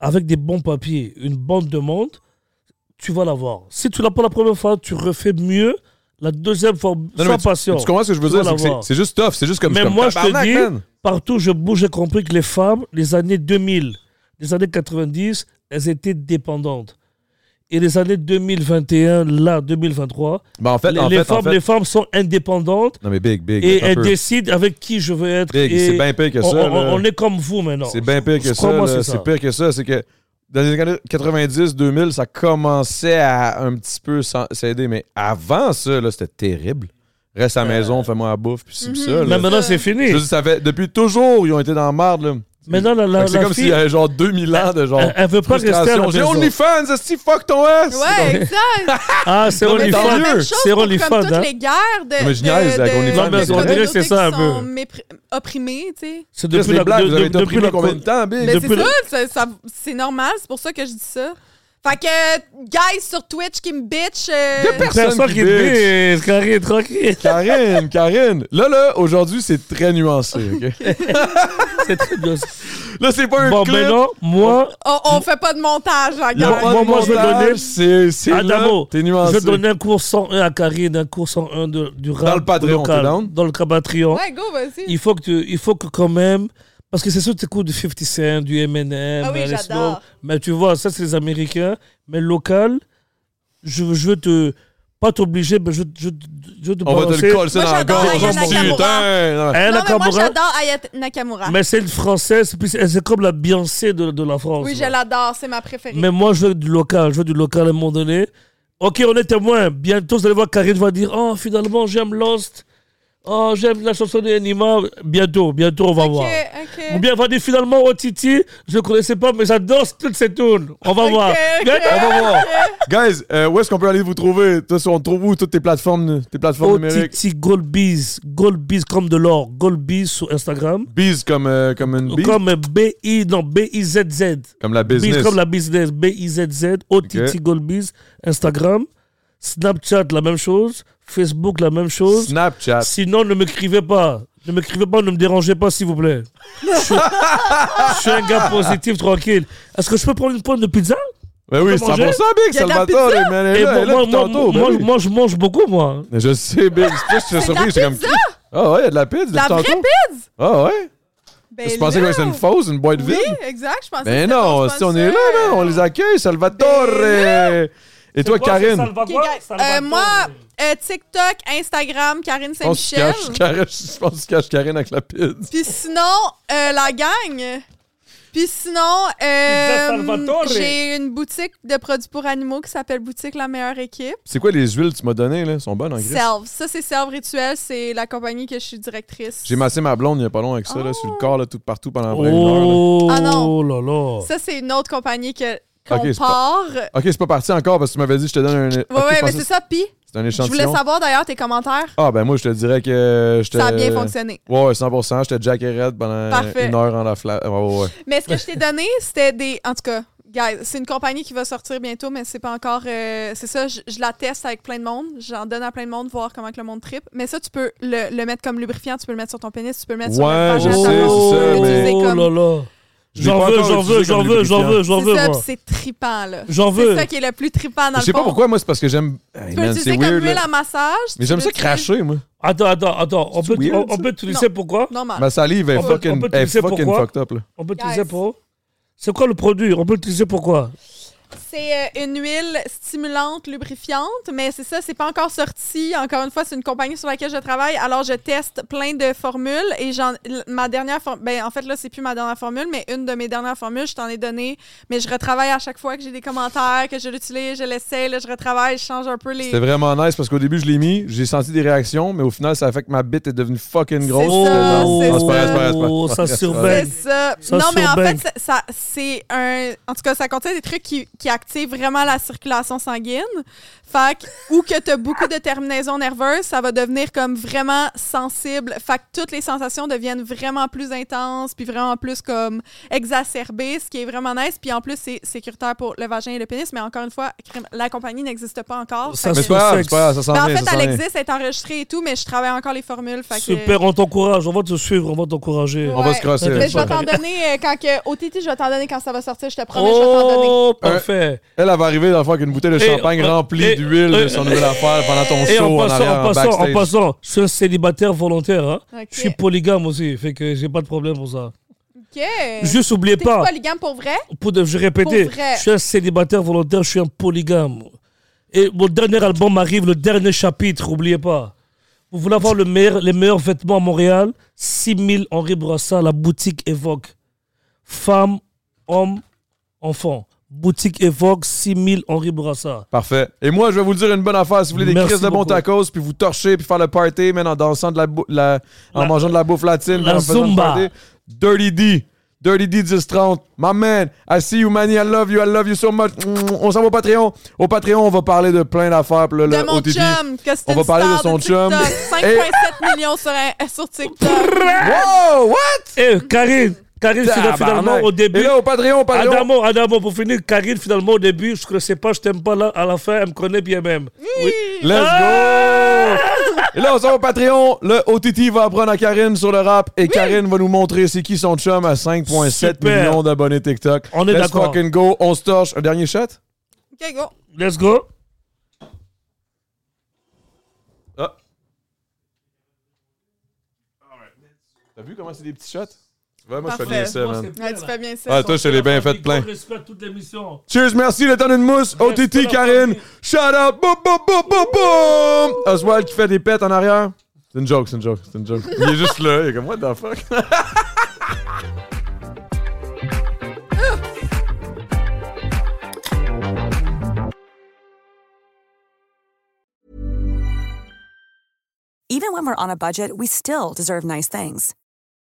Speaker 7: avec des bons papiers, une bonne demande, tu vas l'avoir. Si tu l'as pas la première fois, tu refais mieux. La deuxième fois,
Speaker 8: Non, non,
Speaker 7: sois
Speaker 8: mais tu-
Speaker 7: patient.
Speaker 8: Tu comprends ce que je veux
Speaker 7: Tu
Speaker 8: dire?
Speaker 7: vas
Speaker 8: C'est que c'est-
Speaker 7: l'avoir.
Speaker 8: C'est juste tough. C'est juste comme
Speaker 7: Mais
Speaker 8: comme
Speaker 7: moi, je te
Speaker 8: tabarnak,
Speaker 7: dis,
Speaker 8: man.
Speaker 7: partout où je bouge, j'ai compris que les femmes, les années 2000, les années 90, elles étaient dépendantes. Et les années 2021, là, 2023,
Speaker 8: Ben, en fait,
Speaker 7: les,
Speaker 8: en
Speaker 7: les
Speaker 8: fait,
Speaker 7: femmes,
Speaker 8: en fait-
Speaker 7: les femmes sont indépendantes
Speaker 8: Non, mais big, big.
Speaker 7: et
Speaker 8: attends un
Speaker 7: elles
Speaker 8: peu.
Speaker 7: décident avec qui je veux être.
Speaker 8: Big,
Speaker 7: et
Speaker 8: c'est bien pire que
Speaker 7: on,
Speaker 8: ça,
Speaker 7: on-
Speaker 8: là.
Speaker 7: on est comme vous maintenant.
Speaker 8: C'est bien pire que ça.
Speaker 7: Crois-moi,
Speaker 8: là.
Speaker 7: c'est
Speaker 8: C'est
Speaker 7: ça.
Speaker 8: pire que ça. C'est que dans les années 90, 2000, ça commençait à un petit peu s'en- s'aider. Mais avant ça, là, c'était terrible. Reste à la maison, fais-moi la
Speaker 7: Euh,
Speaker 8: bouffe, puis ci,
Speaker 6: Mhm.
Speaker 8: puis ça.
Speaker 7: Mais
Speaker 8: là.
Speaker 7: maintenant, c'est fini.
Speaker 8: Je veux dire, ça fait- depuis toujours, ils ont été dans la marde. là.
Speaker 7: Maintenant, la, la-
Speaker 8: Fait que C'est
Speaker 7: la
Speaker 8: comme s'il
Speaker 7: fille,
Speaker 8: y avait genre 2000 ans de genre.
Speaker 7: elle, elle veut pas rester à la
Speaker 8: frustration. J'ai
Speaker 7: maison.
Speaker 8: OnlyFans, esti, fuck ton ass!
Speaker 6: Ouais, exact.
Speaker 7: Ah, c'est
Speaker 8: Non, mais
Speaker 6: Mais
Speaker 8: tant
Speaker 6: c'est la
Speaker 8: mieux.
Speaker 6: même
Speaker 7: OnlyFans.
Speaker 6: chose
Speaker 7: C'est
Speaker 6: pour comme
Speaker 7: OnlyFans.
Speaker 6: toutes
Speaker 7: hein.
Speaker 6: les guerres de,
Speaker 8: Non, mais je niaise
Speaker 6: de,
Speaker 8: avec OnlyFans.
Speaker 7: Non, mais on dirait que c'est
Speaker 6: communautés
Speaker 7: ça,
Speaker 6: qui
Speaker 7: un peu.
Speaker 6: sont mépris- opprimées, tu sais.
Speaker 7: C'est
Speaker 8: Depuis les blagues,
Speaker 7: de-
Speaker 8: vous avez
Speaker 7: de-
Speaker 8: été
Speaker 7: depuis
Speaker 8: opprimés
Speaker 7: la-
Speaker 8: combien de temps, Big?
Speaker 6: Mais
Speaker 7: Depuis
Speaker 6: c'est ça, ça- ça- c'est normal, c'est pour ça que je dis ça. Fait que, guys sur Twitch qui me bitch, euh,
Speaker 8: Y a personne
Speaker 7: Personne qui
Speaker 8: qui bitch.
Speaker 7: te dit, euh, carré, tranquille.
Speaker 8: Karine, Karine. Là, là, aujourd'hui, c'est très nuancé, OK?
Speaker 7: <laughs> C'est très bien.
Speaker 8: Là, c'est pas un
Speaker 7: Bon,
Speaker 8: clip.
Speaker 7: maintenant, moi,
Speaker 6: on, on fait pas de montage, la
Speaker 8: Y a
Speaker 6: guerre.
Speaker 8: pas de
Speaker 7: moi, moi, je vais
Speaker 8: montage,
Speaker 7: donner-
Speaker 8: C'est, c'est là,
Speaker 7: Adamo,
Speaker 8: t'es
Speaker 7: je
Speaker 8: nuancé.
Speaker 7: vais donner un cours 101 à Karine, un cours 101 de, du rap
Speaker 8: le Patreon,
Speaker 7: local,
Speaker 8: t'es hein? down?
Speaker 7: dans le cas Patreon.
Speaker 6: Ouais, go, vas-y.
Speaker 7: Il faut que tu- il faut que quand même parce que c'est sûr que tu écoutes du 50 Cent, du M&M,
Speaker 6: Ah oui,
Speaker 7: euh, les
Speaker 6: j'adore.
Speaker 7: Snow. mais tu vois ça c'est les Américains, mais local, je, je veux te pas t'obliger, mais je je je veux te
Speaker 8: On va te
Speaker 7: balancer.
Speaker 8: le coller ça
Speaker 6: Moi,
Speaker 8: dans la
Speaker 6: j'adore
Speaker 8: gorge.
Speaker 6: Ayana Kamura.
Speaker 8: Putain! non.
Speaker 7: Hein,
Speaker 6: Non,
Speaker 7: la
Speaker 6: mais moi,
Speaker 7: Camorra?
Speaker 6: j'adore Ayat Nakamura.
Speaker 7: mais c'est une française, puis c'est c'est comme la Beyoncé de, de la France.
Speaker 6: Oui, je
Speaker 7: là.
Speaker 6: l'adore, c'est ma préférée.
Speaker 7: Mais moi, je veux du local. Je veux du local à un moment donné. Ok, on est témoin. Bientôt, vous allez voir, Karine va dire Oh, finalement, j'aime Lost. Oh, j'aime la chanson de Nima. Bientôt, bientôt, on va
Speaker 6: Ok,
Speaker 7: voir. Ou
Speaker 6: ok.
Speaker 7: bien, elle va dire finalement, oh Titi, je ne connaissais pas, mais j'adore toutes ces tunes. On va
Speaker 6: Ok,
Speaker 7: voir.
Speaker 6: ok.
Speaker 7: Bientôt,
Speaker 8: On va voir. Guys, euh, où est-ce qu'on peut aller vous trouver? Toi, on te trouve où toutes tes plateformes, tes plateformes
Speaker 7: Oh,
Speaker 8: numériques?
Speaker 7: OTT Goldbees, Goldbees comme de l'or, Goldbees sur Instagram,
Speaker 8: Biz comme, euh, comme une biz?
Speaker 7: comme BI, non, BIZZ.
Speaker 8: Comme la business.
Speaker 7: Biz comme la business, B-I-Z-Z, OTT
Speaker 8: Ok.
Speaker 7: Goldbiz, Instagram, Snapchat, la même chose, Facebook, la même chose.
Speaker 8: Snapchat.
Speaker 7: Sinon, ne m'écrivez pas. Ne m'écrivez pas, ne me dérangez pas, s'il vous plaît. Je suis, je suis un gars positif, tranquille. Est-ce que je peux prendre une pointe de pizza
Speaker 8: Ben oui,
Speaker 7: peut
Speaker 8: c'est
Speaker 7: manger?
Speaker 8: 100% Big,
Speaker 6: Y a de la
Speaker 8: Salvatore,
Speaker 6: pizza?
Speaker 8: man. Elle est
Speaker 7: Et
Speaker 8: là,
Speaker 7: moi,
Speaker 8: elle est là
Speaker 7: moi,
Speaker 8: depuis
Speaker 7: moi,
Speaker 8: tantôt. ben
Speaker 7: moi,
Speaker 8: oui.
Speaker 7: moi, je mange beaucoup, moi.
Speaker 8: Mais Je sais, Big. C'est pour ça que je suis
Speaker 6: de la
Speaker 8: surpris. J'étais comme.
Speaker 6: pizza?
Speaker 8: Ah ouais, il y a de la pizza.
Speaker 6: La
Speaker 8: depuis
Speaker 6: vraie
Speaker 8: tantôt.
Speaker 6: pizza!
Speaker 8: Ah ouais.
Speaker 6: Ben
Speaker 8: Je pensais que
Speaker 6: là.
Speaker 8: c'était une fausse, une boîte
Speaker 6: Oui,
Speaker 8: vide.
Speaker 6: exact, je pensais
Speaker 8: Ben
Speaker 6: que c'était
Speaker 8: non,
Speaker 6: ton
Speaker 8: si on est là,
Speaker 6: sponsor.
Speaker 8: man, on les accueille, Salvatore. Et toi,
Speaker 7: Quoi, c'est
Speaker 8: Karine?
Speaker 7: Salvatore?
Speaker 6: Ok, guys,
Speaker 7: Salvatore.
Speaker 6: euh, moi, euh, TikTok, Instagram, Karine
Speaker 8: Je pense qu'il
Speaker 6: Saint-Michel.
Speaker 8: cache, Karine- je pense qu'il cache Karine avec la pizza.
Speaker 6: Puis sinon, euh, la gang. Puis sinon,
Speaker 7: Pizza
Speaker 6: euh,
Speaker 7: Salvatore.
Speaker 6: j'ai une boutique de produits pour animaux qui s'appelle Boutique La Meilleure Équipe.
Speaker 8: C'est quoi les huiles que tu m'as données, là? Elles sont bonnes en gris.
Speaker 6: Selve. Ça, c'est Selve Rituel. C'est la compagnie que je suis directrice.
Speaker 8: J'ai massé ma blonde il n'y a pas long avec ça, là,
Speaker 6: Oh.
Speaker 8: sur le corps, là, tout partout pendant après une heure. là.
Speaker 7: Oh,
Speaker 6: Ah non.
Speaker 7: là là.
Speaker 6: Ça, c'est une autre compagnie que, qu'on
Speaker 8: Ok, c'est pas-
Speaker 6: part. Ouais,
Speaker 8: Ok, c'est pas parti encore parce que tu m'avais dit je te donne un. ok, je
Speaker 6: ouais, mais
Speaker 8: pensais-
Speaker 6: c'est ça. Puis,
Speaker 8: C'est un
Speaker 6: je voulais
Speaker 8: échantillon.
Speaker 6: savoir d'ailleurs tes commentaires.
Speaker 8: Ah, ben moi, je te dirais que euh, je te.
Speaker 6: Ça a bien fonctionné.
Speaker 8: Ouais, ouais, 100%. J'étais Jack et Red pendant
Speaker 6: Parfait.
Speaker 8: une heure en la flamme. Ouais, ouais, ouais.
Speaker 6: Mais ce que
Speaker 8: <laughs>
Speaker 6: je t'ai donné, c'était des. En tout cas, guys, c'est une compagnie qui va sortir bientôt, mais c'est pas encore. euh, c'est ça, je, je la teste avec plein de monde. J'en donne à plein de monde, voir comment que le monde tripe. Mais ça, tu peux le, le mettre comme lubrifiant, tu peux le mettre sur ton pénis, tu peux le mettre sur
Speaker 8: Ouais,
Speaker 6: le
Speaker 8: je sais, c'est ça, mais-
Speaker 7: Oh là là.
Speaker 8: Je l'ai pas
Speaker 7: J'en veux,
Speaker 8: encore
Speaker 7: j'en
Speaker 8: utilisé
Speaker 7: veux,
Speaker 8: comme
Speaker 7: j'en veux, j'en
Speaker 8: lubrifiant.
Speaker 7: veux, j'en veux,
Speaker 6: C'est ça,
Speaker 7: moi.
Speaker 6: puis c'est trippant, là.
Speaker 7: J'en
Speaker 6: C'est
Speaker 7: veux.
Speaker 6: ça qui est le plus trippant dans
Speaker 8: Je sais
Speaker 6: le fond.
Speaker 8: pas pourquoi, moi, c'est parce que j'aime.
Speaker 6: Tu
Speaker 8: Hey,
Speaker 6: peux
Speaker 8: man, c'est
Speaker 6: l'utiliser comme
Speaker 8: weird.
Speaker 6: huile
Speaker 8: là.
Speaker 6: à massage.
Speaker 8: Mais
Speaker 6: tu
Speaker 8: j'aime
Speaker 6: peux
Speaker 8: ça
Speaker 6: l'utiliser-
Speaker 8: cracher, moi.
Speaker 7: Attends, attends, attends. On peut,
Speaker 8: weird,
Speaker 7: on, on peut utiliser pourquoi
Speaker 6: Normal.
Speaker 8: Ma salive est
Speaker 7: On peut- on
Speaker 8: fucking,
Speaker 7: peut
Speaker 8: est
Speaker 7: utiliser
Speaker 8: fucking
Speaker 7: pourquoi?
Speaker 8: fucked up, là.
Speaker 7: On peut
Speaker 6: Yes.
Speaker 7: utiliser pour C'est quoi le produit On peut l'utiliser pourquoi
Speaker 6: C'est euh, une huile stimulante, lubrifiante, mais c'est ça, c'est pas encore sorti. Encore une fois, c'est une compagnie sur laquelle je travaille, alors je teste plein de formules et j'en l- ma dernière for- ben en fait là, c'est plus ma dernière formule, mais une de mes dernières formules, je t'en ai donné, mais je retravaille à chaque fois que j'ai des commentaires, que je l'utilise, je l'essaie, là, je retravaille, je change un peu les
Speaker 8: C'était vraiment nice parce qu'au début, je l'ai mis, j'ai senti des réactions, mais au final, ça a fait que ma bite est devenue fucking grosse.
Speaker 6: C'est ça,
Speaker 8: Non,
Speaker 7: Ah,
Speaker 6: c'est
Speaker 8: c'est pas vrai, c'est pas vrai, c'est pas
Speaker 7: Oh,
Speaker 8: vrai.
Speaker 7: ça
Speaker 8: C'est
Speaker 7: surveille.
Speaker 6: C'est ça.
Speaker 7: Ça
Speaker 6: non, mais en
Speaker 7: surbank.
Speaker 6: fait, ça, ça- c'est un. En tout cas, ça contient des trucs qui, qui active vraiment la circulation sanguine. Fait que, ou que tu as beaucoup de terminaisons nerveuses, ça va devenir comme vraiment sensible. Fait que toutes les sensations deviennent vraiment plus intenses, puis vraiment plus comme exacerbées, ce qui est vraiment nice. Puis en plus, c'est sécuritaire pour le vagin et le pénis, mais encore une fois, crème- la compagnie n'existe pas encore.
Speaker 11: Ça,
Speaker 6: Fait
Speaker 7: Mais
Speaker 6: que-
Speaker 7: c'est pas grave, c'est pas grave, ça s'en
Speaker 6: Ben, en
Speaker 7: vient,
Speaker 6: fait,
Speaker 7: ça s'en
Speaker 6: elle
Speaker 7: vient.
Speaker 6: existe, elle est enregistrée et tout, mais je travaille encore les formules. Fait que-
Speaker 11: Super, on t'encourage, on va te suivre, on va t'encourager.
Speaker 7: On va se crosser.
Speaker 6: Mais je vais
Speaker 7: là-dessus.
Speaker 6: t'en donner euh, quand que, au TT, je vais t'en donner quand ça va sortir, je te promets, je vais t'en donner.
Speaker 11: Oh, parfait.
Speaker 7: Elle, elle va arriver dans le fond avec une bouteille de
Speaker 11: Et-
Speaker 7: champagne
Speaker 11: euh,
Speaker 7: remplie
Speaker 11: et-
Speaker 7: d'huile de
Speaker 11: euh,
Speaker 7: son nouvel affaire pendant ton
Speaker 11: Et en
Speaker 7: show en
Speaker 11: passant,
Speaker 7: arrière,
Speaker 11: en
Speaker 7: en
Speaker 11: passant, en
Speaker 7: backstage.
Speaker 11: passant, je suis un célibataire volontaire. hein.
Speaker 6: Ok.
Speaker 11: Je suis polygame aussi, fait que j'ai pas de problème pour ça.
Speaker 6: OK. T'es
Speaker 11: Juste oubliez pas,
Speaker 6: polygame pour vrai?
Speaker 11: pour de, je répétais,
Speaker 6: Pour vrai.
Speaker 11: je suis un célibataire volontaire, je suis un polygame. Et mon dernier album arrive, le dernier chapitre, oubliez pas. Vous voulez avoir le meilleur, les meilleurs vêtements à Montréal 6000 Henri Brassard, la boutique évoque. Femmes, hommes, enfants. Boutique évoque 6000 Henri Brassard.
Speaker 7: Parfait. Et moi, je vais vous dire une bonne affaire. Si vous voulez des
Speaker 11: Merci
Speaker 7: crises de bons
Speaker 11: beaucoup.
Speaker 7: tacos, puis vous torcher, puis faire le party, man, en dansant de la, bou- la- en
Speaker 11: La-
Speaker 7: mangeant de la bouffe latine,
Speaker 11: la
Speaker 7: puis en faisant le
Speaker 11: Zumba.
Speaker 7: party, Dirty D. Dirty D 1030. My man, I see you, man. I love you. I love you so much. Mm, On s'en va au Patreon. Au Patreon, on va parler de plein d'affaires. puis là,
Speaker 6: De
Speaker 7: le
Speaker 6: mon
Speaker 7: OTT.
Speaker 6: chum, que c'est
Speaker 7: On
Speaker 6: une
Speaker 7: va parler de
Speaker 6: star
Speaker 7: son chum.
Speaker 6: TikTok,
Speaker 7: Et-
Speaker 6: 5,7 millions sur, un- sur TikTok.
Speaker 7: Wow, what?
Speaker 11: Eh, Karine, Karine, c'est là,
Speaker 7: Tabarnak.
Speaker 11: finalement au
Speaker 7: Et
Speaker 11: début.
Speaker 7: là, au Patreon, au Patreon.
Speaker 11: Adamo, Adamo, pour finir, Karine, finalement, au début, je ne sais pas, je t'aime pas, là, à la fin, elle me connaît bien même. Ah! Oui.
Speaker 7: Let's go! Et là, on s'en va au Patreon. Le OTT va apprendre à Karine sur le rap et Karine va nous montrer c'est qui son chum à 5,7
Speaker 11: Super.
Speaker 7: millions d'abonnés TikTok.
Speaker 11: On est
Speaker 7: Let's
Speaker 11: d'accord.
Speaker 7: fucking go. On se torche. Un dernier shot?
Speaker 6: OK, go.
Speaker 11: Let's go.
Speaker 7: Ah. T'as vu comment c'est des petits shots? Tu vois, moi, je fais
Speaker 6: Parfait.
Speaker 7: bien ça, man.
Speaker 6: Ouais, tu fais bien ça.
Speaker 7: Ah, toi, je te l'ai bien fait plein.
Speaker 11: respecte toute l'émission.
Speaker 7: Cheers, merci, le temps d'une mousse. OTT, Karine. Shout out. Boum, boum, boum, boum, boum. Oswald qui fait des pets en arrière. C'est une joke, c'est une joke, c'est une joke. Il est juste là. Il est comme, what the fuck?
Speaker 12: Even when we're on a budget, we still deserve nice things.